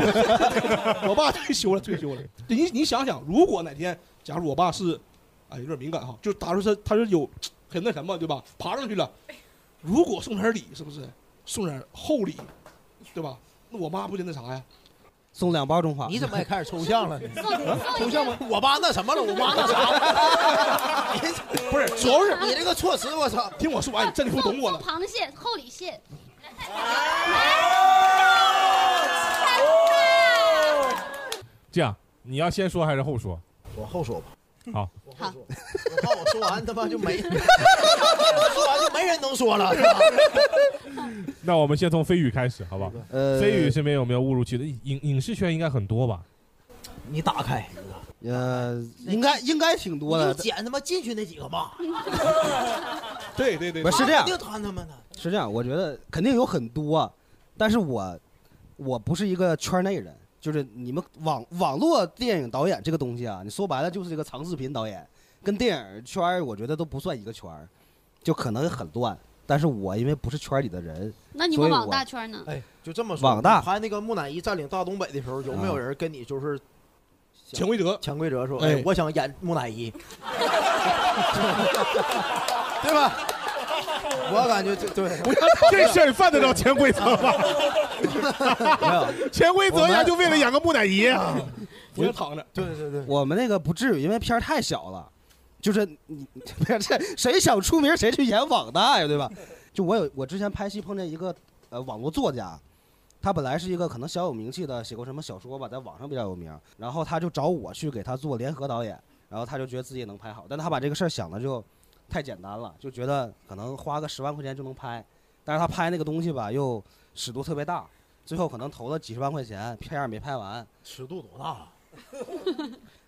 [SPEAKER 2] 我爸退休了，退休了。对你你想想，如果哪天，假如我爸是，哎，有点敏感哈，就打出他他是有很那什么，对吧？爬上去了，如果送点礼，是不是送点厚礼，对吧？那我妈不得那啥呀？
[SPEAKER 4] 送两包中华。
[SPEAKER 6] 你怎么也开始抽象 了？你
[SPEAKER 2] 啊
[SPEAKER 6] 抽象吗？我爸那什么了？我妈那啥了？ 你
[SPEAKER 2] 不是，主要是
[SPEAKER 6] 你这个措辞，我操！
[SPEAKER 2] 听我说，哎，你真的不懂我了。
[SPEAKER 7] 螃蟹、厚礼蟹，
[SPEAKER 6] 哎
[SPEAKER 1] 这样，你要先说还是后说？
[SPEAKER 6] 我后说吧。
[SPEAKER 1] 好，
[SPEAKER 7] 好，
[SPEAKER 6] 我怕我说完他妈就没，我 说完就没人能说了。是吧
[SPEAKER 1] 那我们先从飞宇开始，好不好？
[SPEAKER 4] 呃
[SPEAKER 1] 飞宇身边有没有误入歧途？影影视圈应该很多吧？
[SPEAKER 6] 你打开，
[SPEAKER 4] 呃，应该应该挺多
[SPEAKER 6] 你就
[SPEAKER 4] 的。
[SPEAKER 6] 捡他妈进去那几个骂。
[SPEAKER 2] 对对对
[SPEAKER 4] 不是是这样
[SPEAKER 6] 就谈他们的。
[SPEAKER 4] 是这样，我觉得肯定有很多，啊但是我我不是一个圈内人，就是你们网网络电影导演这个东西啊，你说白了就是一个长视频导演，跟电影圈儿我觉得都不算一个圈儿，就可能很乱。但是我因为不是圈儿里的人，
[SPEAKER 7] 那你
[SPEAKER 4] 所
[SPEAKER 7] 们
[SPEAKER 4] 以
[SPEAKER 7] 网
[SPEAKER 4] 我
[SPEAKER 7] 大圈呢？
[SPEAKER 6] 哎，就这么说。
[SPEAKER 4] 网大啊
[SPEAKER 6] 你拍那个木乃伊占领大东北的时候，有没有人跟你就是
[SPEAKER 2] 潜规则？
[SPEAKER 6] 潜规则说，
[SPEAKER 2] 哎
[SPEAKER 6] 哎，我想演木乃 伊，对吧？我感觉这对，
[SPEAKER 1] 不 要这事儿犯得着潜规则吗？ 潜规则呀，就为了养个木乃伊啊！
[SPEAKER 2] 我就躺着。
[SPEAKER 6] 对对对，
[SPEAKER 4] 我们那个不至于，因为片儿太小了。就是你，不是 这谁想出名谁去演网大呀，对吧？就我有我之前拍戏碰见一个呃网络作家，他本来是一个可能小有名气的，写过什么小说吧，在网上比较有名。然后他就找我去给他做联合导演，然后他就觉得自己也能拍好，但他把这个事儿想的就太简单了，就觉得可能花个十万块钱就能拍，但是他拍那个东西吧又尺度特别大，最后可能投了几十万块钱，片儿也没拍完，
[SPEAKER 6] 尺度多大啊？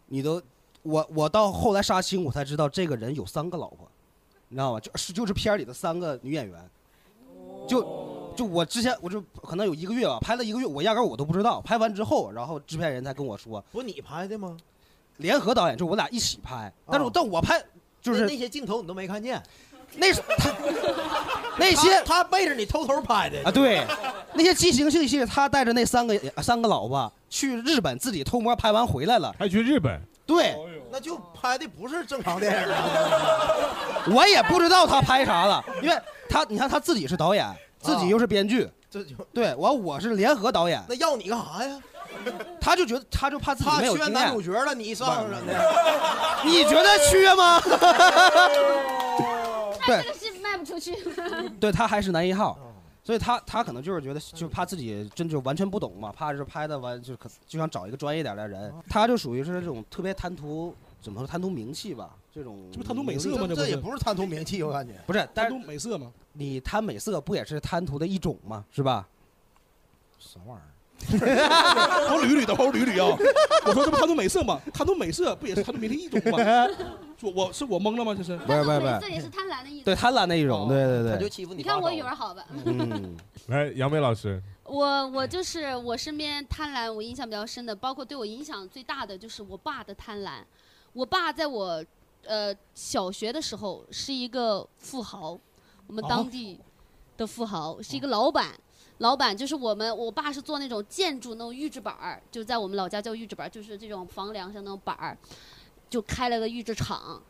[SPEAKER 4] 你都，我我到后来杀青，我才知道这个人有三个老婆，你知道吗？就是就是片儿里的三个女演员，就就我之前我就可能有一个月吧，拍了一个月，我压根儿我都不知道。拍完之后，然后制片人才跟我说，
[SPEAKER 6] 不你拍的吗？哦
[SPEAKER 4] 联合导演就我俩一起拍，但是我、但我拍就是
[SPEAKER 6] 那那些镜头你都没看见，
[SPEAKER 4] 那是他 那些
[SPEAKER 6] 他他背着你偷偷拍的
[SPEAKER 4] 啊，对，那些激情戏戏，他带着那三个呃三个老婆去日本自己偷摸拍完回来了，
[SPEAKER 1] 还去日本？
[SPEAKER 4] 对，
[SPEAKER 6] 那就拍的不是正常电影 啊。
[SPEAKER 4] 我也不知道他拍啥了，因为他，你看他自己是导演，自己又哦是编剧，
[SPEAKER 6] 这就
[SPEAKER 4] 对，完我是联合导演，
[SPEAKER 6] 那要你干啥呀？
[SPEAKER 4] 他就觉得他就怕自己
[SPEAKER 6] 他
[SPEAKER 4] 没有
[SPEAKER 6] 缺
[SPEAKER 4] 经
[SPEAKER 6] 男
[SPEAKER 4] 验
[SPEAKER 6] 主，角了，你上上的。
[SPEAKER 4] 你觉得 缺吗？
[SPEAKER 7] 那哎这个戏卖不出去。
[SPEAKER 4] 对他还是男一号，所以他他可能就是觉得就怕自己真就完全不懂嘛，怕是拍的完就可就想找一个专业点的人，他就属于是这种特别贪图怎么说贪图名气吧，这种
[SPEAKER 2] 这不贪图美色吗这不是这也不
[SPEAKER 6] 是贪图名气，我感觉
[SPEAKER 4] 不是，但是
[SPEAKER 2] 美色吗？
[SPEAKER 4] 你贪美色不也是贪图的一种吗？是吧？
[SPEAKER 6] 什么玩意儿？
[SPEAKER 2] 我捋捋，等会儿我捋捋啊。我说这不贪图美色吗？贪图美色不也是贪图名利一种吗？我我是我懵了吗？这是
[SPEAKER 4] 不是不是不是
[SPEAKER 7] 这也是贪婪的意思。
[SPEAKER 4] 对贪婪的一种，对对对，
[SPEAKER 6] 他就欺负
[SPEAKER 7] 你看我语文好吧？
[SPEAKER 4] 嗯，
[SPEAKER 1] 来，杨梅老师，
[SPEAKER 7] 我我就是我身边贪婪，我印象比较深的，包括对我影响最大的就是我爸的贪婪。我爸在我呃小学的时候是一个富豪，我们
[SPEAKER 3] 哦
[SPEAKER 7] 当地的富豪，是一个老板。老板，就是我们我爸是做那种建筑那种预制板儿，就在我们老家叫预制板儿，就是这种房梁上那种板儿，就开了个预制厂。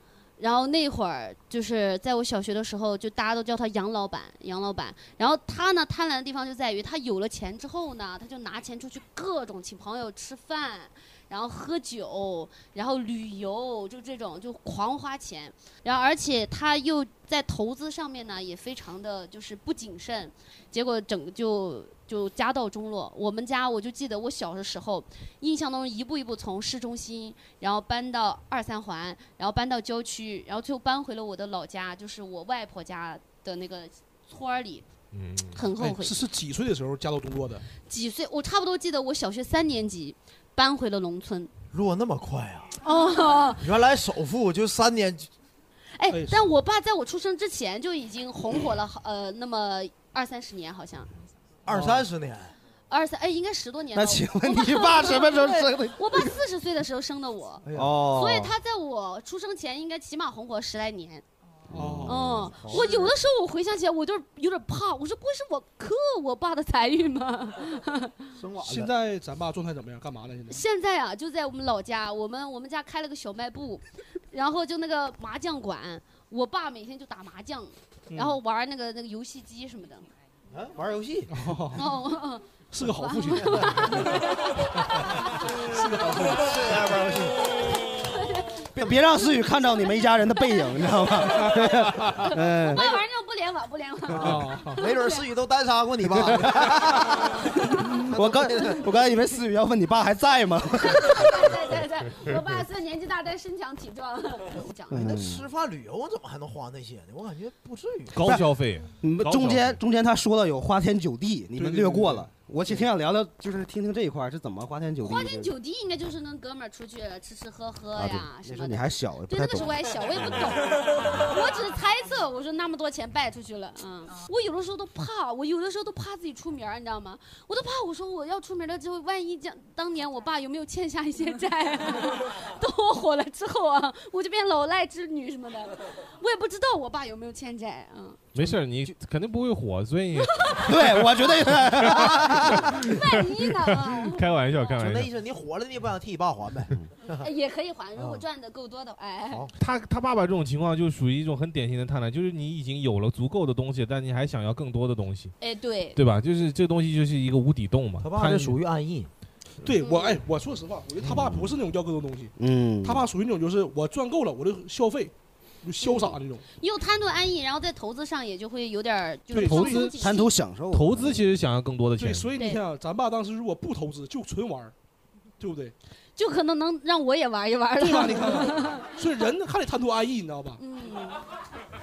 [SPEAKER 7] 然后那会儿就是在我小学的时候，就大家都叫他杨老板，杨老板。然后他呢，贪婪的地方就在于他有了钱之后呢，他就拿钱出去各种请朋友吃饭，然后喝酒，然后旅游，就这种就狂花钱。然后而且他又在投资上面呢，也非常的就是不谨慎，结果整个就就家道中落。我们家我就记得我小的时候，印象当中一步一步从市中心，然后搬到二三环，然后搬到郊区，然后最后搬回了我的老家，就是我外婆家的那个村儿里。
[SPEAKER 2] 嗯，
[SPEAKER 7] 很后悔
[SPEAKER 2] 是是几岁的时候家道中落的？
[SPEAKER 7] 几岁？我差不多记得我小学三年级搬回了农村。
[SPEAKER 6] 落那么快啊！
[SPEAKER 7] 哦，
[SPEAKER 6] 原来首付就三年，
[SPEAKER 7] 哎
[SPEAKER 6] 哎，
[SPEAKER 7] 但我爸在我出生之前就已经红火了好，呃，那么二三十年好像，
[SPEAKER 6] 二三十年，
[SPEAKER 7] 二三哎，应该十多年了。
[SPEAKER 6] 那请
[SPEAKER 7] 我
[SPEAKER 6] 问
[SPEAKER 7] 我
[SPEAKER 6] 你爸什么时候
[SPEAKER 7] 对
[SPEAKER 6] 生的
[SPEAKER 7] 我爸四十岁的时候生的我，
[SPEAKER 6] 哦
[SPEAKER 7] 所以他在我出生前应该起码红火十来年。
[SPEAKER 6] 哦
[SPEAKER 7] 嗯，我有的时候我回想起来，我就是有点怕，我说不会是我克我爸的财运吗？
[SPEAKER 2] 现在咱爸状态怎么样？干嘛呢？现在？
[SPEAKER 7] 现在啊，就在我们老家，我们我们家开了个小卖部，然后就那个麻将馆，我爸每天就打麻将，
[SPEAKER 6] 嗯
[SPEAKER 7] 然后玩那个那个游戏机什么的。
[SPEAKER 6] 啊，玩游戏，
[SPEAKER 7] 哦，
[SPEAKER 2] 是个好父亲
[SPEAKER 7] 是个好父亲。
[SPEAKER 4] 别别让思雨看到你们一家人的背影，你知道吗？
[SPEAKER 7] 我
[SPEAKER 4] 嗯，
[SPEAKER 7] 爸玩那种不联网，不联网。
[SPEAKER 6] 没准思雨都单杀过你吧？
[SPEAKER 4] 我刚我刚才以为思雨要问你爸还在吗？
[SPEAKER 7] 对对对，我爸虽然年纪大，但身强体壮。 讲
[SPEAKER 6] 哎那吃饭旅游怎么还能花那些呢？我感觉不至于。
[SPEAKER 4] 高消
[SPEAKER 1] 费
[SPEAKER 4] 你们
[SPEAKER 6] 高消
[SPEAKER 4] 嗯中间中间他说到有花天酒地，你们略过了。我其实挺想聊聊，就是听听这一块儿是怎么花天酒地的。
[SPEAKER 7] 花天酒地应该就是跟哥们儿出去吃吃喝喝
[SPEAKER 4] 啊，对
[SPEAKER 7] 呀，
[SPEAKER 4] 那
[SPEAKER 7] 什
[SPEAKER 4] 时
[SPEAKER 7] 么的
[SPEAKER 4] 候你。还小，不
[SPEAKER 7] 对，
[SPEAKER 4] 太
[SPEAKER 7] 那个时
[SPEAKER 4] 懂
[SPEAKER 7] 候我。也小，我也不懂，我只是猜测。我说那么多钱败出去了，嗯，我有的时候都怕，我有的时候都怕自己出名儿，你知道吗？我都怕我说我要出名了之后，万一将当年我爸有没有欠下一些债、啊， 等我火了之后啊，我就变老赖之女什么的，我也不知道我爸有没有欠债，嗯，
[SPEAKER 1] 没事儿，你肯定不会火，所以
[SPEAKER 4] 对我觉得
[SPEAKER 7] 万一呢？啊
[SPEAKER 1] 开玩笑，开
[SPEAKER 6] 就
[SPEAKER 1] 玩
[SPEAKER 6] 那
[SPEAKER 1] 笑
[SPEAKER 6] 意。思，你火了你也不想替你爸还呗？
[SPEAKER 7] 哎也可以还，如果赚的够多的，哎，
[SPEAKER 1] 他他爸爸这种情况就属于一种很典型的贪婪，就是你已经有了足够的东西，但你还想要更多的东西，
[SPEAKER 7] 哎，对，
[SPEAKER 1] 对吧？就是这东西就是一个无底洞嘛。
[SPEAKER 6] 他爸是属于安逸，
[SPEAKER 2] 对我哎，我说实话，我觉得他爸不是那种要各种东西，
[SPEAKER 4] 嗯
[SPEAKER 2] 他爸属于那种就是我赚够了我就消费，就潇洒那种。
[SPEAKER 7] 你有贪图安逸，然后在投资上也就会有点儿就是
[SPEAKER 1] 投
[SPEAKER 7] 放松
[SPEAKER 1] 资
[SPEAKER 7] 警
[SPEAKER 4] 贪图享受，
[SPEAKER 1] 投资其实想要更多的钱
[SPEAKER 2] 对，。所以你
[SPEAKER 7] 对
[SPEAKER 2] 想，咱爸当时如果不投资，就纯玩儿，对不对？
[SPEAKER 7] 就可能能让我也玩一玩了。
[SPEAKER 2] 对吧？你看看，所以人还得贪图安逸，你知道吧？
[SPEAKER 7] 嗯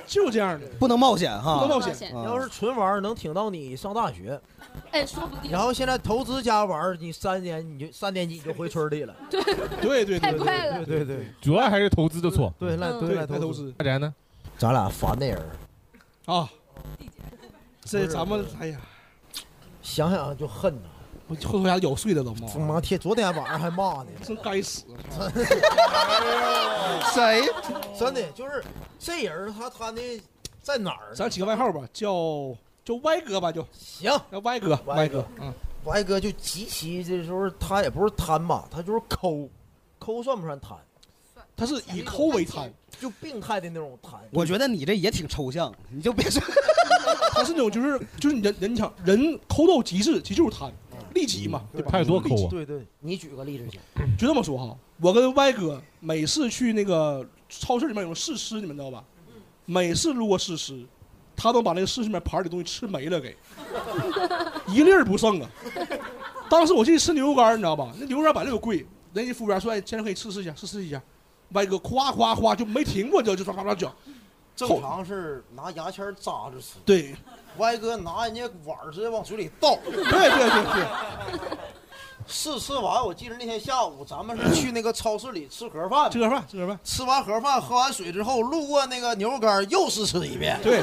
[SPEAKER 2] 就是这样的，
[SPEAKER 4] 不能冒险
[SPEAKER 2] 哈不能冒险
[SPEAKER 6] 要是纯玩儿能挺到你上大学，
[SPEAKER 7] 哎，说不定。
[SPEAKER 6] 然后现在投资加玩儿，你三年你就三年级你就回村儿里了。
[SPEAKER 7] 对
[SPEAKER 2] 对对
[SPEAKER 6] 对
[SPEAKER 7] 太快了
[SPEAKER 6] 对对对，
[SPEAKER 1] 主要还是投资的错。
[SPEAKER 6] 对赖对赖投资。
[SPEAKER 1] 大宅呢？
[SPEAKER 6] 咱俩烦那人儿
[SPEAKER 2] 啊，这
[SPEAKER 6] 不是
[SPEAKER 2] 咱们哎呀，
[SPEAKER 6] 想想就恨呐。
[SPEAKER 2] 我后头牙咬碎了都骂。
[SPEAKER 6] 他妈天，昨天晚上 还骂呢，
[SPEAKER 2] 真该死！
[SPEAKER 6] 谁？真的就是这人儿，他他那在哪儿呢？
[SPEAKER 2] 咱起个外号吧，叫叫歪哥吧，就
[SPEAKER 6] 行。
[SPEAKER 2] 歪哥，
[SPEAKER 6] 歪
[SPEAKER 2] 哥，嗯，
[SPEAKER 6] 歪哥就极其这时候他也不是贪吧，他就是抠，抠算不算贪？
[SPEAKER 2] 他是以抠为贪，
[SPEAKER 6] 就病态的那种贪。
[SPEAKER 4] 我觉得你这也挺抽象，你就别说。
[SPEAKER 2] 他是那种就是就是你人人想人抠到极致，其实就是贪，利己嘛，对吧？
[SPEAKER 1] 他有多抠啊
[SPEAKER 6] 嗯对对，你举个例子行。
[SPEAKER 2] 就这么说哈，我跟歪哥每次去那个超市里面有试吃，你们知道吧？
[SPEAKER 6] 嗯
[SPEAKER 2] 每次路过试吃，他都把那个试吃里面盘里东西吃没了给，一粒儿不剩啊。当时我去吃牛肉干，你知道吧？那牛肉干本来就贵，人家服务员说：“哎，先生可以试吃一下，试吃一下。”歪哥夸夸夸就没停过，就就抓抓抓嚼。
[SPEAKER 6] 正常是拿牙签儿扎着吃，
[SPEAKER 2] 对，
[SPEAKER 6] 歪哥拿人家碗儿直接往嘴里倒。对
[SPEAKER 2] 对对对。
[SPEAKER 6] 试吃完，我记得那天下午咱们是去那个超市里吃盒饭，
[SPEAKER 2] 吃盒饭，吃盒饭，
[SPEAKER 6] 吃完盒饭喝完水之后，路过那个牛肉干儿又试吃一遍，
[SPEAKER 2] 对，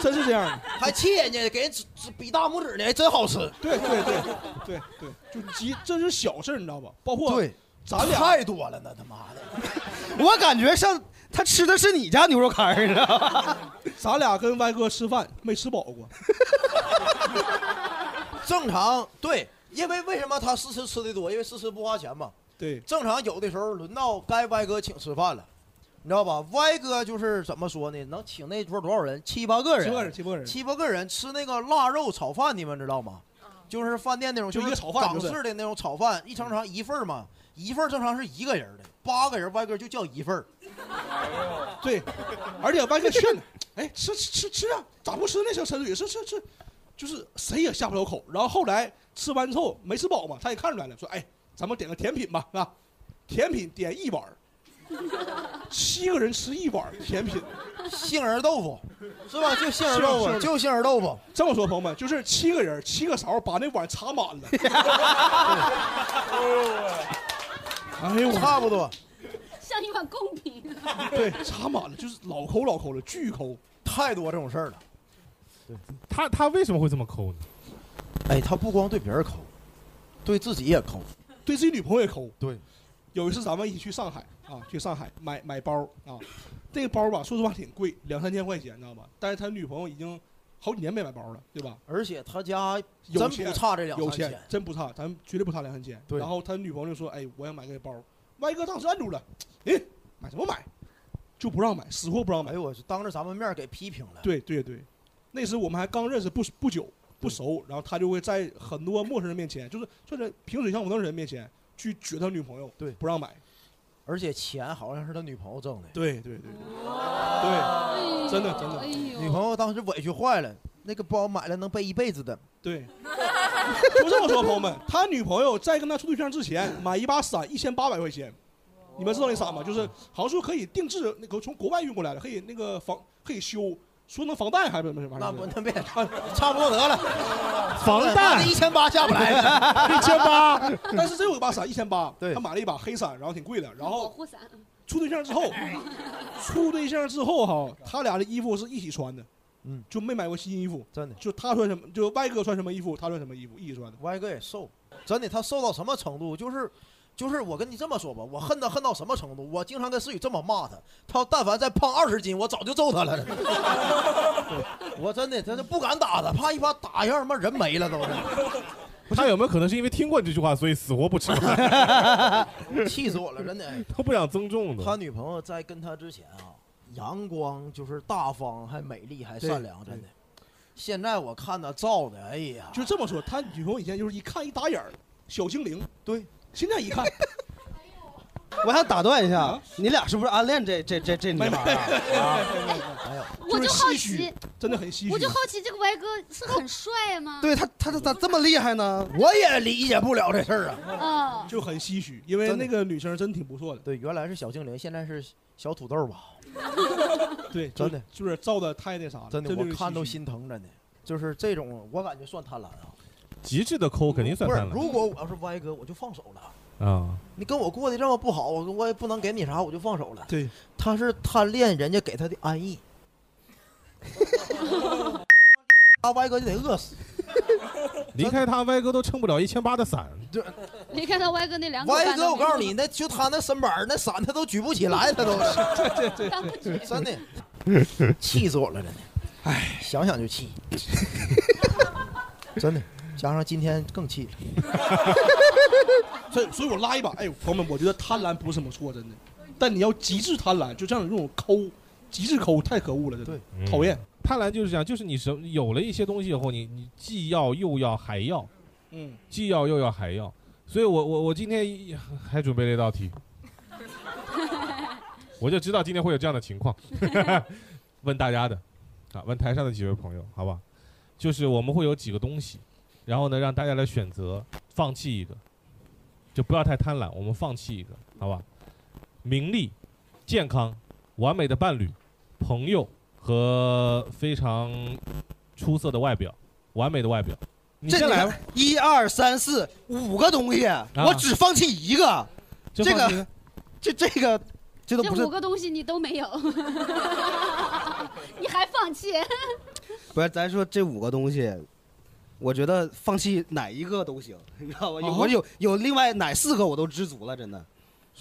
[SPEAKER 2] 真是这样的，
[SPEAKER 6] 还气人家，给人指指比大拇指呢，还真好吃。
[SPEAKER 2] 对对对对对，就极这是小事儿，你知道吧？包括
[SPEAKER 4] 对
[SPEAKER 2] 咱俩
[SPEAKER 6] 太多了呢，他妈
[SPEAKER 4] 我感觉像他吃的 是你家牛肉干儿，你知道吗？
[SPEAKER 2] 咱俩跟歪哥吃饭没吃饱过，
[SPEAKER 6] 正常对，因为为什么他试吃吃的多？因为试吃不花钱嘛。
[SPEAKER 2] 对，
[SPEAKER 6] 正常有的时候轮到该歪哥请吃饭了，你知道吧？歪哥就是怎么说呢？能请那桌多少人？七八个人，
[SPEAKER 2] 七八个人七八个人
[SPEAKER 6] 七八个人吃那个腊肉炒饭，你们知道吗？就是饭店那种，
[SPEAKER 2] 啊就一
[SPEAKER 6] 是
[SPEAKER 2] 个炒饭
[SPEAKER 6] 港
[SPEAKER 2] 对不对
[SPEAKER 6] 式的那种炒饭，一常常一份儿嘛，一份儿正常是一个人的，八个人歪哥就叫一份儿
[SPEAKER 2] 对，而且歪哥劝他，哎，吃吃吃吃啊，咋不吃那小陈嘴？吃吃吃，就是谁也下不了口。然后后来吃完之后没吃饱嘛，他也看出来了，说哎，咱们点个甜品吧，是吧？甜品点一碗儿，七个人吃一碗儿甜品， 啊
[SPEAKER 6] 杏仁豆腐是吧？就杏仁豆腐，就杏仁豆腐。
[SPEAKER 2] 这么说，朋友们，就是七个人七个勺把那碗插满 了。哎呦，
[SPEAKER 6] 差不多。
[SPEAKER 7] 像一碗贡品。
[SPEAKER 2] 对，插满了，就是老抠老抠了，巨抠，
[SPEAKER 6] 太多这种事儿了。
[SPEAKER 1] 他他为什么会这么抠呢？
[SPEAKER 6] 哎，他不光对别人抠，对自己也抠，
[SPEAKER 2] 对自己女朋友也抠。
[SPEAKER 6] 对，
[SPEAKER 2] 有一次咱们一起去上海啊，去上海买买包啊，这个包吧，说实话挺贵，两三千块钱，你知道吧？但是他女朋友已经好几年没买包了，对吧？
[SPEAKER 6] 而且他家
[SPEAKER 2] 有
[SPEAKER 6] 真
[SPEAKER 2] 钱
[SPEAKER 6] 不差这两
[SPEAKER 2] 有
[SPEAKER 6] 三千
[SPEAKER 2] 钱，真不差，咱们绝对不差两三千。
[SPEAKER 6] 对
[SPEAKER 2] 然后他女朋友就说：“哎，我想买个包。”歪哥当时按住了，哎，买什么买？就不让买，死活不让买。哎
[SPEAKER 6] 呦我去，当着咱们面给批评了。
[SPEAKER 2] 对对对，那时我们还刚认识不不久不熟，然后他就会在很多陌生人面前，就是甚至萍水相逢的人面前去撅他女朋友，
[SPEAKER 6] 对，
[SPEAKER 2] 不让买。
[SPEAKER 6] 而且钱好像是他女朋友挣的。
[SPEAKER 2] 对对对对，真的真的，
[SPEAKER 6] 女朋友当时委屈坏了，那个包买了能背一辈子的。
[SPEAKER 2] 对， 就这么说，朋友们，他女朋友在跟他处对象之前买一把伞一千八百块钱，你们知道那伞吗？就是好像说可以定制，那个从国外运过来的，可以那个防可以修，说能防弹还是什么？那不
[SPEAKER 6] 那别差不多得了，
[SPEAKER 1] 防弹
[SPEAKER 6] 一千八下不 来
[SPEAKER 2] 一千八， 但是真有一把伞一千八，
[SPEAKER 6] 对
[SPEAKER 2] 他买了一把黑伞，然后挺贵的，然
[SPEAKER 7] 保
[SPEAKER 2] 后
[SPEAKER 7] 护伞。
[SPEAKER 2] 处对象之后，处对象之后哈，他俩的衣服是一起穿的，
[SPEAKER 6] 嗯，
[SPEAKER 2] 就没买过新衣服，
[SPEAKER 6] 真的，
[SPEAKER 2] 就他穿什么，就歪哥穿什么衣服，他穿什么衣服，一起穿的。
[SPEAKER 6] 歪哥也瘦，真的，他瘦到什么程度？就是，就是我跟你这么说吧，我恨他恨到什么程度？我经常跟思雨这么骂他，他要但凡再胖二十斤，我早就揍 他了。我真的，他就不敢打他，怕一把打一下，他妈人没了都
[SPEAKER 1] 他有没有可能是因为听过这句话，所以死活不吃？
[SPEAKER 6] 是， 气死我了，真的。
[SPEAKER 1] 都不想增重的。
[SPEAKER 6] 他女朋友在跟他之前啊，阳光就是大方，还美丽，还善良，哎真的。现在我看他造的，哎呀，
[SPEAKER 2] 就这么说，他女朋友以前就是一看一打眼儿，小精灵。
[SPEAKER 6] 对，
[SPEAKER 2] 现在一看，
[SPEAKER 4] 我想打断一下，你俩是不是暗恋这这这这女孩啊？
[SPEAKER 7] 哎
[SPEAKER 6] 哎
[SPEAKER 7] 我就好奇，
[SPEAKER 2] 真的很唏嘘。
[SPEAKER 7] 我就好奇这个歪哥是很帅吗？
[SPEAKER 4] 对他他他咋这么厉害呢？
[SPEAKER 6] 我也理解不了这事儿啊。
[SPEAKER 7] 啊，
[SPEAKER 2] 就很唏嘘，因为那个女生真挺不错的。
[SPEAKER 6] 对，原来是小精灵，现在是小土豆吧？
[SPEAKER 2] 对，
[SPEAKER 6] 真的
[SPEAKER 2] 就是造的太那啥了，
[SPEAKER 6] 真的，
[SPEAKER 2] 就
[SPEAKER 6] 我
[SPEAKER 2] 是
[SPEAKER 6] 看都
[SPEAKER 2] 唏嘘
[SPEAKER 6] 心疼，真的。就是这种，我感觉算贪婪啊。
[SPEAKER 1] 极致的抠肯定算
[SPEAKER 6] 不是
[SPEAKER 1] 贪，婪
[SPEAKER 6] 如果我要是歪哥，我就放手了。
[SPEAKER 1] 啊！
[SPEAKER 6] 你跟我过得这么不好，我我也不能给你啥，我就放手了。
[SPEAKER 2] 对，
[SPEAKER 6] 他是贪恋人家给他的安逸。他歪哥就得饿死。
[SPEAKER 1] 离开他，歪哥都撑不了一千八的伞。
[SPEAKER 7] 你看到歪哥那两口
[SPEAKER 6] 歪
[SPEAKER 7] 饭
[SPEAKER 6] 哥，
[SPEAKER 7] 都
[SPEAKER 6] 我
[SPEAKER 7] 没有
[SPEAKER 6] 告诉你，那就他那身板儿那伞他都举不起来，他都
[SPEAKER 2] 是。
[SPEAKER 6] 对
[SPEAKER 7] 对
[SPEAKER 6] 对，真的。气死我了，真的。哎，想想 就气，真的。加上今天更气了。
[SPEAKER 2] 所以，所以我拉一把。哎，朋友们，我觉得贪婪不是什么错，真的。但你要极致贪婪，就这样这种抠，极致抠太可恶了，真的，讨厌。
[SPEAKER 1] 贪婪就是这样，就是你什么有了一些东西以后，你你既要又要还要，
[SPEAKER 2] 嗯，
[SPEAKER 1] 既要又要还要。所以我我我今天一还准备了一道题，我就知道今天会有这样的情况，问大家的，啊，问台上的几位朋友，好吧？就是我们会有几个东西，然后呢，让大家来选择，放弃一个，就不要太贪婪，我们放弃一个，好吧？名利、健康、完美的伴侣、朋友和非常出色的外表，完美的外表。你
[SPEAKER 4] 这
[SPEAKER 1] 先来
[SPEAKER 4] 你
[SPEAKER 1] 吧啊
[SPEAKER 4] 看，一二三四五个东西，我只放弃一个，
[SPEAKER 1] 就
[SPEAKER 4] 这
[SPEAKER 1] 放弃一个
[SPEAKER 4] 个，这这个，这都不
[SPEAKER 7] 这
[SPEAKER 4] 是
[SPEAKER 7] 五个东西你都没 有，你还放弃？
[SPEAKER 4] 不是，咱说这五个东西，我觉得放弃哪一个都行， 你知道吧？有
[SPEAKER 1] 哦
[SPEAKER 2] 啊
[SPEAKER 4] 我有有另外哪四个我都知足了，真的。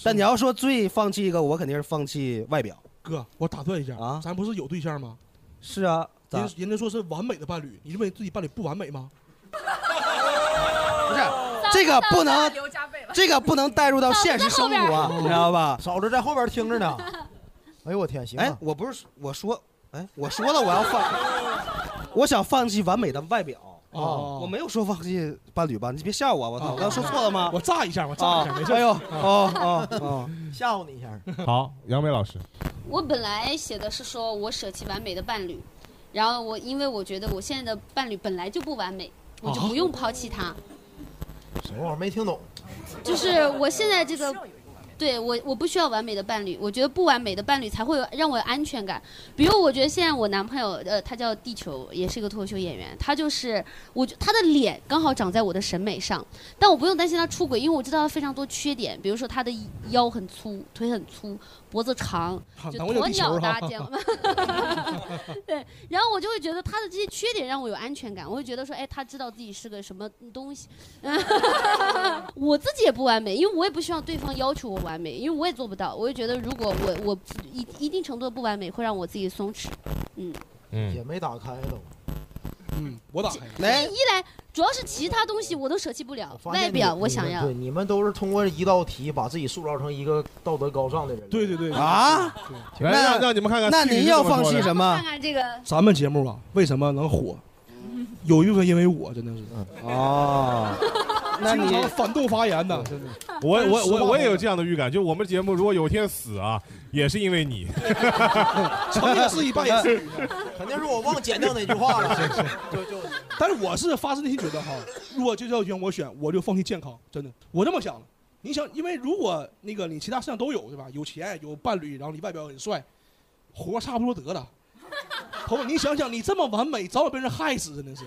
[SPEAKER 4] 但你要说最放弃一个，我肯定是放弃外表。
[SPEAKER 2] 哥，我打断一下
[SPEAKER 4] 啊，
[SPEAKER 2] 咱不是有对象吗？
[SPEAKER 4] 是啊，
[SPEAKER 6] 咋
[SPEAKER 2] 人人家说是完美的伴侣，你认为自己伴侣不完美吗？
[SPEAKER 4] 不是这个不能，这个不能带入到现实生活啊，你知道吧？
[SPEAKER 6] 嫂子在后边听着呢。哎呦我天，行
[SPEAKER 4] 哎
[SPEAKER 6] 啊，，
[SPEAKER 4] 我不是我说，哎，我说了我要放，我想放弃完美的外表。啊
[SPEAKER 2] 哦
[SPEAKER 4] 我没有说放弃伴侣吧？你别吓我啊，我操！
[SPEAKER 2] 哦
[SPEAKER 4] 我刚说错了吗？
[SPEAKER 2] 我炸一下，我炸一下，没事。
[SPEAKER 4] 哎
[SPEAKER 6] 啊
[SPEAKER 4] 呦，哦哦哦！
[SPEAKER 6] 吓唬你一下。
[SPEAKER 1] 好，杨梅老师，
[SPEAKER 7] 我本来写的是说我舍弃完美的伴侣，然后我因为我觉得我现在的伴侣本来就不完美，我
[SPEAKER 6] 哦
[SPEAKER 7] 就不用抛弃他。
[SPEAKER 6] 什么玩意儿没听懂？
[SPEAKER 7] 就是我现在这个，对我我不需要完美的伴侣，我觉得不完美的伴侣才会让我有安全感。比如我觉得现在我男朋友，呃，他叫地球，也是一个脱口秀演员，他就是我觉他的脸刚好长在我的审美上，但我不用担心他出轨，因为我知道他非常多缺点，比如说他的腰很粗，腿很粗，脖子长，
[SPEAKER 2] 好
[SPEAKER 7] 就
[SPEAKER 2] 难怪叫
[SPEAKER 7] 鸵
[SPEAKER 2] 地
[SPEAKER 7] 鸟搭
[SPEAKER 2] 球哈
[SPEAKER 7] 见过吗？对，然后我就会觉得他的这些缺点让我有安全感，我会觉得说，哎，他知道自己是个什么嗯东西。 我自己也不完美，因为我也不希望对方要求我完美，因为我也做不到。我就觉得，如果我我一一定程度的不完美，会让我自己松弛。嗯，
[SPEAKER 6] 也没打开都。
[SPEAKER 2] 嗯，我打开。
[SPEAKER 7] 一来主要是其他东西我都舍弃不了，
[SPEAKER 6] 哎发现
[SPEAKER 7] 外
[SPEAKER 6] 你
[SPEAKER 7] 表我
[SPEAKER 6] 你
[SPEAKER 7] 想
[SPEAKER 6] 们
[SPEAKER 7] 要
[SPEAKER 6] 对，。你们都是通过一道题把自己塑造成一个道德高尚的人。
[SPEAKER 2] 对对对
[SPEAKER 4] 啊，
[SPEAKER 2] 来
[SPEAKER 6] 那
[SPEAKER 2] 让让你们看看
[SPEAKER 6] 那
[SPEAKER 2] 思雨
[SPEAKER 6] 您
[SPEAKER 2] 是
[SPEAKER 6] 要
[SPEAKER 2] 怎么
[SPEAKER 6] 放
[SPEAKER 2] 说
[SPEAKER 6] 弃
[SPEAKER 2] 的
[SPEAKER 6] 什么？
[SPEAKER 7] 看看这 个，
[SPEAKER 2] 咱们节目啊，为什么能火？有一部分因为我真的是，
[SPEAKER 4] 嗯哦，
[SPEAKER 1] 那你
[SPEAKER 2] 经常反动发言的，真的。
[SPEAKER 1] 我我
[SPEAKER 2] 真是
[SPEAKER 1] 我我也有
[SPEAKER 2] 实
[SPEAKER 1] 这样的预感，就我们节目如果有一天死啊，也是因为你。
[SPEAKER 2] 承认自己扮演自己
[SPEAKER 6] 肯定是我忘剪掉哪句话 了。
[SPEAKER 2] 但是我是发自内心觉得哈，如果这要让我选，我就放弃健康，真的，我这么想的。你想，因为如果那个你其他事项都有，对吧？有钱，有伴侣，然后你外表很帅，活差不多得了。朋友，你想想，你这么完美，早晚被人害死，真的是。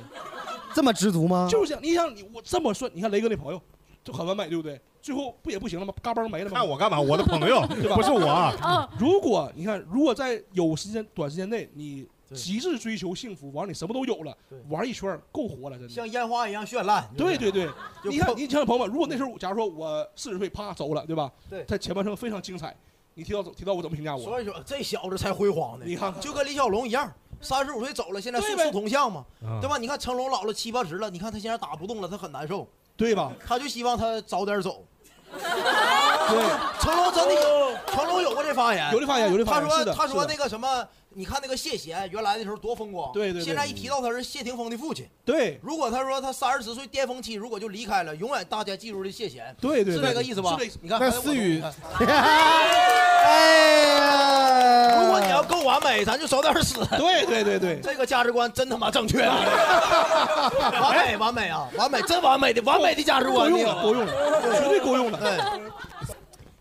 [SPEAKER 4] 这么知足吗？
[SPEAKER 2] 就是想，你想你我这么说，你看雷哥那朋友就很完美，对不对？最后不也不行了吗？嘎嘣没了吗？看
[SPEAKER 1] 我干嘛我的朋友
[SPEAKER 2] 对吧？
[SPEAKER 1] 不是我啊
[SPEAKER 2] 如果你看，如果在有时间短时间内，你极致追求幸福，完了你什么都有了，玩一圈儿够活了，真的。
[SPEAKER 6] 像烟花一样绚烂。
[SPEAKER 2] 对对对，
[SPEAKER 6] 就
[SPEAKER 2] 你看
[SPEAKER 6] 碰
[SPEAKER 2] 你像朋友们，如果那时候假如说我四十岁啪走了，对吧？
[SPEAKER 6] 对
[SPEAKER 2] 在前半生非常精彩，你提到提到我怎么评价我？
[SPEAKER 6] 所以说这小子才辉煌呢。
[SPEAKER 2] 你看看
[SPEAKER 6] 就跟李小龙一样，三十五岁走了，现在
[SPEAKER 2] 对
[SPEAKER 6] 速
[SPEAKER 2] 呗
[SPEAKER 6] 速同向嘛
[SPEAKER 4] 啊
[SPEAKER 2] 嗯，
[SPEAKER 6] 对吧？你看成龙老了七八十了，你看他现在打不动了，他很难受，
[SPEAKER 2] 对吧？
[SPEAKER 6] 他就希望他早点走。
[SPEAKER 2] 对，
[SPEAKER 6] 成龙真的有，成龙有过这发言，
[SPEAKER 2] 有这发言有这发言
[SPEAKER 6] 他
[SPEAKER 2] 是的
[SPEAKER 6] 说他
[SPEAKER 2] 是
[SPEAKER 6] 说
[SPEAKER 2] 的
[SPEAKER 6] 那个什么，你看那个谢贤，原来的时候多风光，
[SPEAKER 2] 对对对
[SPEAKER 6] 现在一提到他是谢霆锋的父亲。
[SPEAKER 2] 对，
[SPEAKER 6] 如果他说他三十岁巅峰期，如果就离开了，永远大家记住的谢贤，
[SPEAKER 2] 对对
[SPEAKER 6] 是
[SPEAKER 2] 对
[SPEAKER 6] 这个意思吧
[SPEAKER 2] 是这意思？
[SPEAKER 6] 你看，
[SPEAKER 2] 那
[SPEAKER 6] 还有我
[SPEAKER 2] 思 雨
[SPEAKER 6] 哎
[SPEAKER 4] 哎
[SPEAKER 6] 呀，如果你要够完美，咱就早点死。
[SPEAKER 2] 对对对对，
[SPEAKER 6] 这个价值观真他妈正确，啊 完美完美啊，完美真完美的完美的价值观，
[SPEAKER 2] 够用了，够用了，绝对够用了。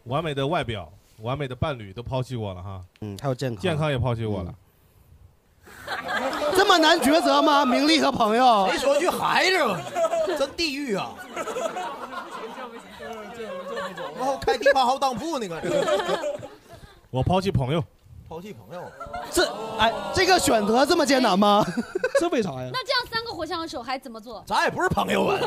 [SPEAKER 1] 完美的外表、完美的伴侣都抛弃我了哈，
[SPEAKER 4] 嗯，还有健康，嗯
[SPEAKER 1] 健康也抛弃我了。
[SPEAKER 4] 这么难抉择吗？名利和朋友，
[SPEAKER 6] 谁说句孩子吧，真地狱啊！然后开第八号当铺那个，
[SPEAKER 1] 我抛弃朋友，
[SPEAKER 6] 抛弃朋友，
[SPEAKER 4] 这哎，这个选择这么艰难吗？
[SPEAKER 2] 这为啥呀？
[SPEAKER 7] 那这样三个火枪手还怎么做？
[SPEAKER 6] 咱也不是朋友 啊，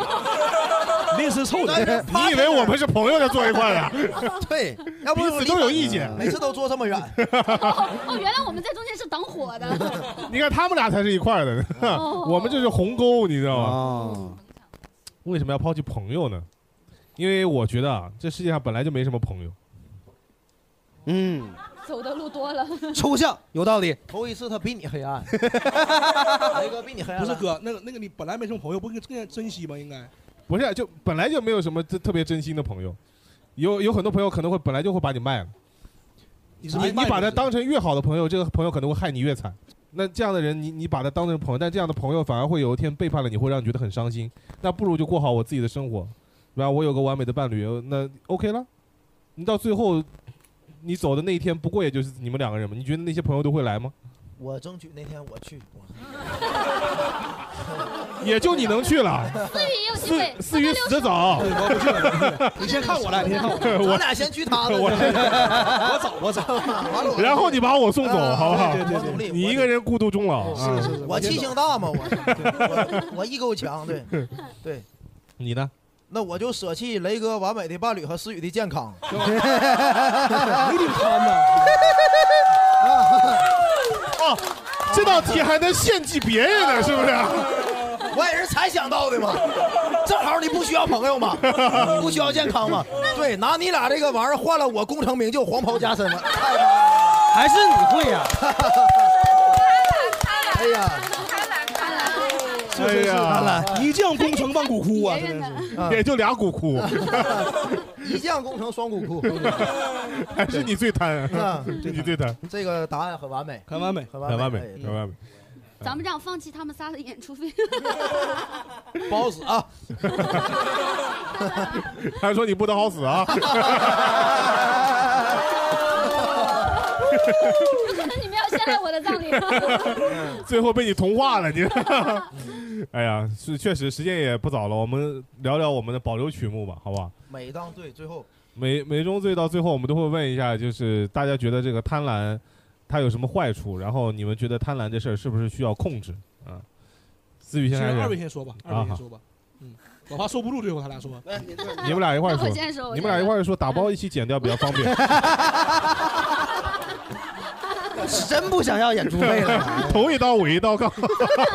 [SPEAKER 2] 临时凑
[SPEAKER 6] 的
[SPEAKER 1] 你以为我们是朋友才坐一块儿的？
[SPEAKER 6] 对，要不
[SPEAKER 1] 彼此都有意见
[SPEAKER 6] 每次都坐这么远。
[SPEAKER 7] 哦，原来我们在中间是挡火 的。
[SPEAKER 1] 你看他们俩才是一块儿的， 我们这是鸿沟，你知道
[SPEAKER 4] 吗？
[SPEAKER 1] 为什么要抛弃朋友呢？因为我觉得啊，这世界上本来就没什么朋友。
[SPEAKER 4] 嗯，
[SPEAKER 7] 走的路多 了。
[SPEAKER 4] 抽象有道理。
[SPEAKER 6] 头一次他比你黑暗，雷哥比你黑暗
[SPEAKER 2] 不
[SPEAKER 6] 了。
[SPEAKER 2] 是哥，那个那个你本来没什么朋友，不应该更加珍惜吗？应该。
[SPEAKER 1] 不是，啊就本来就没有什么特特别真心的朋友，有有很多朋友可能会本来就会把你卖了，
[SPEAKER 2] 你
[SPEAKER 1] 你你把他当成越好的朋友，这个朋友可能会害你越惨。那这样的人，你你把他当成朋友，但这样的朋友反而会有一天背叛了你，会让你觉得很伤心。那不如就过好我自己的生活，是吧？我有个完美的伴侣，那 OK 了。你到最后，你走的那一天，不过也就是你们两个人嘛。你觉得那些朋友都会来吗？
[SPEAKER 6] 我争取那天我去，我
[SPEAKER 1] 也就你能去了。
[SPEAKER 7] 思雨也有机会，
[SPEAKER 1] 思雨 死得早，
[SPEAKER 2] 你先看我来，你先看我
[SPEAKER 1] 我
[SPEAKER 6] 咱俩先去他的，
[SPEAKER 1] 我
[SPEAKER 6] 我
[SPEAKER 2] 走我走，
[SPEAKER 6] 完了我
[SPEAKER 1] 然后你把我送走，好不好？
[SPEAKER 6] 对对对对
[SPEAKER 1] 你一个人孤独终老。啊
[SPEAKER 6] 我气性大嘛，我我我一够强， 对对。
[SPEAKER 1] 你呢？
[SPEAKER 6] 那我就舍弃雷哥完美的伴侣和思雨的 健康，
[SPEAKER 2] 你挺贪呐。
[SPEAKER 1] 哦，这这道题还能献祭别人呢，是不啊是？
[SPEAKER 6] 我也是才想到的嘛，正好你不需要朋友嘛，不需要健康嘛，对，拿你俩这个玩意儿换了我功成名就、黄袍加身了，还是你会呀、哎呀，
[SPEAKER 2] 是是是，一将功成万骨枯啊，真的是，
[SPEAKER 1] 哎也就俩骨枯，
[SPEAKER 6] 一将功成双骨枯，
[SPEAKER 1] 还是你最贪
[SPEAKER 6] 啊，
[SPEAKER 1] 你最贪，
[SPEAKER 6] 这个答案很完美，
[SPEAKER 2] 很完美，
[SPEAKER 1] 很
[SPEAKER 6] 很完
[SPEAKER 1] 完
[SPEAKER 6] 美，
[SPEAKER 1] 美
[SPEAKER 6] 哎，
[SPEAKER 1] 很完美。
[SPEAKER 7] 咱们这样放弃他们仨的演出费，
[SPEAKER 6] 不好使啊！
[SPEAKER 1] 他说你不得好死啊！
[SPEAKER 7] 你们要先来我的 葬礼吗？
[SPEAKER 1] 最后被你同化了，你。哎呀，是确实时间也不早了，我们聊聊我们的保留曲目吧，好不好？
[SPEAKER 6] 每当对最后，
[SPEAKER 1] 每每宗罪到最后，我们都会问一下，就是大家觉得这个贪婪它有什么坏处？然后你们觉得贪婪这事儿是不是需要控制？啊，思雨先
[SPEAKER 2] 是
[SPEAKER 1] 开始，
[SPEAKER 2] 二位先说吧，二位
[SPEAKER 1] 啊
[SPEAKER 2] 先说吧，嗯，我怕受不住，最后他俩说，嗯
[SPEAKER 1] 你们俩一块儿
[SPEAKER 7] 那
[SPEAKER 1] 说，
[SPEAKER 7] 我先说我
[SPEAKER 1] 你
[SPEAKER 7] 先
[SPEAKER 1] 们俩一块儿说，打包一起剪掉比较方便。
[SPEAKER 6] 是真不想要演出费 了，
[SPEAKER 1] 头一刀我一刀，告诉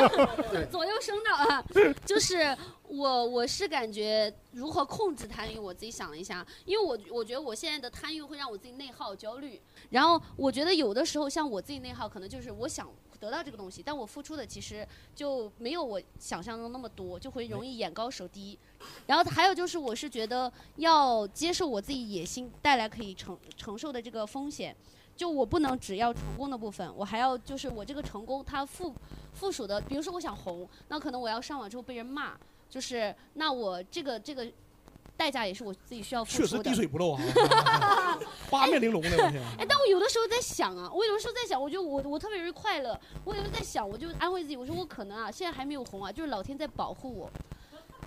[SPEAKER 7] 左右声道啊，就是我我是感觉如何控制贪欲，我自己想了一下，因为我我觉得我现在的贪欲会让我自己内耗焦虑，然后我觉得有的时候像我自己内耗，可能就是我想得到这个东西，但我付出的其实就没有我想象中那么多，就会容易眼高手低。然后还有就是，我是觉得要接受我自己野心带来可以承承受的这个风险。就我不能只要成功的部分，我还要就是我这个成功它附附属的，比如说我想红，那可能我要上网之后被人骂，就是那我这个这个代价也是我自己需要付
[SPEAKER 2] 确实
[SPEAKER 7] 出的。
[SPEAKER 2] 滴水不漏啊，八面玲珑的，我天，
[SPEAKER 7] 哎，但我有的时候在想啊，我有的时候在想，我就我我特别容易快乐，我有时候在想，我就安慰自己，我说我可能啊，现在还没有红啊，就是老天在保护我。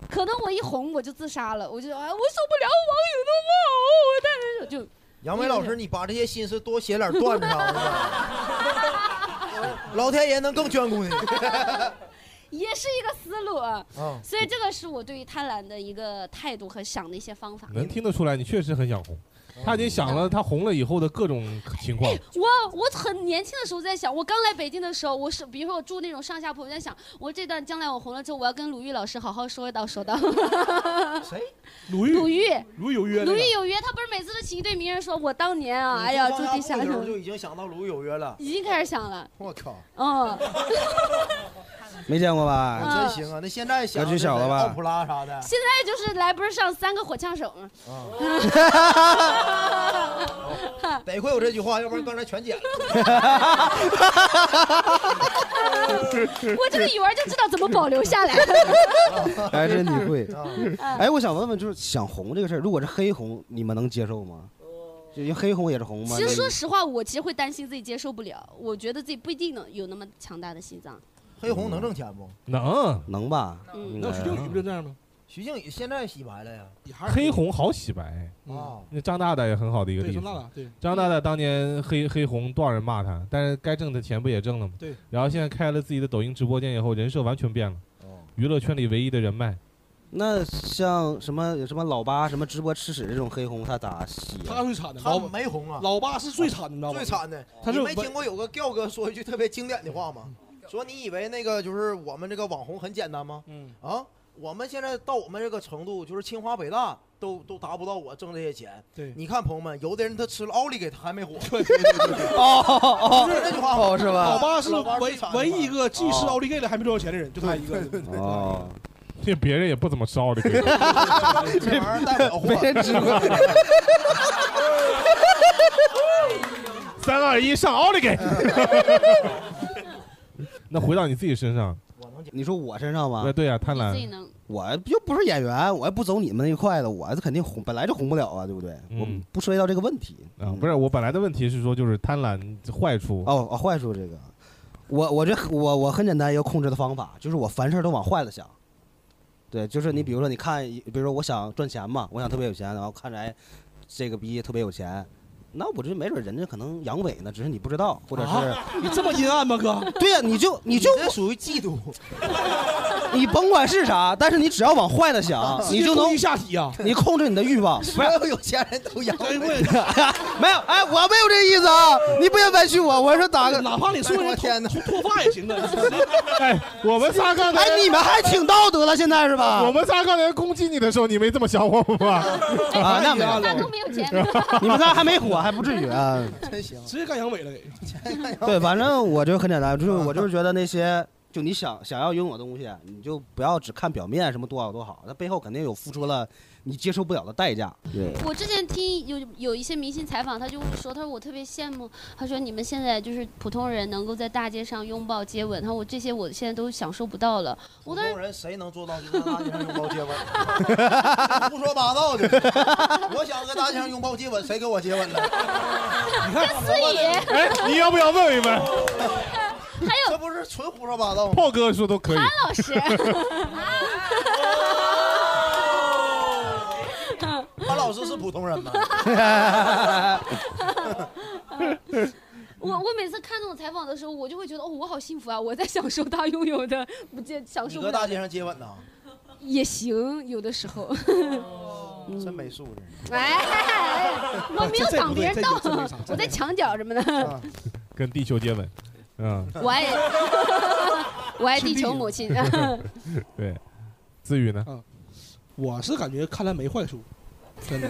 [SPEAKER 7] 可能我一红我就自杀了，我就哎，我受不了网友的骂我，但是就
[SPEAKER 6] 杨梅老师，你把这些心思多写点段子啊， 老天爷能更眷顾你。
[SPEAKER 7] 也是一个思路啊。
[SPEAKER 1] 嗯
[SPEAKER 7] 所以这个是我对于贪婪的一个态度和想的一些方法。
[SPEAKER 1] 能听得出来，你确实很想红。他已经想了他红了以后的各种情况。
[SPEAKER 7] 我哎我很年轻的时候在想，我刚来北京的时候，我是比如说我住那种上下铺，我在想，我这段将来我红了之后，我要跟鲁豫老师好好说一道说道。
[SPEAKER 6] 谁？
[SPEAKER 2] 鲁豫，
[SPEAKER 7] 鲁豫，
[SPEAKER 2] 鲁豫有约，
[SPEAKER 7] 鲁豫有约，他不是每次都请一堆名人说，我当年啊，哎
[SPEAKER 6] 你
[SPEAKER 7] 呀，
[SPEAKER 6] 从
[SPEAKER 7] 朱
[SPEAKER 6] 上
[SPEAKER 7] 迪
[SPEAKER 6] 下铺
[SPEAKER 7] 霞
[SPEAKER 6] 的时候就已经想到鲁豫有约了，
[SPEAKER 7] 已经开始想了，
[SPEAKER 6] 我靠，
[SPEAKER 7] 嗯，
[SPEAKER 4] 没见过
[SPEAKER 6] 我
[SPEAKER 4] 吧？
[SPEAKER 6] 真行啊！那现在想哦
[SPEAKER 4] 格局小了吧
[SPEAKER 6] 奥普拉啥的，
[SPEAKER 7] 现在就是来不是上三个火枪手 吗？
[SPEAKER 6] 得亏有这句话，要不然刚才全剪了。
[SPEAKER 7] 我这个语文就知道怎么保留下来。
[SPEAKER 4] 还真哎你 会
[SPEAKER 6] 啊。
[SPEAKER 7] 嗯
[SPEAKER 4] 哎，我想问问，就是想红这个事儿，如果是黑红，你们能接受吗？就因为黑红也是红嘛。
[SPEAKER 7] 其实
[SPEAKER 4] 你
[SPEAKER 7] 说实话，我其实会担心自己接受不了，我觉得自己不一定能有那么强大的心脏。
[SPEAKER 6] 黑红能挣钱不？
[SPEAKER 1] 能
[SPEAKER 4] 能吧？
[SPEAKER 7] 嗯
[SPEAKER 4] 应
[SPEAKER 2] 那
[SPEAKER 4] 该
[SPEAKER 2] 徐靖宇不就这样吗？
[SPEAKER 6] 徐静宇现在洗白了呀？
[SPEAKER 1] 黑红好洗白
[SPEAKER 4] 啊
[SPEAKER 6] 哦
[SPEAKER 1] 那张大大也很好的一个例
[SPEAKER 2] 对
[SPEAKER 1] 子。
[SPEAKER 2] 张大大对
[SPEAKER 1] 张大大当年黑黑红多少人骂他，但是该挣的钱不也挣了吗？
[SPEAKER 2] 对。
[SPEAKER 1] 然后现在开了自己的抖音直播间以后，人设完全变了
[SPEAKER 6] 哦。
[SPEAKER 1] 娱乐圈里唯一的人脉，
[SPEAKER 4] 那像什么有什么老八什么直播吃屎这种黑红，他咋洗啊？
[SPEAKER 2] 他最惨的，
[SPEAKER 6] 他
[SPEAKER 2] 老
[SPEAKER 6] 没红啊，
[SPEAKER 2] 老八是最惨的，你知道吗？
[SPEAKER 6] 最惨的。
[SPEAKER 2] 他
[SPEAKER 6] 你
[SPEAKER 2] 是嗯
[SPEAKER 6] 没听过有个调哥说一句特别经典的话吗？说你以为那个就是我们这个网红很简单吗？
[SPEAKER 2] 嗯
[SPEAKER 6] 啊，我们现在到我们这个程度，就是清华北大都都达不到我挣这些钱。
[SPEAKER 2] 对
[SPEAKER 6] 你看朋友们，有的人他吃了奥利给，他 还没火。
[SPEAKER 4] 哦哦
[SPEAKER 6] 就是那句话吗
[SPEAKER 4] 哦是吧
[SPEAKER 2] 老八是
[SPEAKER 6] 老八是最
[SPEAKER 2] 唯
[SPEAKER 6] 惨的
[SPEAKER 2] 唯一一个既吃奥利给了还没多少钱的人，就他一个。
[SPEAKER 4] 哦，
[SPEAKER 1] 这别人也不怎么烧的。
[SPEAKER 6] 这玩意儿带不了货。
[SPEAKER 1] 没人知道 三二一，上奥 利给！那回到你自己身上，
[SPEAKER 4] 你说我身上吧
[SPEAKER 1] 哎，对呀、贪婪
[SPEAKER 7] 自己能
[SPEAKER 4] 我又不是演员，我又不走你们那一块的，我这肯定红，本来就红不了啊，对不对？我
[SPEAKER 1] 嗯
[SPEAKER 4] 不涉及到这个问题。
[SPEAKER 1] 啊，不是我本来的问题是说，就是贪婪坏处。
[SPEAKER 4] 哦，哦坏处这个，我我这我我很简单一个控制的方法，就是我凡事都往坏了想。对，就是你比如说，你看，比如说我想赚钱嘛，我想特别有钱，然后看着哎，这个逼特别有钱，那我这没准人家可能阳痿呢，只是你不知道，或者是、
[SPEAKER 2] 啊你这么阴暗吗，哥？
[SPEAKER 4] 对呀、你就你就
[SPEAKER 6] 这属于嫉妒。
[SPEAKER 4] 你甭管是啥，但是你只要往坏的
[SPEAKER 6] 啊
[SPEAKER 4] 想，你就能
[SPEAKER 2] 故意下体啊！
[SPEAKER 4] 你控制你的欲望。
[SPEAKER 6] 所有有钱人都养
[SPEAKER 4] 没有，哎，我没有这意思 啊！你不要委屈我，我是打个，
[SPEAKER 2] 哪怕你
[SPEAKER 6] 哎
[SPEAKER 4] 说我天
[SPEAKER 2] 哪，脱发也行的。
[SPEAKER 1] 哎，我们仨刚才，
[SPEAKER 4] 哎，你们还挺道德了，现在是吧？
[SPEAKER 1] 我们仨刚才攻击你的时候，你没这么想我们吧？
[SPEAKER 4] 啊，那没有，
[SPEAKER 7] 都没有钱，
[SPEAKER 4] 你们仨还没火，还不至于 啊。
[SPEAKER 6] 真行，
[SPEAKER 2] 直接干阳痿了给。
[SPEAKER 4] 对，反正我就很简单，就是我就是觉得那
[SPEAKER 6] 嗯
[SPEAKER 4] 些，就你想想要拥有的东西，你就不要只看表面，什么多好多好，它背后肯定有付出了你接受不了的代价。对
[SPEAKER 7] 我之前听有有一些明星采访，他就会说，他说我特别羡慕，他说你们现在就是普通人能够在大街上拥抱接吻，他说我这些我现在都享受不到了。
[SPEAKER 6] 普通人谁能做到就 跟大街上拥抱接吻？ 胡说八道的！ 我想跟大街上拥抱接吻，谁给我接吻 呢？你看，
[SPEAKER 7] 所以
[SPEAKER 1] 哎，你要不要问一问？
[SPEAKER 7] 还有，
[SPEAKER 6] 这不是纯胡说八道吗？
[SPEAKER 1] 炮哥说都可以。
[SPEAKER 7] 潘老师，
[SPEAKER 6] 潘老师是普通 人吗？
[SPEAKER 7] 我我每次看这种采访的时候，我就会觉得哦，我好幸福啊！我在享受他拥有的，不接享
[SPEAKER 6] 你
[SPEAKER 7] 受不
[SPEAKER 6] 搁
[SPEAKER 7] 了
[SPEAKER 6] 大街上接吻呢？
[SPEAKER 7] 也行，有的时候。
[SPEAKER 6] 哦真没素质。
[SPEAKER 7] 哎， 我没有
[SPEAKER 6] 这这
[SPEAKER 7] 挡
[SPEAKER 6] 不
[SPEAKER 7] 别
[SPEAKER 6] 对
[SPEAKER 7] 人
[SPEAKER 6] 这
[SPEAKER 7] 道
[SPEAKER 6] 这这没啊嗯啥，
[SPEAKER 7] 我在墙角什么 的。
[SPEAKER 1] 跟地球接吻，嗯，
[SPEAKER 7] 我爱， 我爱地球母亲。
[SPEAKER 1] 对，子宇呢？
[SPEAKER 2] 啊我是感觉看来没坏处， 真的。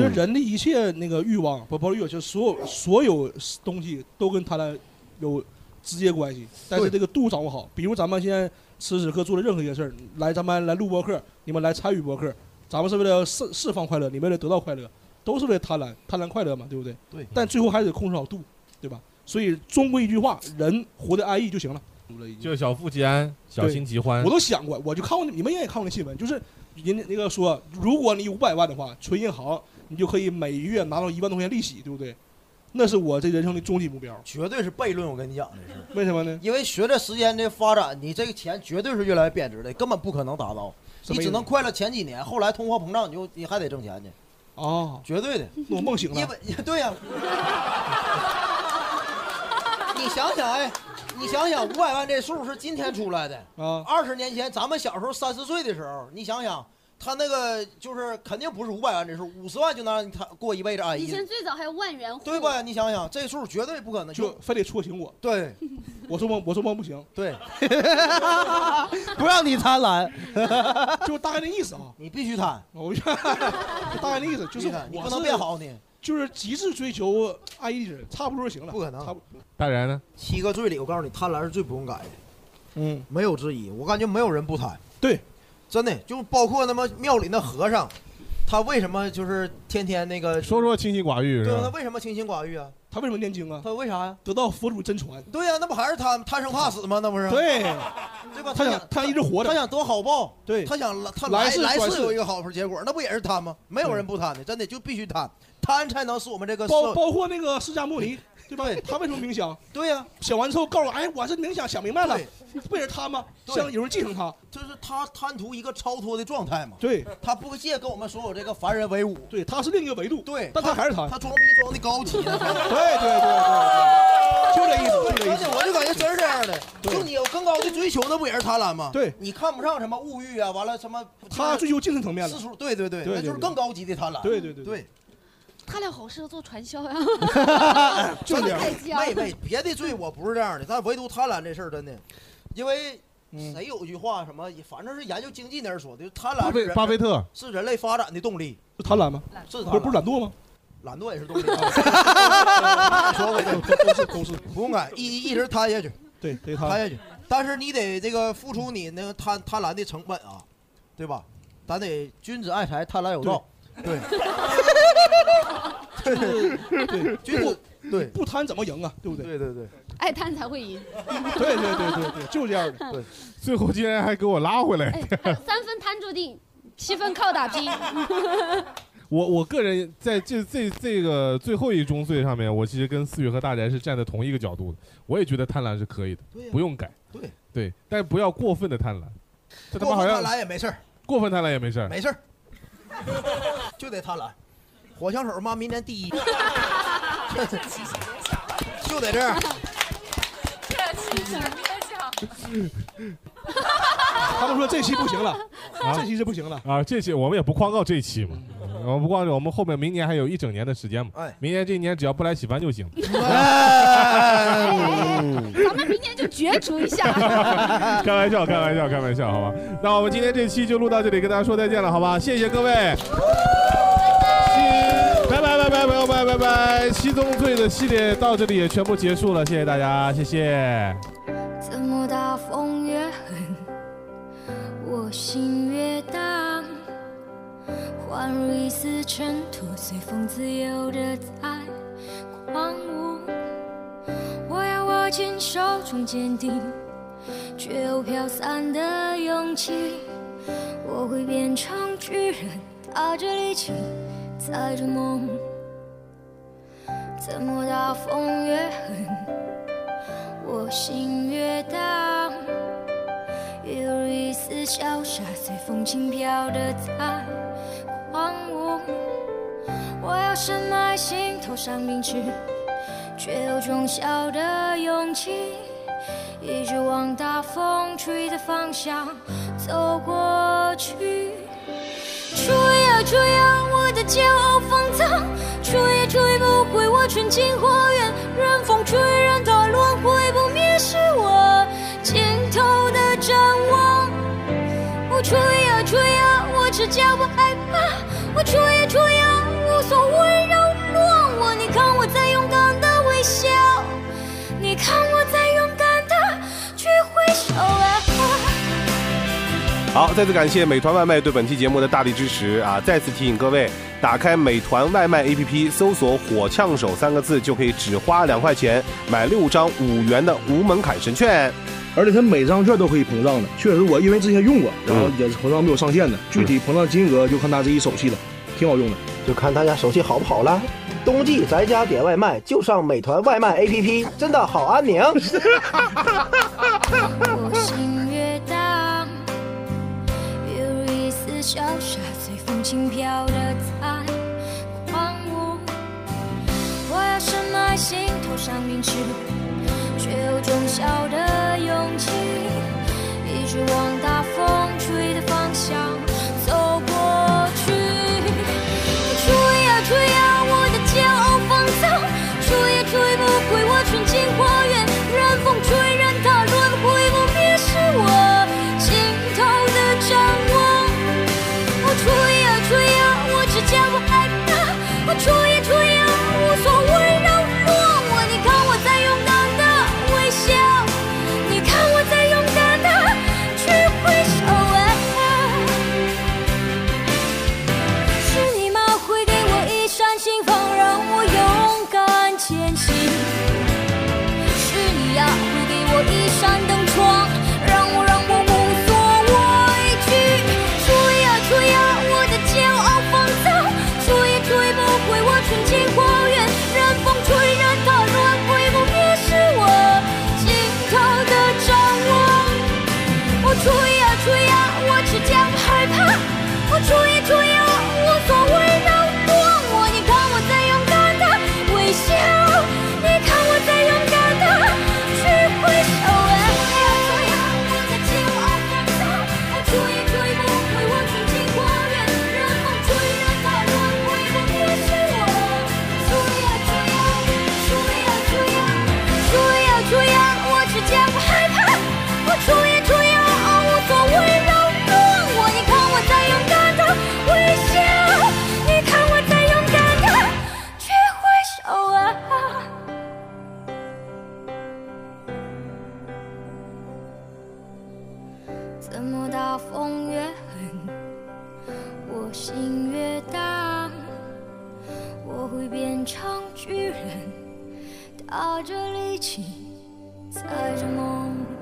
[SPEAKER 2] 我觉得人的一切那个欲望，不不是欲望，就是所有所有东西都跟贪婪有直接关系。但是这个度掌握好，比如咱们现在此时此刻做的任何一件事儿，来咱们来录播客，你们来参与播客，咱们是为了释释放快乐，你们为了得到快乐，都是为了贪婪，贪婪快乐嘛，对不对？
[SPEAKER 6] 对。
[SPEAKER 2] 但最后还得控制好度，对吧？所以终归一句话，人活得安逸就行了。
[SPEAKER 1] 就小富即安，小心即欢。
[SPEAKER 2] 我都想过，我就看过那你们应该也看过那新闻，就是人家那个说，如果你五百万的话，存银行，你就可以每月拿到一万多块钱利息，对不对？那是我这人生的终极目标。
[SPEAKER 6] 绝对是悖论，我跟你讲，这是。
[SPEAKER 2] 为什么呢？
[SPEAKER 6] 因为随着时间的发展，你这个钱绝对是越来越贬值的，根本不可能达到。
[SPEAKER 2] 什么意思
[SPEAKER 6] 你只能快乐前几年，后来通货膨胀，你就你还得挣钱去。
[SPEAKER 2] 哦，
[SPEAKER 6] 绝对的。
[SPEAKER 2] 那我梦醒了
[SPEAKER 6] 因为对呀、你想想，哎，你想想，五百万这数是今天出来的
[SPEAKER 2] 啊。
[SPEAKER 6] 二十年前，咱们小时候三四岁的时候，你想想，他那个就是肯定不是五百万这数，五十万就能让他过一辈子安
[SPEAKER 7] 以
[SPEAKER 6] 逸了
[SPEAKER 7] 前，最早还有万元户，
[SPEAKER 6] 对吧？你想想，这数绝对不可能。
[SPEAKER 2] 就非得戳醒我。
[SPEAKER 6] 对，
[SPEAKER 2] 我说梦，我说梦不行。
[SPEAKER 6] 对，
[SPEAKER 4] 不让你贪婪，
[SPEAKER 2] 就大概那意思啊。
[SPEAKER 6] 你必须贪，
[SPEAKER 2] 我大概那意思 就是
[SPEAKER 6] 你看你
[SPEAKER 2] 我
[SPEAKER 6] 不能
[SPEAKER 2] 是
[SPEAKER 6] 变好你，
[SPEAKER 2] 就是极致追求安逸的人，差不多就行了。
[SPEAKER 6] 不可能
[SPEAKER 2] 差不多。
[SPEAKER 1] 大然呢？
[SPEAKER 6] 七个罪里，我告诉你，贪婪是最不用改的，
[SPEAKER 2] 嗯，
[SPEAKER 6] 没有之一。我感觉没有人不贪，
[SPEAKER 2] 对，
[SPEAKER 6] 真的就包括他妈庙里那和尚，他为什么就是天天那个，
[SPEAKER 1] 说啊说清心寡欲是
[SPEAKER 6] 对，他
[SPEAKER 1] 吧？
[SPEAKER 6] 为什么清心寡欲啊？
[SPEAKER 2] 他为什么念经啊？
[SPEAKER 6] 他为啥呀？
[SPEAKER 2] 得到佛祖真传。
[SPEAKER 6] 对呀、那不还是贪贪生怕死吗？那不是？
[SPEAKER 2] 对，
[SPEAKER 6] 对吧？
[SPEAKER 2] 他
[SPEAKER 6] 想
[SPEAKER 2] 想他一直活着
[SPEAKER 6] 他想多好报，
[SPEAKER 2] 对
[SPEAKER 6] 他想来他
[SPEAKER 2] 来
[SPEAKER 6] 来
[SPEAKER 2] 世转
[SPEAKER 6] 世
[SPEAKER 2] 世
[SPEAKER 6] 有一 个好结果，那不也是贪吗？没有人不贪的，真的就必须贪，贪才能使我们这个
[SPEAKER 2] 包
[SPEAKER 6] 社
[SPEAKER 2] 包括那个释迦牟尼，对吧？他为什么冥想？
[SPEAKER 6] 对呀、
[SPEAKER 2] 想完之后告诉我，哎，我是冥想想明白了，不也是他吗？
[SPEAKER 6] 对
[SPEAKER 2] 像有人继承他，
[SPEAKER 6] 就是他贪图一个超脱的状态嘛。
[SPEAKER 2] 对，
[SPEAKER 6] 他不屑跟我们所有这个凡人为伍。
[SPEAKER 2] 对，他是另一个维度。
[SPEAKER 6] 对，
[SPEAKER 2] 但他还是他
[SPEAKER 6] 他装逼装的高级 呢。
[SPEAKER 2] 对对对对，就这意思，就这
[SPEAKER 6] 对，
[SPEAKER 2] 意
[SPEAKER 6] 而且
[SPEAKER 2] 思。
[SPEAKER 6] 我就感觉真是这样的，
[SPEAKER 2] 对
[SPEAKER 6] 就你有更高的追求，那不也是贪婪吗？
[SPEAKER 2] 对
[SPEAKER 6] 你看不上什么物欲啊，完了什么，
[SPEAKER 2] 他追求精神层面
[SPEAKER 6] 世
[SPEAKER 2] 了。
[SPEAKER 6] 俗，对对对，
[SPEAKER 2] 对
[SPEAKER 6] 那
[SPEAKER 2] 对
[SPEAKER 6] 就是更高级的贪婪。
[SPEAKER 2] 对对对
[SPEAKER 6] 对，
[SPEAKER 7] 他俩好适合做传销啊呀、
[SPEAKER 6] 就
[SPEAKER 7] 这
[SPEAKER 6] 这
[SPEAKER 7] 样太激
[SPEAKER 6] 样。
[SPEAKER 7] 昂
[SPEAKER 6] 妹妹，别的罪我不是这样的，但唯独贪婪这事儿真的，因为谁有句话什么，反正是研究经济那人说的，就贪婪
[SPEAKER 1] 嗯巴
[SPEAKER 6] 是
[SPEAKER 1] 菲
[SPEAKER 6] 人
[SPEAKER 1] 巴菲特
[SPEAKER 6] 是人类发展的动力，
[SPEAKER 2] 贪婪吗？啊
[SPEAKER 6] 是
[SPEAKER 2] 不是不是懒惰吗？
[SPEAKER 6] 懒惰也 是动力。啊说回去，
[SPEAKER 2] 都是都是
[SPEAKER 6] 不用改，一一直贪下去，
[SPEAKER 2] 对，得
[SPEAKER 6] 贪
[SPEAKER 2] 他
[SPEAKER 6] 下去。但是你得这个付出你那个贪贪婪的成本啊，对吧？咱得君子爱财，贪婪有道。对，
[SPEAKER 2] 对，
[SPEAKER 6] 君子对
[SPEAKER 2] 不贪怎么赢啊？对不对？
[SPEAKER 6] 对对对，
[SPEAKER 7] 爱贪才会赢，
[SPEAKER 2] 对对对对对，就是这样的。啊
[SPEAKER 6] 对，
[SPEAKER 1] 最后竟然还给我拉回来。
[SPEAKER 7] 三分贪注定，七分靠打拼。
[SPEAKER 1] 我我个人在这这这个最后一宗罪上面，我其实跟思雨和大宅是站在同一个角度的。我也觉得贪婪是可以的，不用改。
[SPEAKER 6] 对
[SPEAKER 1] 对，但是不要过分的贪婪。这他
[SPEAKER 6] 过
[SPEAKER 1] 妈好
[SPEAKER 6] 分
[SPEAKER 1] 像
[SPEAKER 6] 贪婪也没事儿，
[SPEAKER 1] 过分贪婪也没事儿，
[SPEAKER 6] 没事儿，就得贪婪。火枪手妈明年第一，就得这样。
[SPEAKER 20] 这气质面相，
[SPEAKER 2] 他们说这期不 行了， 这期是不行了。
[SPEAKER 1] 啊，这期我们也不广告这一期嘛，我们不光是我们后面明年还有一整年的时间嘛，
[SPEAKER 6] 哎
[SPEAKER 1] 明年这一年只要不来喜番就行。
[SPEAKER 7] 咱们明年就角逐一下。
[SPEAKER 1] 开玩笑，开玩笑，开玩笑，好吧。那我们今天这期就录到这里，跟大家说再见了，好吧？谢谢各位，西拜拜拜拜拜拜拜拜，七宗罪的系列到这里也全部结束了，谢谢大家，谢谢。
[SPEAKER 3] 怎么大风越狠，我心越荡，宛如一丝尘土，随风自由的在狂舞。我要握紧手中坚定，却又飘散的勇气。我会变成巨人，踏着力气，载着梦。怎么大风越狠？我心越荡，犹如一丝潇洒，随风轻飘的在狂舞。我要深埋心头上冰池，却有种小的勇气，一直往大风吹的方向走过去。吹呀吹呀，我的骄傲放荡，吹也吹不回我纯净火焰，任风吹，任它轮回不灭，是我尽头的展望。我吹呀吹呀，我赤脚不害怕，我吹呀吹呀，无所谓扰乱我。你看我在勇敢的微笑，你看我在勇敢的去挥手啊。
[SPEAKER 23] 好，再次感谢美团外卖对本期节目的大力支持啊！再次提醒各位，打开美团外卖 APP，搜索“火枪手”三个字，就可以只花两块钱买六张五元的无门槛神券。
[SPEAKER 24] 而且它每张券都可以膨胀的，确实我因为之前用过，然后
[SPEAKER 23] 嗯
[SPEAKER 24] 也是膨胀没有上限的，具体膨胀金额就看大家自己手气了，挺好用的。
[SPEAKER 25] 就看大家手气好不好了。冬季在家点外卖，就上美团外卖 APP，真的好安 宁。
[SPEAKER 3] 我心越荡，犹如一丝潇洒，随风轻飘的在狂舞。我要深埋心头上明池，却有种小的勇气，一直往大风吹的方向走过去。吹呀吹呀，我的骄傲放纵，吹也吹不回我纯净火焰，任风吹，任它轮回不灭，是我尽头的展望。我吹呀吹呀，我只脚不害怕，我吹呀吹呀，无所谓扰乱我。你看我在勇敢的微笑，你看我在勇敢的去挥手啊。是你吗？会给我一扇心房，让我勇敢前行。是你呀，会给我一扇灯窗，让我让我无所畏惧。吹呀吹呀，我的骄傲放纵，吹也吹不回我纯净火焰。任风吹，任它乱回不灭，是我尽头的展望。我啊吹呀吹呀，我只将害怕。我吹呀吹呀，无啊所谓扰乱我。你看我在勇敢的微笑，你看我在勇敢的去挥手啊。我吹也吹不回我纯净火焰，任风吹，任它乱回不灭是我。啊吹呀吹呀，吹呀吹呀，吹呀吹呀，我只将不害怕。我吹呀吹呀，哦无所谓扰乱我。你看我在勇敢的微笑，你看我在勇敢的去挥手啊。怎么大风越狠，我心越荡，我会变成巨人，踏着力气，载着梦。